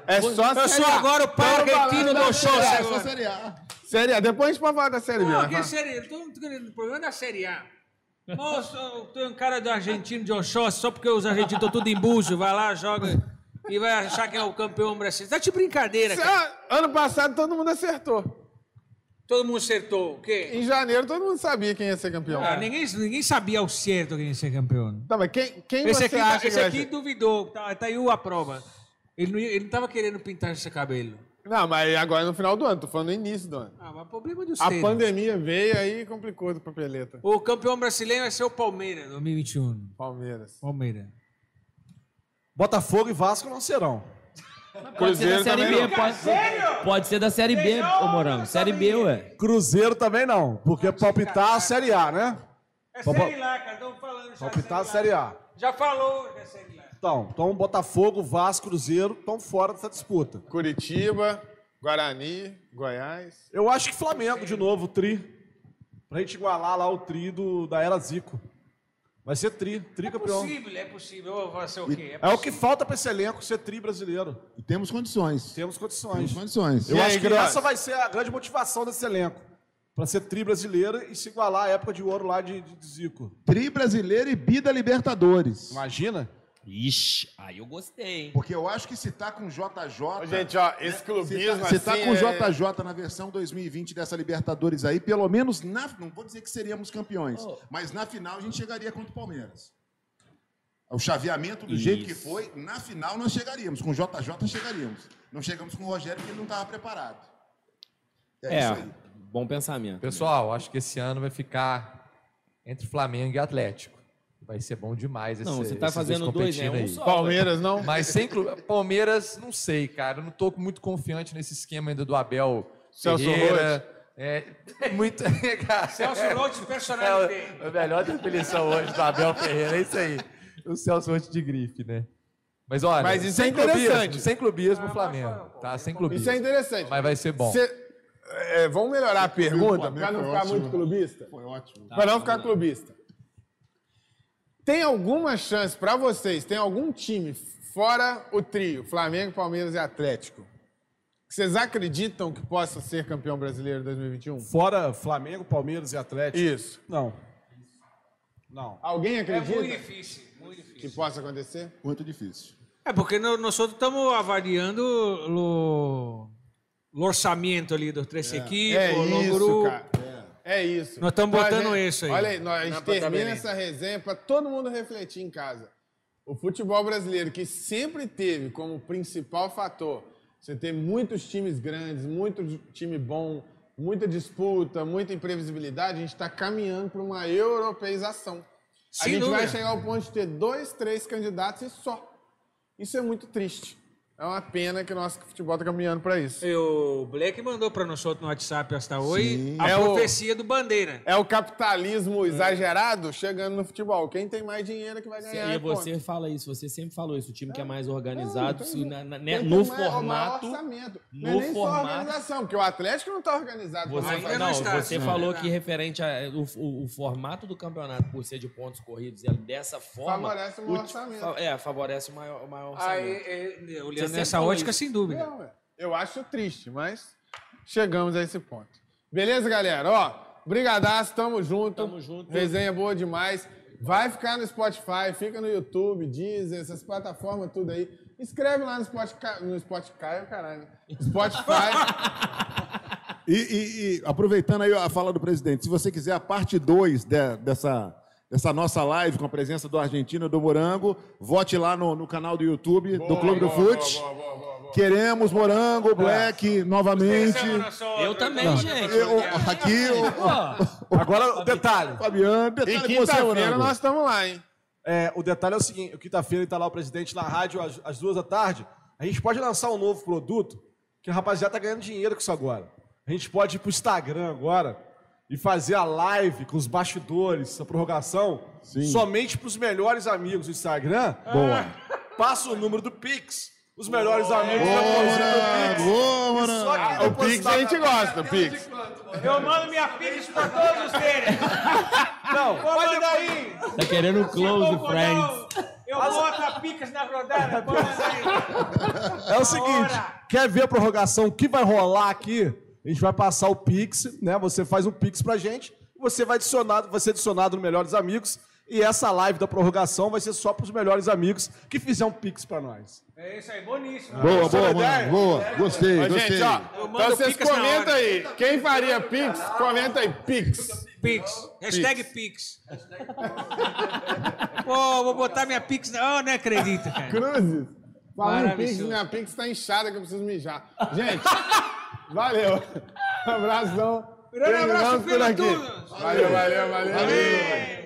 É só Eu sou Série A. agora o pai Tamo argentino falando do Tá da Série A. Xoxa. É só Série A. Série A. Depois a gente pode falar da Série B. Não, né? aqui é série, eu tô no problema é da Série A. Nossa, eu tenho um cara do argentino de Oxóssi, só porque os argentinos estão tudo em búzio, vai lá, joga e vai achar que é o campeão brasileiro. Tá de brincadeira, Cê- cara. ah, Ano passado todo mundo acertou. Todo mundo acertou o quê? Em janeiro todo mundo sabia quem ia ser campeão. Ah, ninguém, ninguém sabia ao certo quem ia ser campeão. Tá, mas quem, quem Esse você aqui, tá- acha que esse vai aqui ser? duvidou, tá, tá aí a prova. Ele não, ia- ele não tava querendo pintar esse cabelo. Não, mas agora é no final do ano, tô falando no início do ano. Ah, mas problema do A Stênio. pandemia veio aí e complicou do papeleta. O campeão brasileiro vai ser o Palmeiras 2021. Palmeiras. Palmeiras. Botafogo e Vasco não serão. Pode ser da Cruzeiro Série também B, pode ser. Pode ser da Série B, ô Morango. Série B, ué. Cruzeiro também não, porque palpitar a Série A, né? É Palpa- série lá, cara. Estamos falando já. Palpitar a série Série lá. A. Já falou da série lá. Então, então Botafogo, Vasco, Cruzeiro estão fora dessa disputa. Curitiba, Guarani, Goiás. Eu acho que Flamengo de novo, tri. Pra gente igualar lá o tri do, da era Zico. Vai ser tri, tri É campeão. possível, é possível. Ô, Vai ser o quê? É o que falta pra esse elenco ser tri brasileiro. E temos condições. Temos Temos condições. condições. Eu E aí, acho que Gross? essa vai ser a grande motivação desse elenco. Pra ser tri brasileiro e se igualar à época de ouro lá de, de Zico. Tri brasileiro e bi da Libertadores. Imagina? Ixi, aí eu gostei, hein? Porque eu acho que se tá com JJ. Ô, é gente, ó, esse se clubismo tá, se tá assim com é- JJ na versão 2020 dessa Libertadores aí, pelo menos na. Não vou dizer que seríamos campeões, mas na final a gente chegaria contra o Palmeiras. O chaveamento do jeito que Isso. foi, na final nós chegaríamos. Com JJ chegaríamos. Não chegamos com o Rogério porque ele não estava preparado. É, isso aí. bom pensamento. Pessoal, acho que esse ano vai ficar entre Flamengo e Atlético. Vai ser bom demais esse Não, você tá esses fazendo dois, né? competindo Um aí. é- só. Palmeiras não? Mas sem clu- Palmeiras, não sei, cara. Eu não tô muito confiante nesse esquema ainda do Abel Celso Ferreira. É, é muito. cara, Celso é- Roth, né, personalidade dele. é o- a melhor definição hoje do Abel Ferreira, é isso aí. O Celso Roth de grife, né? Mas olha, Mas isso é sem clubismo, interessante. sem Ah, clubismo, o Flamengo. tá, sem clubismo. Isso é interessante. Mas vai ser bom. Cê- é, vamos melhorar a pergunta Flamengo pra não foi ficar ótimo. muito clubista? Foi ótimo. Pra não ficar clubista. Tem alguma chance pra vocês, tem algum time fora o trio, Flamengo, Palmeiras e Atlético, que vocês acreditam que possa ser campeão brasileiro em 2021? Fora Flamengo, Palmeiras e Atlético. Isso. Não. Não. Alguém É muito acredita difícil, muito que difícil. possa acontecer? Muito difícil. É porque no- nós outros estamos avaliando o orçamento ali dos três equipes, É o isso, Tipo, grupo. cara. É isso. Nós tamo Então, a botando gente- isso aí. Olha aí, nós, a gente Na termina tabelinha. essa resenha para todo mundo refletir em casa. O futebol brasileiro, que sempre teve como principal fator você ter muitos times grandes, muito di- time bom, muita disputa, muita imprevisibilidade, a gente está caminhando para uma europeização. a Sem gente vai dúvida. chegar ao ponto de ter dois, três candidatos e só. Isso é muito triste. É uma pena que o nosso futebol está caminhando para isso. E O Black mandou para nós outros no WhatsApp hasta hoje a É o- profecia do Bandeira. É o capitalismo exagerado chegando no futebol. Quem tem mais dinheiro é que vai ganhar. E é ponto. você fala isso, você sempre falou isso. O time que é mais organizado, se na- na- né, Quem tem é no mais- o maior formato. orçamento. Não no é nem só a formato- organização, porque o Atlético não está organizado. é Você, Ainda fa- não não, está, você sim. falou Não. que referente ao formato do campeonato, por ser de pontos corridos, é dessa forma. Favorece o ti- maior orçamento. fa- É, favorece o maior, o maior orçamento. Aí, é, é, Você sempre olhando nessa falou ótica, isso. sem dúvida. Não, é. Eu acho triste, mas chegamos a esse ponto. Beleza, galera? Ó, brigadaço, tamo junto. Tamo junto. Resenha boa demais. Vai ficar no Spotify, fica no YouTube, Deezer, essas plataformas tudo aí. Escreve lá no Spotify, no Spotify, caralho. né? Spotify. E, e- e aproveitando aí a fala do presidente, se você quiser a parte 2 dessa, dessa nossa live com a presença do argentino do Morango, vote lá no, no canal do YouTube do Clube do Fute. Queremos Morango, Black, novamente. Eu também, gente. Eu- aqui o, Agora, o detalhe. o Fabiano, e detalhe com você, quinta-feira Morango. nós estamos lá, hein? É, o detalhe é o seguinte: quinta-feira está lá o presidente na rádio às, às duas da tarde. A gente pode lançar um novo produto que a rapaziada tá ganhando dinheiro com isso agora. A gente pode ir pro Instagram agora e fazer a live com os bastidores, a prorrogação, somente pros melhores amigos do Instagram. Ah. Boa. Passa o número do Pix. Os melhores amigos depositam Ô, o Morango, ô, Pix. E só Morango. quem Ah, O Pix depositar- a gente gosta, o Pix. Eu mando minha filha para todos vocês. Não, Pode pode aí. aí. Tá querendo o close do Friends. Eu boto a picas na rodada. pode mandar aí. É o seguinte, hora. quer ver a prorrogação, o que vai rolar aqui? A gente vai passar o Pix, né? Você faz um Pix pra gente, você vai adicionado, vai ser adicionado no Melhores Amigos, e essa live da prorrogação vai ser só pros melhores amigos que fizeram Pix pra nós. É isso aí, boníssimo. Boa, Gostou boa, da Morango, ideia? boa. Gostei, Ó, gostei. gente, ó, Eu então mando vocês Pix assim na comentam hora. aí. Quem faria Pix, comenta aí, Pix. Pix. Hashtag Pix. Pô, vou botar minha Pix. na- Oh, não Ah, acredito, cara. Cruzes. Falando em Pix, Maravilhoso. minha Pix tá inchada que eu preciso mijar. Gente, valeu. Abração. Grande abraço, Terminamos por filho, aqui. tudo. valeu, valeu. valeu. valeu. Ei!